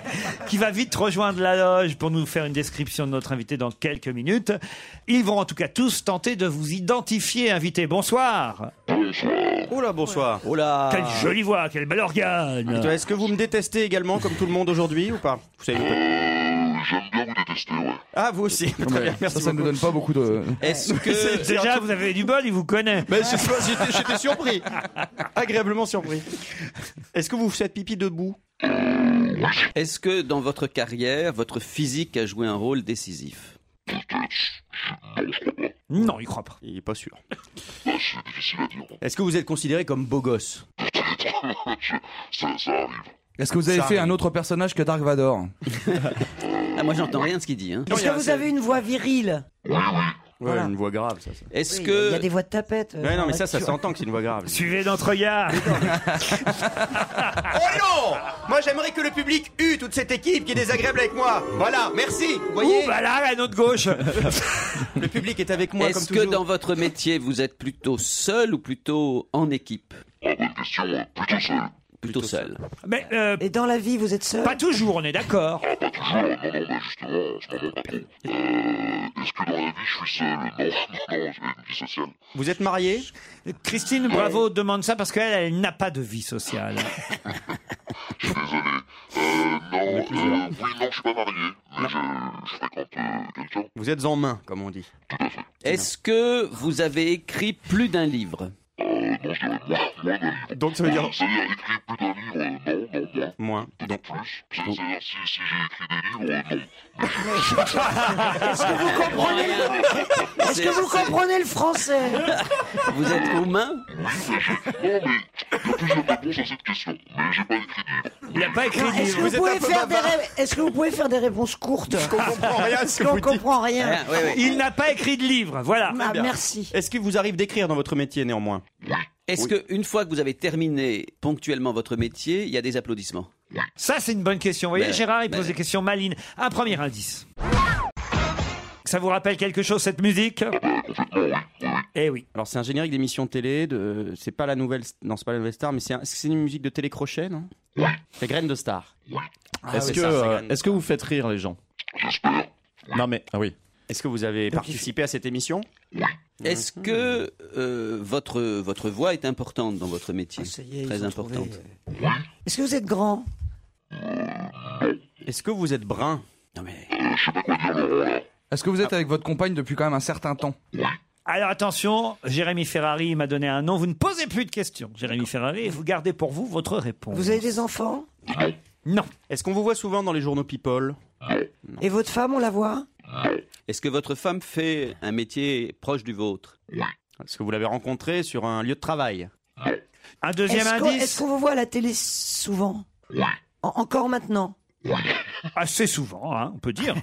S3: qui va vite rejoindre la loge pour nous faire une description de notre invité dans quelques minutes. Ils vont en tout cas tous tenter de vous identifier, invité. Bonsoir.
S13: Oh là, bonsoir. Oh là.
S3: Quelle jolie voix, quel bel organe.
S13: Et toi, Est-ce que vous me détestez également comme tout le monde aujourd'hui ou pas Vous savez.
S8: Euh, J'aime bien vous détester, ouais.
S13: Ah vous aussi. Très bien, merci
S7: ça, ça ne nous
S13: beaucoup.
S7: donne pas beaucoup de.
S13: Est-ce que
S3: Déjà, vous avez du bol, il vous connaît.
S13: Mais je sais pas, j'étais j'étais surpris, agréablement surpris. Est-ce que vous faites pipi debout Est-ce que dans votre carrière, votre physique a joué un rôle décisif
S3: Non, il croit pas.
S13: Il est pas sûr.
S8: C'est difficile à dire.
S13: Est-ce que vous êtes considéré comme beau gosse
S8: ça, ça arrive.
S7: Est-ce que vous avez
S13: Ça
S7: fait
S13: arrive.
S7: un autre personnage que Dark Vador
S13: Ah, moi, j'entends rien de ce qu'il dit. Hein.
S6: Est-ce que vous avez une voix virile Voilà.
S13: une voix grave, ça. Est-ce
S6: Oui,
S13: que.
S6: Il y a des voix de tapette. euh,
S13: Ouais, non, mais
S6: dans
S13: ça,
S6: la-
S13: ça
S6: sur-
S13: s'entend que c'est une voix grave.
S3: Suivez notre regard.
S13: Oh non Moi, j'aimerais que le public eût toute cette équipe qui est désagréable avec moi. Voilà, merci. Vous voyez
S3: Ouh, bah là, à notre gauche.
S13: Le public est avec
S3: moi,
S13: Est-ce
S3: comme
S13: que
S3: toujours.
S13: dans votre métier, vous êtes plutôt seul ou plutôt en équipe
S8: Question, euh, plutôt seul.
S13: Plutôt seul.
S3: Mais,
S13: euh,
S3: Et
S6: dans la vie, vous êtes seul
S3: Pas toujours, on est d'accord.
S8: Toujours, non, non, mais justement, en ce moment, pardon. Euh, est-ce que dans la vie, je suis seul Non, non, non, j'ai une vie sociale.
S13: Vous êtes marié
S3: Christine Bravo demande ça parce qu'elle, elle n'a pas de vie sociale.
S8: Je suis désolé. Euh, non, euh, oui, non, je suis pas marié, mais je, je fréquente euh, quelqu'un.
S13: Vous êtes en main, comme on dit. Est-ce que vous avez écrit plus d'un livre
S8: Euh,
S13: Donc ça veut dire
S8: C'est-à-dire, écrit plus d'un livre, euh, non, non,
S13: moins.
S8: moins.
S13: Donc
S8: C'est-à-dire, si, si j'ai écrit des livres, euh, non.
S4: Est-ce que vous comprenez le... Est-ce que vous comprenez le français
S13: Vous êtes humain
S3: Il n'a pas écrit
S4: Non,
S3: de
S4: Est-ce
S3: livre.
S4: que, vous pouvez faire des ré- est-ce que vous pouvez faire des réponses courtes Parce qu'on
S3: comprend rien à ce que vous
S4: qu'on
S3: dites.
S4: comprend rien.
S13: Rien, Ah, oui, oui.
S3: Il n'a pas écrit de livre, voilà.
S13: Très bien.
S4: merci.
S13: Est-ce qu'il vous arrive d'écrire dans votre métier néanmoins Est-ce que une fois que vous avez terminé ponctuellement votre métier, il y a des applaudissements
S3: Ça, c'est une bonne question. Vous voyez,
S13: Mais-
S3: Gérard, il
S13: mais-
S3: pose des questions malines. Un premier indice. Ça vous rappelle quelque chose, cette musique Eh oui.
S13: Alors c'est un générique d'émission télé de c'est pas la nouvelle non c'est pas la nouvelle star mais c'est un- est-ce que c'est une musique de télécrochet non C'est Graines de star. Ah,
S17: Est-ce
S13: c'est
S17: que,
S13: ça, c'est
S17: euh,
S13: Graines de
S17: est-ce que vous faites rire les gens Non mais ah oui.
S13: Est-ce que vous avez participé à cette émission Est-ce que euh, votre votre voix est importante dans votre métier
S3: Ah,
S13: Très importante.
S4: Est-ce que vous êtes grand
S13: Est-ce que vous êtes brun
S7: Est-ce que vous êtes avec votre compagne depuis quand même un certain temps
S3: Alors attention, Jérémy Ferrari m'a donné un nom. Vous ne posez plus de questions, Jérémy Ferrari, et vous gardez pour vous votre réponse.
S6: Vous avez des enfants
S3: Non.
S13: Est-ce qu'on vous voit souvent dans les journaux People
S6: Et votre femme, on la voit
S13: Est-ce que votre femme fait un métier proche du vôtre Est-ce que vous l'avez rencontrée sur un lieu de travail
S3: Un deuxième
S4: Est-ce qu'on- Est-ce
S3: indice
S4: qu'on vous voit à la télé souvent En- Encore maintenant
S3: Assez souvent, hein, on peut dire.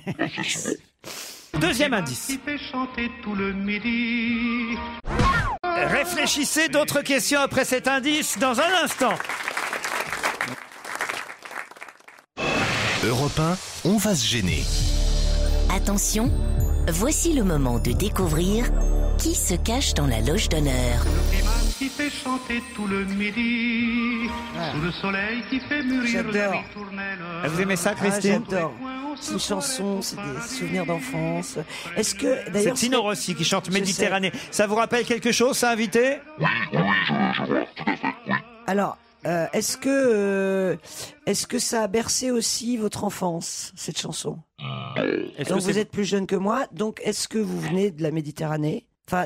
S3: Deuxième indice.
S14: chanter tout le midi.
S3: Réfléchissez d'autres questions après cet indice dans un instant.
S28: Europe 1, on va se gêner.
S2: Attention, voici le moment de découvrir qui se cache dans la loge d'honneur.
S14: Et ma qui fait chanter tout le midi. Sous le soleil qui fait mûrir la
S4: J'adore.
S14: ritournelle.
S3: Vous aimez ça, Christine
S4: Ah, J'adore. C'est une chanson, c'est des souvenirs d'enfance. Est-ce que
S3: C'est
S4: d'ailleurs
S3: Tino Rossi qui chante Méditerranée. Ça vous rappelle quelque chose, ça, invité
S4: alors euh, est-ce que euh, est-ce que ça a bercé aussi votre enfance cette chanson
S8: euh,
S3: Est-ce
S4: Donc
S3: que
S4: vous
S3: c'est-
S4: êtes plus jeune que moi, donc est-ce que vous venez de la Méditerranée Enfin,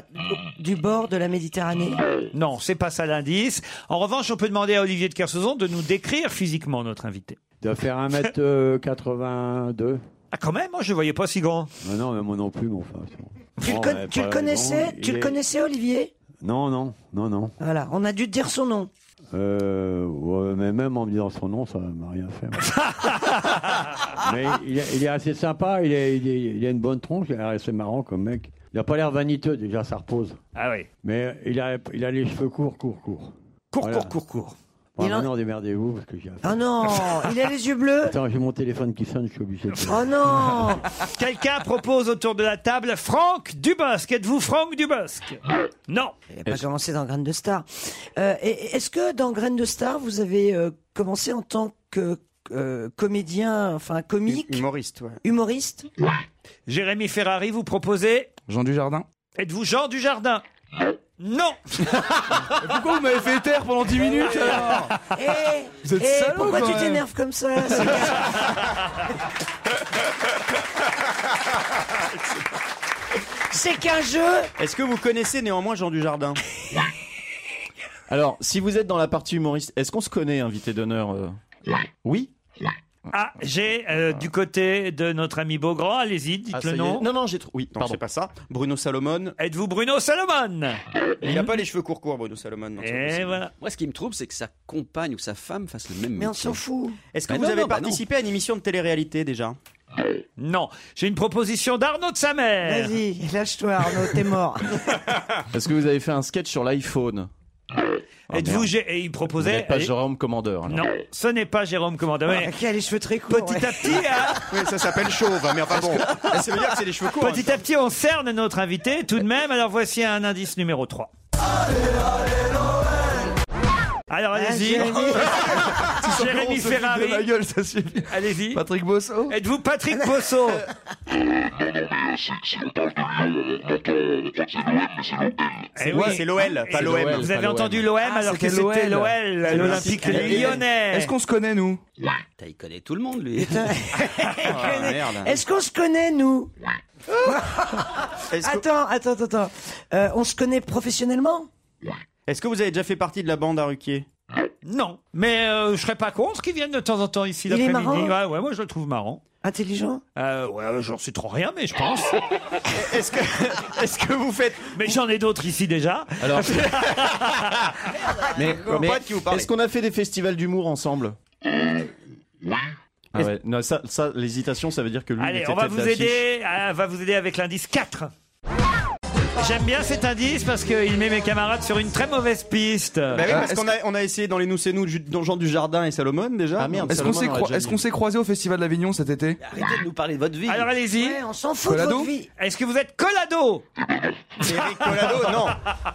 S4: du bord de la Méditerranée
S3: Non, c'est pas ça l'indice. En revanche, on peut demander à Olivier de Kersauzon de nous décrire physiquement notre invité.
S5: De faire 1m82.
S3: Ah, quand même, moi je voyais pas si grand.
S5: Ah non, mais moi non plus, mon frère.
S4: Tu, le, con- tu
S3: bah,
S4: le connaissais Tu le connaissais, Olivier
S5: Non, non, non, non.
S4: Voilà, on a dû te dire son nom.
S5: Euh, ouais, mais même en me disant son nom, ça m'a rien fait. mais il est, il est assez sympa, il, est, il, est- il a une bonne tronche, il a l'air assez marrant comme mec. Il n'a pas l'air vaniteux, déjà, ça repose.
S3: Ah oui.
S5: Mais il a, il a les cheveux courts, courts, courts.
S3: Court,
S5: court,
S3: court, court.
S5: Bon,
S4: Il en-
S5: maintenant, démerdez-vous, parce que j'ai affaire.
S4: Ah non, il a les yeux bleus.
S5: Attends, j'ai mon téléphone qui sonne, je suis obligé de...
S4: Oh non
S3: Quelqu'un propose autour de la table Franck Dubosc. Êtes-vous Franck Dubosc Non.
S4: Il n'a pas commencé dans Graines de Star. Euh, et- et Est-ce que dans Graines de Star, vous avez euh, commencé en tant que euh, comédien, enfin comique
S3: Hum, Humoriste, ouais.
S4: Humoriste
S3: Jérémy Ferrari, vous proposez
S7: Jean Dujardin.
S3: Êtes-vous Jean Dujardin Non
S7: Pourquoi vous m'avez fait taire pendant 10 minutes alors Vous êtes
S4: Eh,
S7: salaud,
S4: Pourquoi
S7: quand
S4: tu
S7: même.
S4: t'énerves comme ça c'est qu'un- C'est qu'un jeu
S6: Est-ce que vous connaissez néanmoins Jean Dujardin Alors, si vous êtes dans la partie humoriste, est-ce qu'on se connaît, invité d'honneur euh Oui
S3: Ah, j'ai euh, du côté de notre ami Beaugrand, allez-y, dites
S6: Ah, ça
S3: le
S6: y est.
S3: nom.
S6: Non, non, j'ai trouvé. Oui, pardon.
S3: c'est
S6: pas ça. Bruno Salomon.
S3: Êtes-vous Bruno Salomon
S13: Il n'a pas les cheveux courts courts, Bruno Salomon. non, c'est
S3: Eh
S13: impossible.
S3: voilà.
S13: Moi, ce qui me trouble, c'est que sa compagne ou sa femme fasse le même métier.
S4: fout.
S6: Est-ce que
S13: Bah
S6: vous
S13: non,
S6: avez
S13: non, bah non.
S6: participé à une émission de télé-réalité déjà
S3: Non. J'ai une proposition d'Arnaud de sa mère.
S4: Vas-y, lâche-toi Arnaud, t'es mort.
S6: Est-ce que vous avez fait un sketch sur l'iPhone
S5: Ah,
S3: Êtes-vous Gé- et il proposait
S6: Vous n'êtes pas
S3: Allez.
S6: Jérôme Commandeur.
S3: Non,
S7: Euh,
S3: ce n'est pas Jérôme Commandeur. mais
S4: Ah, Qui a les cheveux très courts.
S3: Petit à petit, hein.
S6: Oui, ça s'appelle chauve, hein, mais
S7: Ah
S6: enfin bon.
S7: eh,
S6: Ça veut dire que c'est les cheveux courts.
S7: hein,
S3: Petit à petit, on cerne notre invité tout de même. Alors voici un indice numéro 3. Alors
S4: Ah,
S3: allez-y.
S7: Jérémy. Tout simplement, on
S3: Jérémy
S7: se fout de
S3: Ferrari.
S7: ma gueule, ça suffit.
S3: Allez-y.
S7: Patrick Bosso.
S3: Êtes-vous Patrick Bosso
S8: euh,
S3: Eh oui.
S6: c'est l'OL, pas
S3: Et
S6: l'OM.
S3: Vous avez entendu l'OM alors que c'était l'OL, l'Olympique lyonnais.
S7: Est-ce qu'on se connaît, nous
S13: Il connaît tout le monde, lui. Ah,
S4: Ah, Est-ce qu'on se connaît, nous Attends, attends, attends. attends. Euh, on se connaît professionnellement
S6: Est-ce que vous avez déjà fait partie de la bande à Ruquier
S3: Non, mais euh, je serais pas contre qu'il vienne de temps en temps ici
S4: Il est
S3: l'après-midi. Ouais,
S4: marrant
S3: ouais, moi je le trouve marrant.
S4: Intelligent
S3: Euh, ouais, j'en sais trop rien, mais je pense.
S6: Est-ce que, est-ce que vous faites.
S3: Mais j'en ai d'autres ici déjà.
S6: Alors.
S5: Ah,
S6: mais
S3: comprends
S6: mais
S3: pas de qui vous parlez.
S6: est-ce qu'on a fait des festivals d'humour ensemble
S5: Euh,
S6: Ah ouais, non, ça, ça, l'hésitation, ça veut dire que lui. il
S3: Allez,
S6: était
S3: on va
S6: tête
S3: vous
S6: d'affiche.
S3: aider, euh, va vous aider avec l'indice 4. J'aime bien cet indice parce qu'il met mes camarades sur une très mauvaise piste.
S6: Bah oui, parce qu'on a, on a essayé dans les nous c'est nous du- dans Jean du Jardin et Salomon déjà. Ah
S7: Est-ce qu'on s'est, croi- est-ce qu'on s'est croisés au Festival d'Avignon cet été
S13: Arrêtez de nous parler de votre vie.
S3: Alors allez-y.
S4: on s'en fout
S7: Collado
S4: de votre vie.
S3: Est-ce que vous êtes Colado
S6: Eric Collado, non.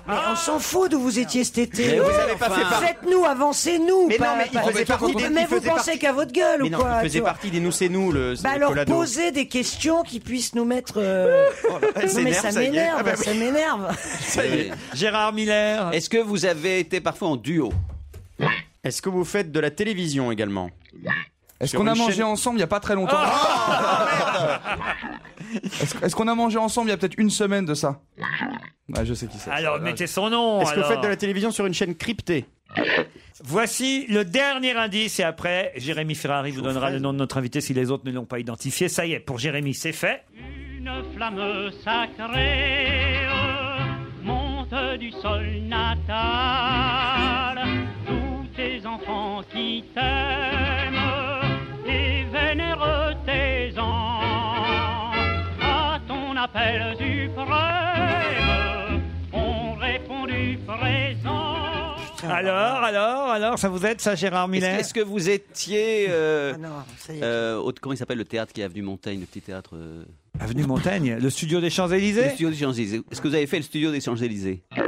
S4: Mais on s'en fout d'où vous étiez cet été.
S6: Mais vous avez pas fait partie-
S4: Faites-nous, avancez-nous.
S6: Mais non, mais il faisait
S4: vous-
S6: partie des-
S4: mais
S6: il
S4: vous
S6: faisait
S4: pensez
S6: partie-
S4: qu'à votre gueule
S6: Mais
S4: ou
S6: non,
S4: quoi
S6: il
S4: tu
S6: faisait
S4: vois
S6: partie des nous c'est nous le.
S4: Bah
S6: le
S4: alors
S6: Collado.
S4: posez des questions qui puissent nous mettre. euh,
S3: Oh,
S6: elle
S4: non mais
S6: s'énerve,
S4: ça
S6: ça y est.
S4: m'énerve,
S6: Ah bah oui.
S4: ça m'énerve.
S3: Gérard Miller.
S13: Est-ce que vous avez été parfois en duo
S6: Est-ce que vous faites de la télévision également
S7: Est-ce
S6: Sur
S7: qu'on a
S6: une
S7: mangé
S6: chaîne-
S7: ensemble il n'y a pas très longtemps
S3: Oh,
S7: Ah, Est-ce est-ce qu'on a mangé ensemble il y a peut-être une semaine de ça Ouais, Je sais qui c'est.
S3: Alors mettez son nom.
S6: Est-ce que vous
S3: alors.
S6: faites de la télévision sur une chaîne cryptée
S3: Voici le dernier indice et après Jérémy Ferrari vous donnera le nom de notre invité si les autres ne l'ont pas identifié. Ça y est, pour Jérémy c'est fait.
S14: Une flamme
S20: euh,
S14: sacrée monte du sol natal.
S20: enfants qui t'aiment et vénèrent tes ans. À ton appel du prême, on répond du présent.
S3: Alors, alors, alors, ça vous aide ça, Gérard
S13: Est-ce
S3: Miller
S13: est-ce que vous étiez. euh,
S4: Hein Ah ça y est.
S13: euh, autre- comment il s'appelle le théâtre qui est Avenue Montaigne, le petit théâtre euh,
S3: Avenue Montaigne, le studio des Champs-Élysées
S13: Le studio des Champs-Élysées. Est-ce que vous avez fait le studio des Champs-Élysées
S4: Ah,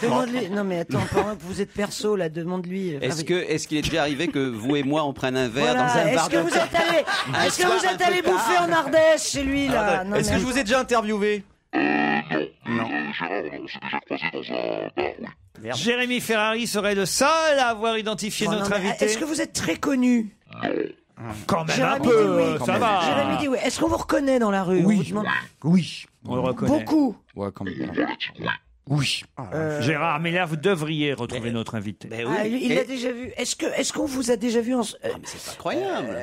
S4: Demande-lui. Non, mais attends, pendant que vous êtes perso, là, demande-lui. Ah,
S13: Est-ce que est-ce qu'il est déjà arrivé que vous et moi on prenne un verre
S4: Voilà,
S13: dans un
S4: Est-ce
S13: bar
S4: que
S13: de
S4: vous êtes allé,
S3: Ah,
S13: Un
S4: est-ce que
S13: soir
S4: vous
S13: un
S4: êtes
S13: peu
S4: allé
S13: tard.
S4: bourser en Ardèche chez lui,
S3: bah,
S4: là Non,
S17: Est-ce
S4: mais-
S17: que je vous ai déjà interviewé
S6: Euh, Non. Gérard, on s'est déjà croisé dans un bar, oui.
S3: Jérémy Ferrari serait le seul à avoir identifié
S4: Bon, non,
S3: notre
S4: mais
S3: invité.
S4: Est-ce que vous êtes très connu
S3: Quand même Ah, un
S4: Jérémy dit
S3: peu,
S4: oui.
S3: euh, ça va.
S4: Jérémy dit oui. Est-ce qu'on vous reconnaît dans la rue Oui.
S3: Oui, on le reconnaît.
S4: Beaucoup.
S3: Ouais, quand même. Oui. Gérard Miller, vous devriez retrouver notre invité.
S4: Ah, il il l'a déjà vu. Est-ce que, est-ce qu'on vous a déjà vu en...
S3: Ah,
S4: c'est
S13: incroyable.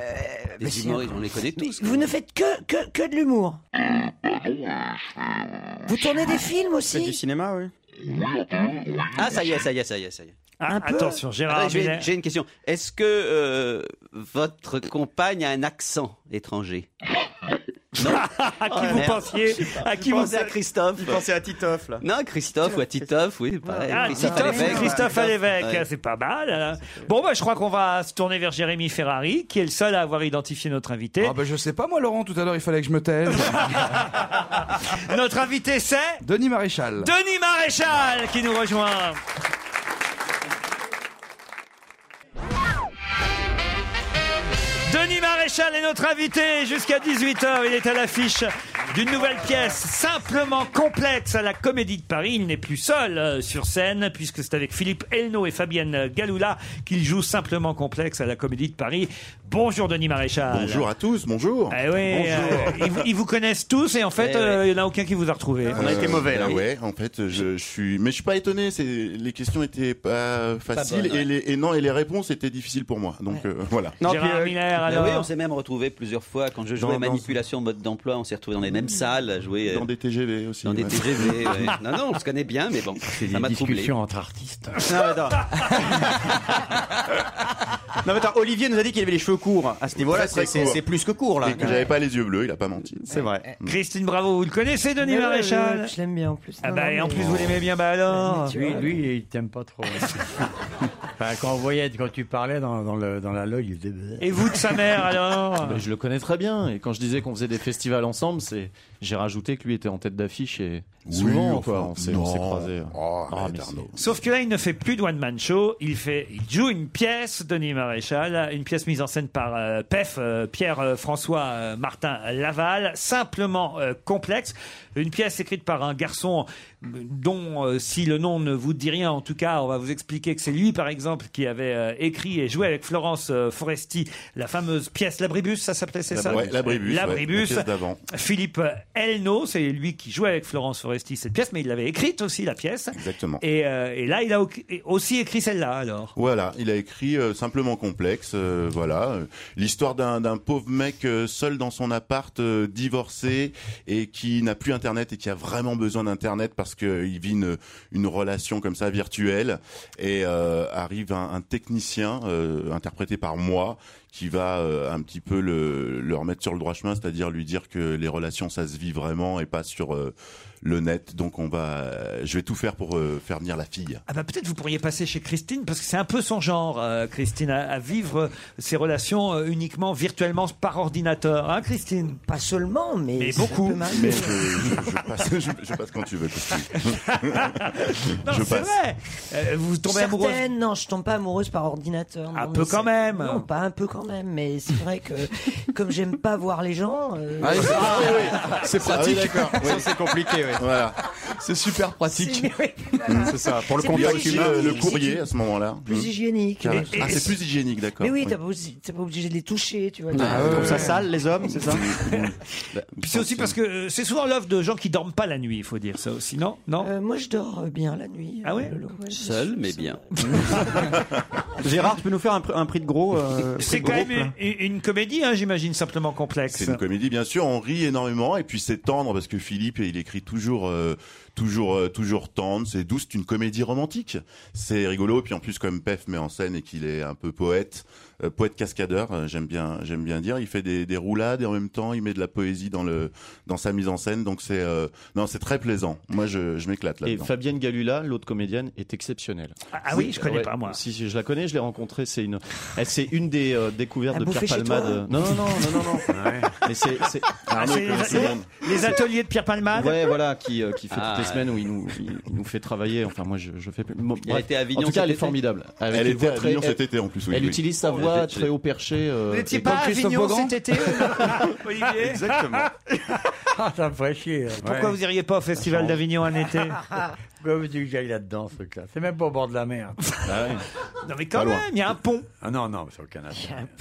S4: mais
S13: Des
S4: c'est-
S13: humoristes, Eh, on les connaît tous.
S4: Vous ne faites que, que, que de l'humour. Vous tournez des films aussi
S13: cinéma, oui. Ah, ça y est, ça y est, ça y est, ça y est.
S3: Ah, Un peu attention, Gérard
S13: Attendez, j'ai-
S3: Miller.
S13: J'ai une question. Est-ce que euh, votre compagne a un accent étranger
S3: À qui
S6: Ah,
S13: Oh,
S3: vous
S13: merde.
S3: pensiez
S13: Je sais pas.
S3: À
S13: Je
S3: qui vous
S13: pensais à Christophe.
S17: à Titoff, là.
S13: Non, Christophe ou à Titoff, oui, pareil.
S3: Ah, Christophe,
S13: à l'évêque.
S3: Christophe à l'évêque,
S13: Ouais.
S3: c'est pas mal. hein. Bon, bah, je crois qu'on va se tourner vers Jérémy Ferrari, qui est le seul à avoir identifié notre invité.
S7: Ah bah je sais pas moi Laurent, tout à l'heure il fallait que je me taise.
S3: Notre invité c'est
S7: Denis Maréchal.
S3: Denis Maréchal qui nous rejoint. Denis Maréchal est notre invité jusqu'à 18h. Il est à l'affiche d'une nouvelle pièce simplement complexe à la Comédie de Paris. Il n'est plus seul euh, sur scène puisque c'est avec Philippe Elno et Fabienne Galoula qu'il joue simplement complexe à la Comédie de Paris. Bonjour Denis Maréchal.
S18: Bonjour à tous, bonjour.
S3: Ah, Eh oui, euh, ils, vous- ils vous connaissent tous et en fait,
S18: Eh ouais.
S3: euh, il n'y en a aucun qui vous a retrouvé.
S18: Euh, bah ouais, en fait, je, je suis. Mais je suis pas étonné. C'est les questions étaient pas faciles
S13: bonnes, ouais.
S18: et les et non et les réponses étaient difficiles pour moi. Donc euh, voilà.
S13: Ben oui, on s'est même retrouvé plusieurs fois quand je jouais
S18: euh, Dans- dans-
S13: manipulation mode d'emploi, on s'est retrouvé dans les mêmes salles, à jouer dans
S18: des TGV aussi.
S13: Dans des
S18: ouais.
S13: TGV. ouais. Non, non, on se connaît bien, mais bon, ça m'a troublé.
S5: discussions entre artistes.
S17: Non, mais attends, Olivier nous a dit qu'il avait les cheveux courts. À ce niveau-là,
S18: Très, très
S17: c'est- c'est
S18: court.
S17: c'est plus que court, là.
S18: Et que j'avais pas les yeux bleus, il a pas menti.
S17: C'est vrai.
S3: Christine Bravo, vous le connaissez, Denis
S4: Mais ouais,
S3: Maréchal
S4: ouais, Je l'aime bien en plus.
S3: Ah
S4: Non,
S3: bah,
S4: non,
S3: et en
S4: mais- euh,
S3: plus, vous l'aimez bien, bah alors
S5: Lui, lui, il t'aime pas trop. Enfin, quand on voyait, quand tu parlais dans, dans le, dans la loge, il faisait.
S3: Et vous de sa mère alors
S17: Mais Je le connais très bien. Et quand je disais qu'on faisait des festivals ensemble, c'est j'ai rajouté que lui était en tête d'affiche et souvent
S18: enfin,
S17: quoi, on s'est on s'est
S18: non.
S17: croisés.
S18: oh,
S17: Ah, mais
S3: Sauf que là, il ne fait plus de One Man Show. Il, fait, il joue une pièce, Denis Maréchal, une pièce mise en scène par euh, PEF, euh, Pierre-François euh, Martin Laval, simplement euh, complexe. Une pièce écrite par un garçon euh, dont, euh, si le nom ne vous dit rien, en tout cas, on va vous expliquer que c'est lui, par exemple, qui avait euh, écrit et joué avec Florence euh, Foresti la fameuse pièce L'Abribus, ça s'appelait, c'est ça
S18: Ouais, L'Abribus, ouais, la
S3: L'Abribus.
S18: pièce d'avant.
S3: Philippe euh, Elno, c'est lui qui jouait avec Florence Foresti cette pièce, mais il l'avait écrite aussi, la pièce.
S18: Exactement.
S3: Et, euh, et là, il a au- et aussi écrit celle-là, alors.
S18: Voilà, il a écrit euh, simplement complexe. euh, voilà, Euh, l'histoire d'un d'un pauvre mec euh, seul dans son appart, euh, divorcé et qui n'a plus internet et qui a vraiment besoin d'internet parce que euh, il vit une, une relation comme ça virtuelle. Et euh, arrive un, un technicien euh, interprété par moi qui va euh, un petit peu le, le remettre sur le droit chemin, c'est-à-dire lui dire que les relations ça se vit vraiment et pas sur euh, le net. Donc on va, je vais tout faire pour euh, faire venir la fille.
S3: Ah bah peut-être vous pourriez passer chez Christine, parce que c'est un peu son genre, euh, Christine, à, à vivre euh, ses relations euh, uniquement virtuellement par ordinateur, hein, Christine
S4: Pas seulement, mais...
S3: Mais beaucoup
S18: Mais euh, je, je- je passe, je, je passe quand tu veux. Christine.
S3: Non,
S18: je
S3: c'est
S18: passe.
S3: vrai Euh, Vous tombez amoureuse
S4: Certaines, Ah, non, je tombe pas amoureuse par ordinateur.
S3: Un
S4: Non,
S3: peu
S4: mais c'est-
S3: quand même.
S4: Non, pas un peu quand même, mais c'est vrai que comme j'aime pas voir les gens. euh,
S18: Ah oui, c'est- ah oui,
S17: C'est
S18: Ah oui,
S17: pratique.
S18: d'accord. Oui.
S17: Ça, c'est compliqué, oui.
S18: Voilà.
S17: C'est super pratique.
S7: Mm.
S18: C'est ça.
S17: pour le
S18: C'est
S17: contact
S18: plus
S17: humain,
S18: hygiénique.
S17: le
S18: le courrier à ce moment-là.
S4: Plus
S18: Mm.
S4: hygiénique.
S18: Ah,
S4: Et- et-
S18: c'est plus hygiénique, d'accord.
S4: Mais oui,
S18: Oui.
S4: t'es pas, obligé- t'es pas obligé de les toucher, tu vois.
S17: Ah,
S4: T'as- Oh,
S17: ouais. Ça sale, les hommes, c'est ça
S3: Puis c'est aussi parce que euh, c'est souvent l'œuvre de gens qui dorment pas la nuit, il faut dire ça aussi, non Non, non.
S4: Euh, moi, je dors euh, bien la nuit.
S3: Ah oui
S13: Seul, mais bien.
S6: Gérard, tu peux nous faire un, pr- un prix de gros euh,
S3: C'est
S6: prix de
S3: quand
S6: groupe, là
S3: même une, une comédie, hein, j'imagine, simplement complexe.
S18: C'est une comédie, bien sûr. On rit énormément et puis c'est tendre parce que Philippe, il écrit toujours, euh, toujours, euh, toujours tendre. C'est doux. C'est une comédie romantique. C'est rigolo. Puis en plus, comme Pef met en scène et qu'il est un peu poète, euh, poète cascadeur, euh, j'aime bien, j'aime bien dire. Il fait des, des roulades et en même temps, il met de la poésie dans le, dans sa mise en scène. Donc c'est, euh, non, c'est très plaisant. Moi, je, je m'éclate
S17: Et
S18: là-dedans.
S17: Fabienne Galula, l'autre comédienne, est exceptionnelle.
S3: ah oui, je connais pas, moi.
S17: Si, si, je la connais, je l'ai rencontrée. C'est une, elle, c'est une des euh, découvertes
S3: Elle
S17: de Pierre
S3: bouffait chez
S17: Palmade. euh,
S3: toi, hein.
S17: non, non, non, non, non, non. Mais c'est, c'est-
S3: Ah,
S17: Arnaud
S3: c'est les-
S17: connaît tout le monde.
S3: les ateliers de Pierre Palmade
S17: Ouais, voilà, qui, euh, qui fait
S3: Ah,
S17: toutes les
S3: ouais.
S17: semaines où il nous, il, il nous fait travailler. Enfin, moi, je, je fais. plus- Bon,
S13: Elle
S17: bref.
S13: était à Avignon
S17: En tout cas,
S13: cet
S17: elle est
S13: été
S17: formidable. Avec
S18: Elle
S17: une
S18: était
S17: voix
S18: à
S17: très-
S18: Avignon
S17: elle-
S18: cet été, en plus, oui,
S17: Elle
S18: oui.
S17: utilise sa
S18: On
S17: voix
S18: était-
S17: très haut perché. euh,
S3: Vous n'étiez
S17: et
S3: pas
S17: comme
S3: à
S17: Christophe
S3: Avignon
S17: Beaugrand.
S3: cet été, Olivier
S17: Exactement.
S5: Ah, ça me ferait chier.
S3: Pourquoi vous iriez pas au Festival d'Avignon un été
S5: Pourquoi vous dites que j'aille là-dedans, ce truc-là C'est même pas au bord de la mer.
S3: Non, mais quand même, il y a un pont.
S5: Ah non, non, c'est au Canada.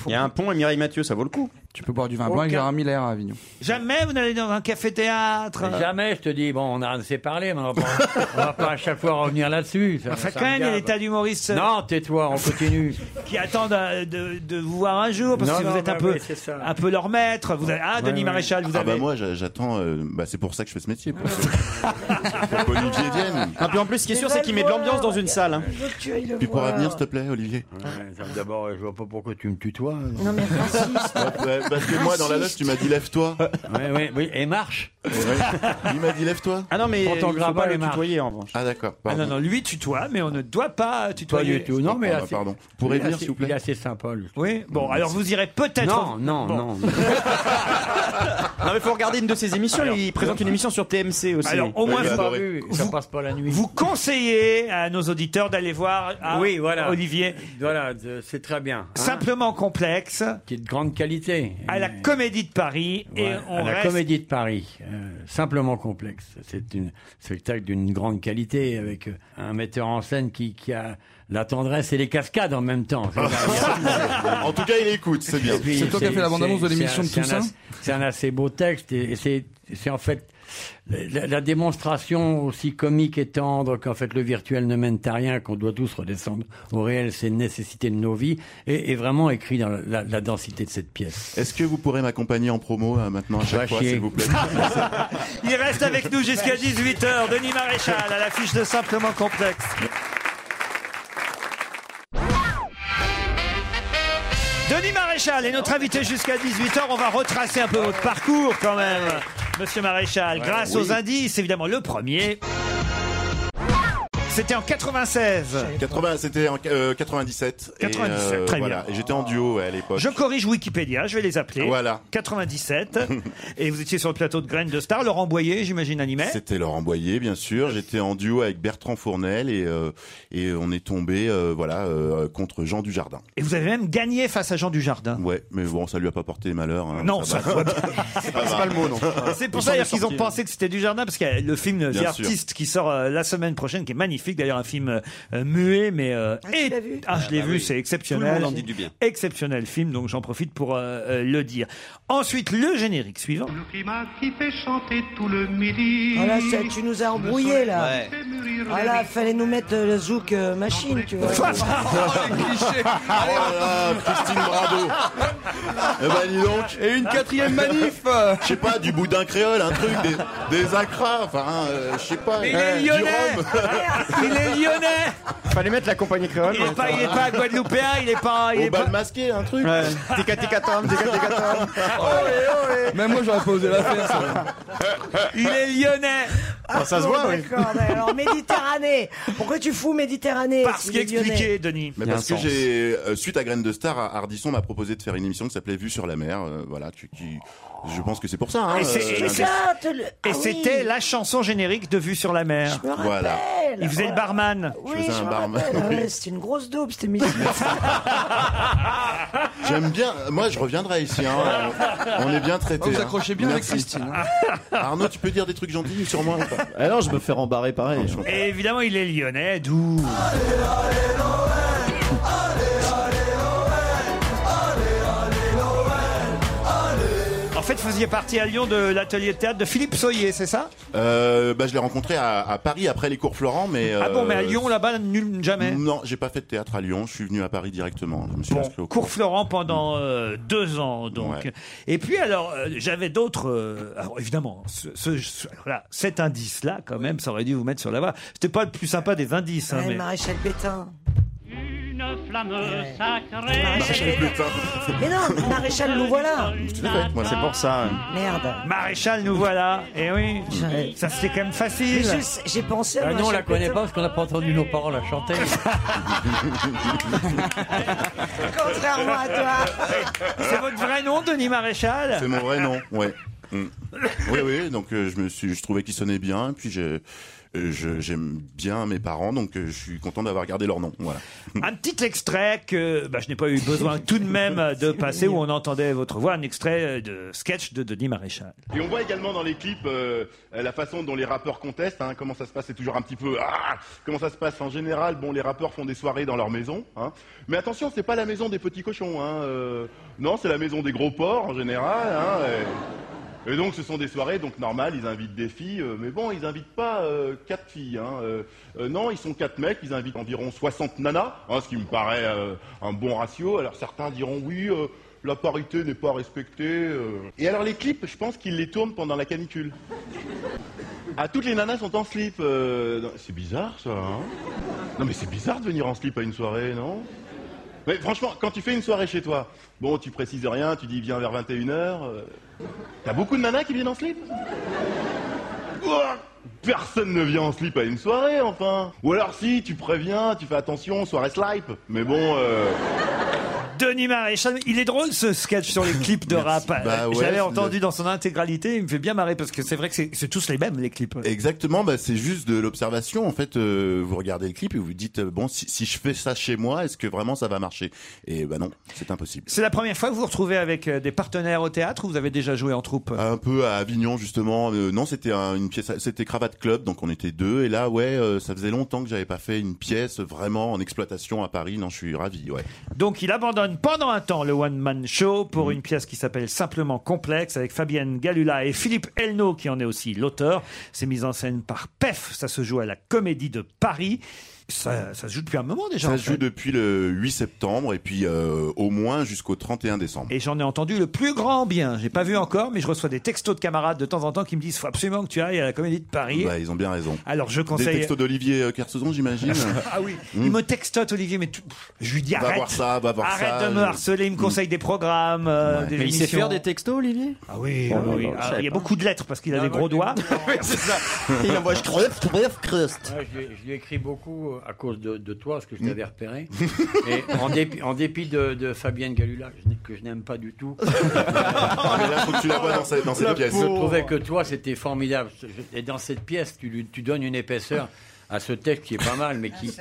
S6: Il y a un pont et Mireille Mathieu, ça vaut le coup.
S7: Tu peux boire du vin
S5: Ok.
S7: blanc avec Gérard Miller à Avignon.
S3: Jamais vous n'allez dans un café-théâtre
S5: Jamais, je te dis, bon, on a assez parlé, mais on va pas, on va pas à chaque fois revenir là-dessus. Ça- ça
S3: Enfin, quand
S5: me
S3: même, il y a
S5: gave.
S3: des tas d'humoristes.
S5: Non, tais-toi, on continue.
S3: qui attendent euh, de, de vous voir un jour parce
S5: Non,
S3: que vous
S5: non,
S3: êtes un
S5: bah
S3: peu
S5: oui, c'est ça.
S3: un peu leur maître. Vous avez- ah Denis Maréchal, vous
S18: ah
S3: avez
S18: bah moi j'a- j'attends. euh, bah c'est pour ça que je fais ce métier. Pour, que- pour qu'Olivier vienne.
S6: Ah, puis en plus, ce qui est sûr, c'est qu'il met de l'ambiance dans une salle. hein.
S4: Je veux que tu ailles le
S18: Puis pour
S4: voir.
S18: avenir, s'il te plaît, Olivier.
S5: D'abord, euh, je vois pas pourquoi tu me tutoies.
S4: Non, mais Francis.
S18: parce que moi, dans la loge, tu m'as dit lève-toi.
S5: Ouais, ouais, oui, et marche.
S18: Il m'a dit lève-toi.
S6: Ah non, mais
S5: Quand on
S6: il faut
S5: grimpe,
S6: pas
S5: elle
S6: le
S5: marche.
S6: tutoyer en revanche.
S18: Ah d'accord.
S3: Ah
S18: pardon.
S3: non non lui tutoie mais on ne doit pas
S5: Pas
S3: tutoyer.
S5: du tout. Non, mais
S18: Ah, bah,
S5: assez-
S18: pardon. Vous pourrez
S5: il est
S18: venir,
S5: assez-
S18: s'il vous plaît
S5: Il est assez sympa, le
S3: Oui. Bon alors vous irez peut-être.
S5: Non, non, non.
S6: Non, mais faut regarder une de ses émissions. il présente une émission sur TMC aussi.
S3: Alors au moins
S5: J'ai
S3: vous,
S5: pas vu, ça passe pas la nuit.
S3: vous conseillez à nos auditeurs d'aller voir ah,
S5: Oui, voilà.
S3: Olivier
S5: Voilà, de- c'est très bien. hein.
S3: simplement complexe
S5: Qui est de grande qualité.
S3: à la Comédie de Paris et
S5: Voilà,
S3: on
S5: à la
S3: reste.
S5: Comédie de Paris, euh, simplement complexe. C'est un spectacle d'une grande qualité avec euh, un metteur en scène qui, qui a la tendresse et les cascades en même temps. C'est
S18: En tout cas, il écoute, c'est bien.
S5: Et puis,
S7: C'est toi qui as fait la bande-annonce de
S5: c'est-
S7: l'émission de
S5: c'est un-
S7: Toussaint
S5: C'est un assez beau texte et, et c'est c'est en fait la- la, la démonstration aussi comique et tendre qu'en fait le virtuel ne mène à rien, qu'on doit tous redescendre au réel, c'est une nécessité de nos vies et, et vraiment écrit dans la- la- la densité de cette pièce.
S18: Est-ce que vous pourrez m'accompagner en promo euh, maintenant à
S5: Va
S18: chaque fois,
S5: chier.
S18: s'il vous plaît euh,
S3: Il reste avec nous jusqu'à 18h. Denis Maréchal à l'affiche de Simplement Complexe. Denis Maréchal est notre invité jusqu'à 18h. On va retracer un peu votre parcours quand même, monsieur Maréchal, grâce aux indices, évidemment le premier. C'était en 96.
S18: 80, c'était en euh, 97. et, euh,
S3: 97, très
S18: voilà.
S3: bien.
S18: Et j'étais en duo ouais, à l'époque.
S3: Je corrige Wikipédia, je vais les appeler.
S18: Voilà.
S3: 97. Et vous étiez sur le plateau de Graines de Star. Laurent Boyer, j'imagine, animait.
S18: C'était Laurent Boyer, bien sûr. J'étais en duo avec Bertrand Fournel et euh, et on est tombé euh, voilà euh, contre Jean Dujardin.
S3: Et vous avez même gagné face à Jean Dujardin.
S18: Ouais, mais bon, ça lui a pas porté malheur. hein.
S3: Non, ça va.
S18: c'est pas le mot non.
S3: C'est pour ça d'ailleurs, qu'ils ont pensé que c'était du jardin parce que le film The
S18: Bien sûr.
S3: Artist qui sort euh, la semaine prochaine qui est magnifique d'ailleurs un film euh, euh, muet mais euh, et- ah je l'ai
S13: bah
S3: vu
S13: oui.
S3: c'est
S13: Tout le
S3: exceptionnel
S13: monde en dit du bien.
S3: exceptionnel film donc j'en profite pour euh, euh, le dire. Ensuite le générique suivant.
S14: Le climat qui fait chanter tout le midi.
S4: Ah là, ça- tu nous as embrouillé là.
S14: Qui fait mûrir
S4: Ah là, fallait nous mettre euh, le zouk euh, machine, tu vois.
S7: Oh,
S18: Ah, Christine Bravo. Eh ben dis donc.
S7: Et une quatrième manif
S18: Je sais pas, du boudin créole, un truc, des, des acras, enfin, euh, je sais pas.
S3: Mais il
S18: euh,
S3: est
S18: du
S3: lyonnais.
S18: rhum.
S3: Il est lyonnais.
S6: Fallait mettre la compagnie créole.
S3: Il est pas il est pas guadeloupéen, il est pas il
S18: Au
S3: est pas
S18: bal masqué, un truc.
S6: Ouais. Oh, Tika tika tom, tika tika
S18: Oh,
S6: tom.
S7: Même moi, j'aurais pas osé la faire, ça.
S3: il est lyonnais
S6: Ah, ça se
S4: Bon,
S6: voit, oui.
S4: oh, d'accord, mais alors Méditerranée. Pourquoi tu fous Méditerranée
S3: parce
S4: s'il est lyonnais
S3: qu'expliqué Denis.
S18: Mais
S6: Il y a
S18: parce
S6: un
S18: que
S6: sens.
S18: j'ai, euh, suite à Graines de Star, à- Ardisson m'a proposé de faire une émission qui s'appelait Vue sur la mer. euh, voilà, tu- qui, je pense que c'est pour ça.
S7: Ah,
S18: Hein,
S3: Et c'est- et
S18: l'un
S3: c'est-
S18: des-
S4: Ah, te le-
S3: Et
S4: ah
S3: c'était
S4: oui,
S3: la chanson générique de Vue sur la mer.
S4: Je me rappelle.
S18: Voilà.
S3: Il faisait le barman.
S4: Oui,
S18: faisais
S4: je
S18: un
S4: me
S18: barman,
S4: rappelle. Ah
S18: oui.
S4: ouais, C'était une grosse daube, c'était mis.
S18: J'aime bien. Moi, je reviendrai ici. Hein, euh, on est bien traité.
S7: Vous vous accrochez bien avec Christine. hein.
S18: Arnaud, tu peux dire des trucs gentils sur moi ou pas
S6: Eh
S17: Alors, je me fais rembarrer pareil.
S3: Et évidemment, il est lyonnais, d'où. fait, vous faisiez partie à Lyon de l'atelier de théâtre de Philippe Soyer, c'est ça
S6: Euh, bah, je l'ai rencontré à, à Paris après les cours Florent, mais.
S3: Ah bon,
S6: euh,
S3: mais à Lyon, là-bas, nul, jamais.
S6: Non, j'ai pas fait de théâtre à Lyon. Je suis venu à Paris directement. Je me suis
S3: Bon,
S6: inscrit au
S3: cours Florent pendant euh, deux ans, donc.
S6: Ouais.
S3: Et puis, alors, euh, j'avais d'autres. euh, alors, évidemment, ce, ce- ce- voilà, cet indice-là, quand même, ça aurait dû vous mettre sur la voie. C'était pas le plus sympa des indices, hein,
S4: Ouais,
S3: mais-
S4: Maréchal Pétain.
S20: Une flamme sacrée.
S4: Maréchal Mais non, Maréchal, nous voilà.
S3: Moi, c'est pour ça. hein.
S4: Merde.
S3: Maréchal, nous voilà. Et oui, ça c'était quand même facile.
S4: Mais je sais- j'ai pensé à
S5: Ah
S4: Maréchal
S5: non, on la connaît
S4: Pétain.
S5: pas parce qu'on n'a pas entendu nos parents la chanter.
S4: Contrairement à toi.
S3: C'est votre vrai nom, Denis Maréchal
S6: C'est mon vrai nom, ouais. Mm. Oui, oui, donc euh, je me suis, je trouvais qu'il sonnait bien, puis je, euh, je- j'aime bien mes parents, donc euh, je suis content d'avoir gardé leur nom, voilà.
S3: Un petit extrait que bah, je n'ai pas eu besoin tout de même de passer où on entendait votre voix, un extrait euh, de sketch de Denis Maréchal.
S18: Et on voit également dans les clips euh, la façon dont les rappeurs contestent, hein, comment ça se passe, c'est toujours un petit peu... ah, comment ça se passe en général Bon, les rappeurs font des soirées dans leur maison, hein. mais attention, c'est pas la maison des petits cochons, hein, euh, non, c'est la maison des gros porcs en général. hein, et, et donc ce sont des soirées, donc normal, ils invitent des filles, euh, mais bon, ils invitent pas euh, quatre filles, hein, euh, euh, non, ils sont quatre mecs, ils invitent environ 60 nanas, hein, ce qui me paraît euh, un bon ratio, alors certains diront oui... euh, la parité n'est pas respectée. euh. Et alors les clips, je pense qu'ils les tournent pendant la canicule. Ah, toutes les nanas sont en slip. euh, non, C'est bizarre ça. hein non mais c'est bizarre de venir en slip à une soirée, non Mais franchement, quand tu fais une soirée chez toi, bon, tu précises rien, tu dis viens vers 21h. euh. T'as beaucoup de nanas qui viennent en slip Ouah, Personne ne vient en slip à une soirée, enfin. Ou alors si, tu préviens, tu fais attention, soirée slip. Mais bon. euh,
S3: Denis Maréchal, il est drôle ce sketch sur les clips de rap.
S6: Bah ouais,
S3: J'avais
S6: le-
S3: entendu dans son intégralité, il me fait bien marrer parce que c'est vrai que c'est c'est tous les mêmes les clips.
S6: Exactement, bah, c'est juste de l'observation. En fait, euh, vous regardez le clip et vous vous dites, euh, bon, si, si je fais ça chez moi, est-ce que vraiment ça va marcher Et bah non, c'est impossible.
S3: C'est la première fois que vous vous retrouvez avec euh, des partenaires au théâtre ou vous avez déjà joué en troupe euh
S6: Un peu à Avignon justement. Euh, non, c'était un- une pièce, c'était Cravate Club, donc on était deux. Et là, ouais, euh, ça faisait longtemps que j'avais pas fait une pièce vraiment en exploitation à Paris. Non, je suis ravi. Ouais.
S3: Donc il abandonne pendant un temps le one-man show pour
S6: Mm.
S3: une pièce qui s'appelle Simplement Complexe avec Fabienne Galula et Philippe Elno qui en est aussi l'auteur. C'est mis en scène par PEF, ça se joue à la Comédie de Paris. Ça, ça se joue depuis un moment déjà. en
S6: Ça se
S3: fait.
S6: joue depuis le 8 septembre et puis euh, au moins jusqu'au 31 décembre.
S3: Et j'en ai entendu le plus grand bien. J'ai pas vu encore, mais je reçois des textos de camarades de temps en temps qui me disent faut absolument que tu ailles à la Comédie de Paris.
S6: Bah, ils ont bien raison.
S3: Alors je conseille.
S6: Des textos d'Olivier euh, Kersauzon, j'imagine.
S3: ah oui, il me textote Olivier, mais tu- je lui dis
S6: Hmm. Va
S3: arrête.
S6: voir ça, va voir
S3: arrête
S6: ça. Hmm.
S3: de me harceler, il me conseille des programmes, euh, des
S14: Mais il sait
S3: émissions.
S14: faire des textos, Olivier
S3: Ah oui,
S14: Oh
S3: oui,
S14: là
S3: oui.
S14: là,
S3: Ah,
S14: je savais
S3: il y a
S14: pas.
S3: beaucoup de lettres parce qu'il a
S6: Ah
S3: des gros doigts. Il envoie, je crève, je crève, crust.
S5: Ouais, je, lui ai- je lui ai écrit beaucoup euh, à cause de, de toi, parce que je
S6: Mm.
S5: t'avais repéré. Et en dépit, en dépit de, de Fabienne Galula, que je n'ai- que je n'aime pas du tout.
S6: mais là, faut que tu la vois dans cette- dans cette
S5: La
S6: pièce.
S5: pauvre. Je trouvais que toi, c'était formidable. Je- Et dans cette pièce, tu, lui- tu donnes une épaisseur à ce texte qui est pas mal, mais qui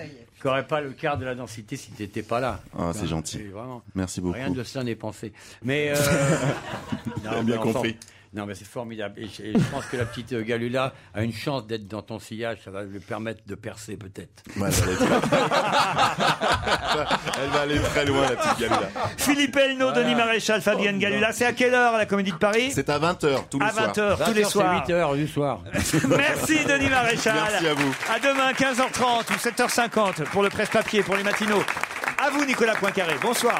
S5: n'aurait pas le quart de la densité si tu n'étais pas là.
S6: Ah, c'est gentil.
S5: vraiment.
S6: Merci beaucoup.
S5: Rien de ça n'est pensé. Mais. euh,
S6: Bien
S5: mais enfin,
S6: compris.
S5: Non, mais c'est formidable. Et je, et je pense que la petite euh, Galula a une chance d'être dans ton sillage. Ça va lui permettre de percer, peut-être.
S6: Elle va aller très loin, la petite Galula.
S3: Philippe Elno, Denis Maréchal, Fabienne Galula. C'est à quelle heure la Comédie de Paris
S6: Oh, C'est à 20h tous les
S3: À
S6: soirs.
S3: 20h, tous les soirs.
S5: C'est 8h du soir.
S3: Merci Denis Maréchal.
S6: Merci à vous.
S3: À demain 15h30 ou 7h50 pour le presse-papier, pour les matinaux. À vous Nicolas Poincaré. Bonsoir.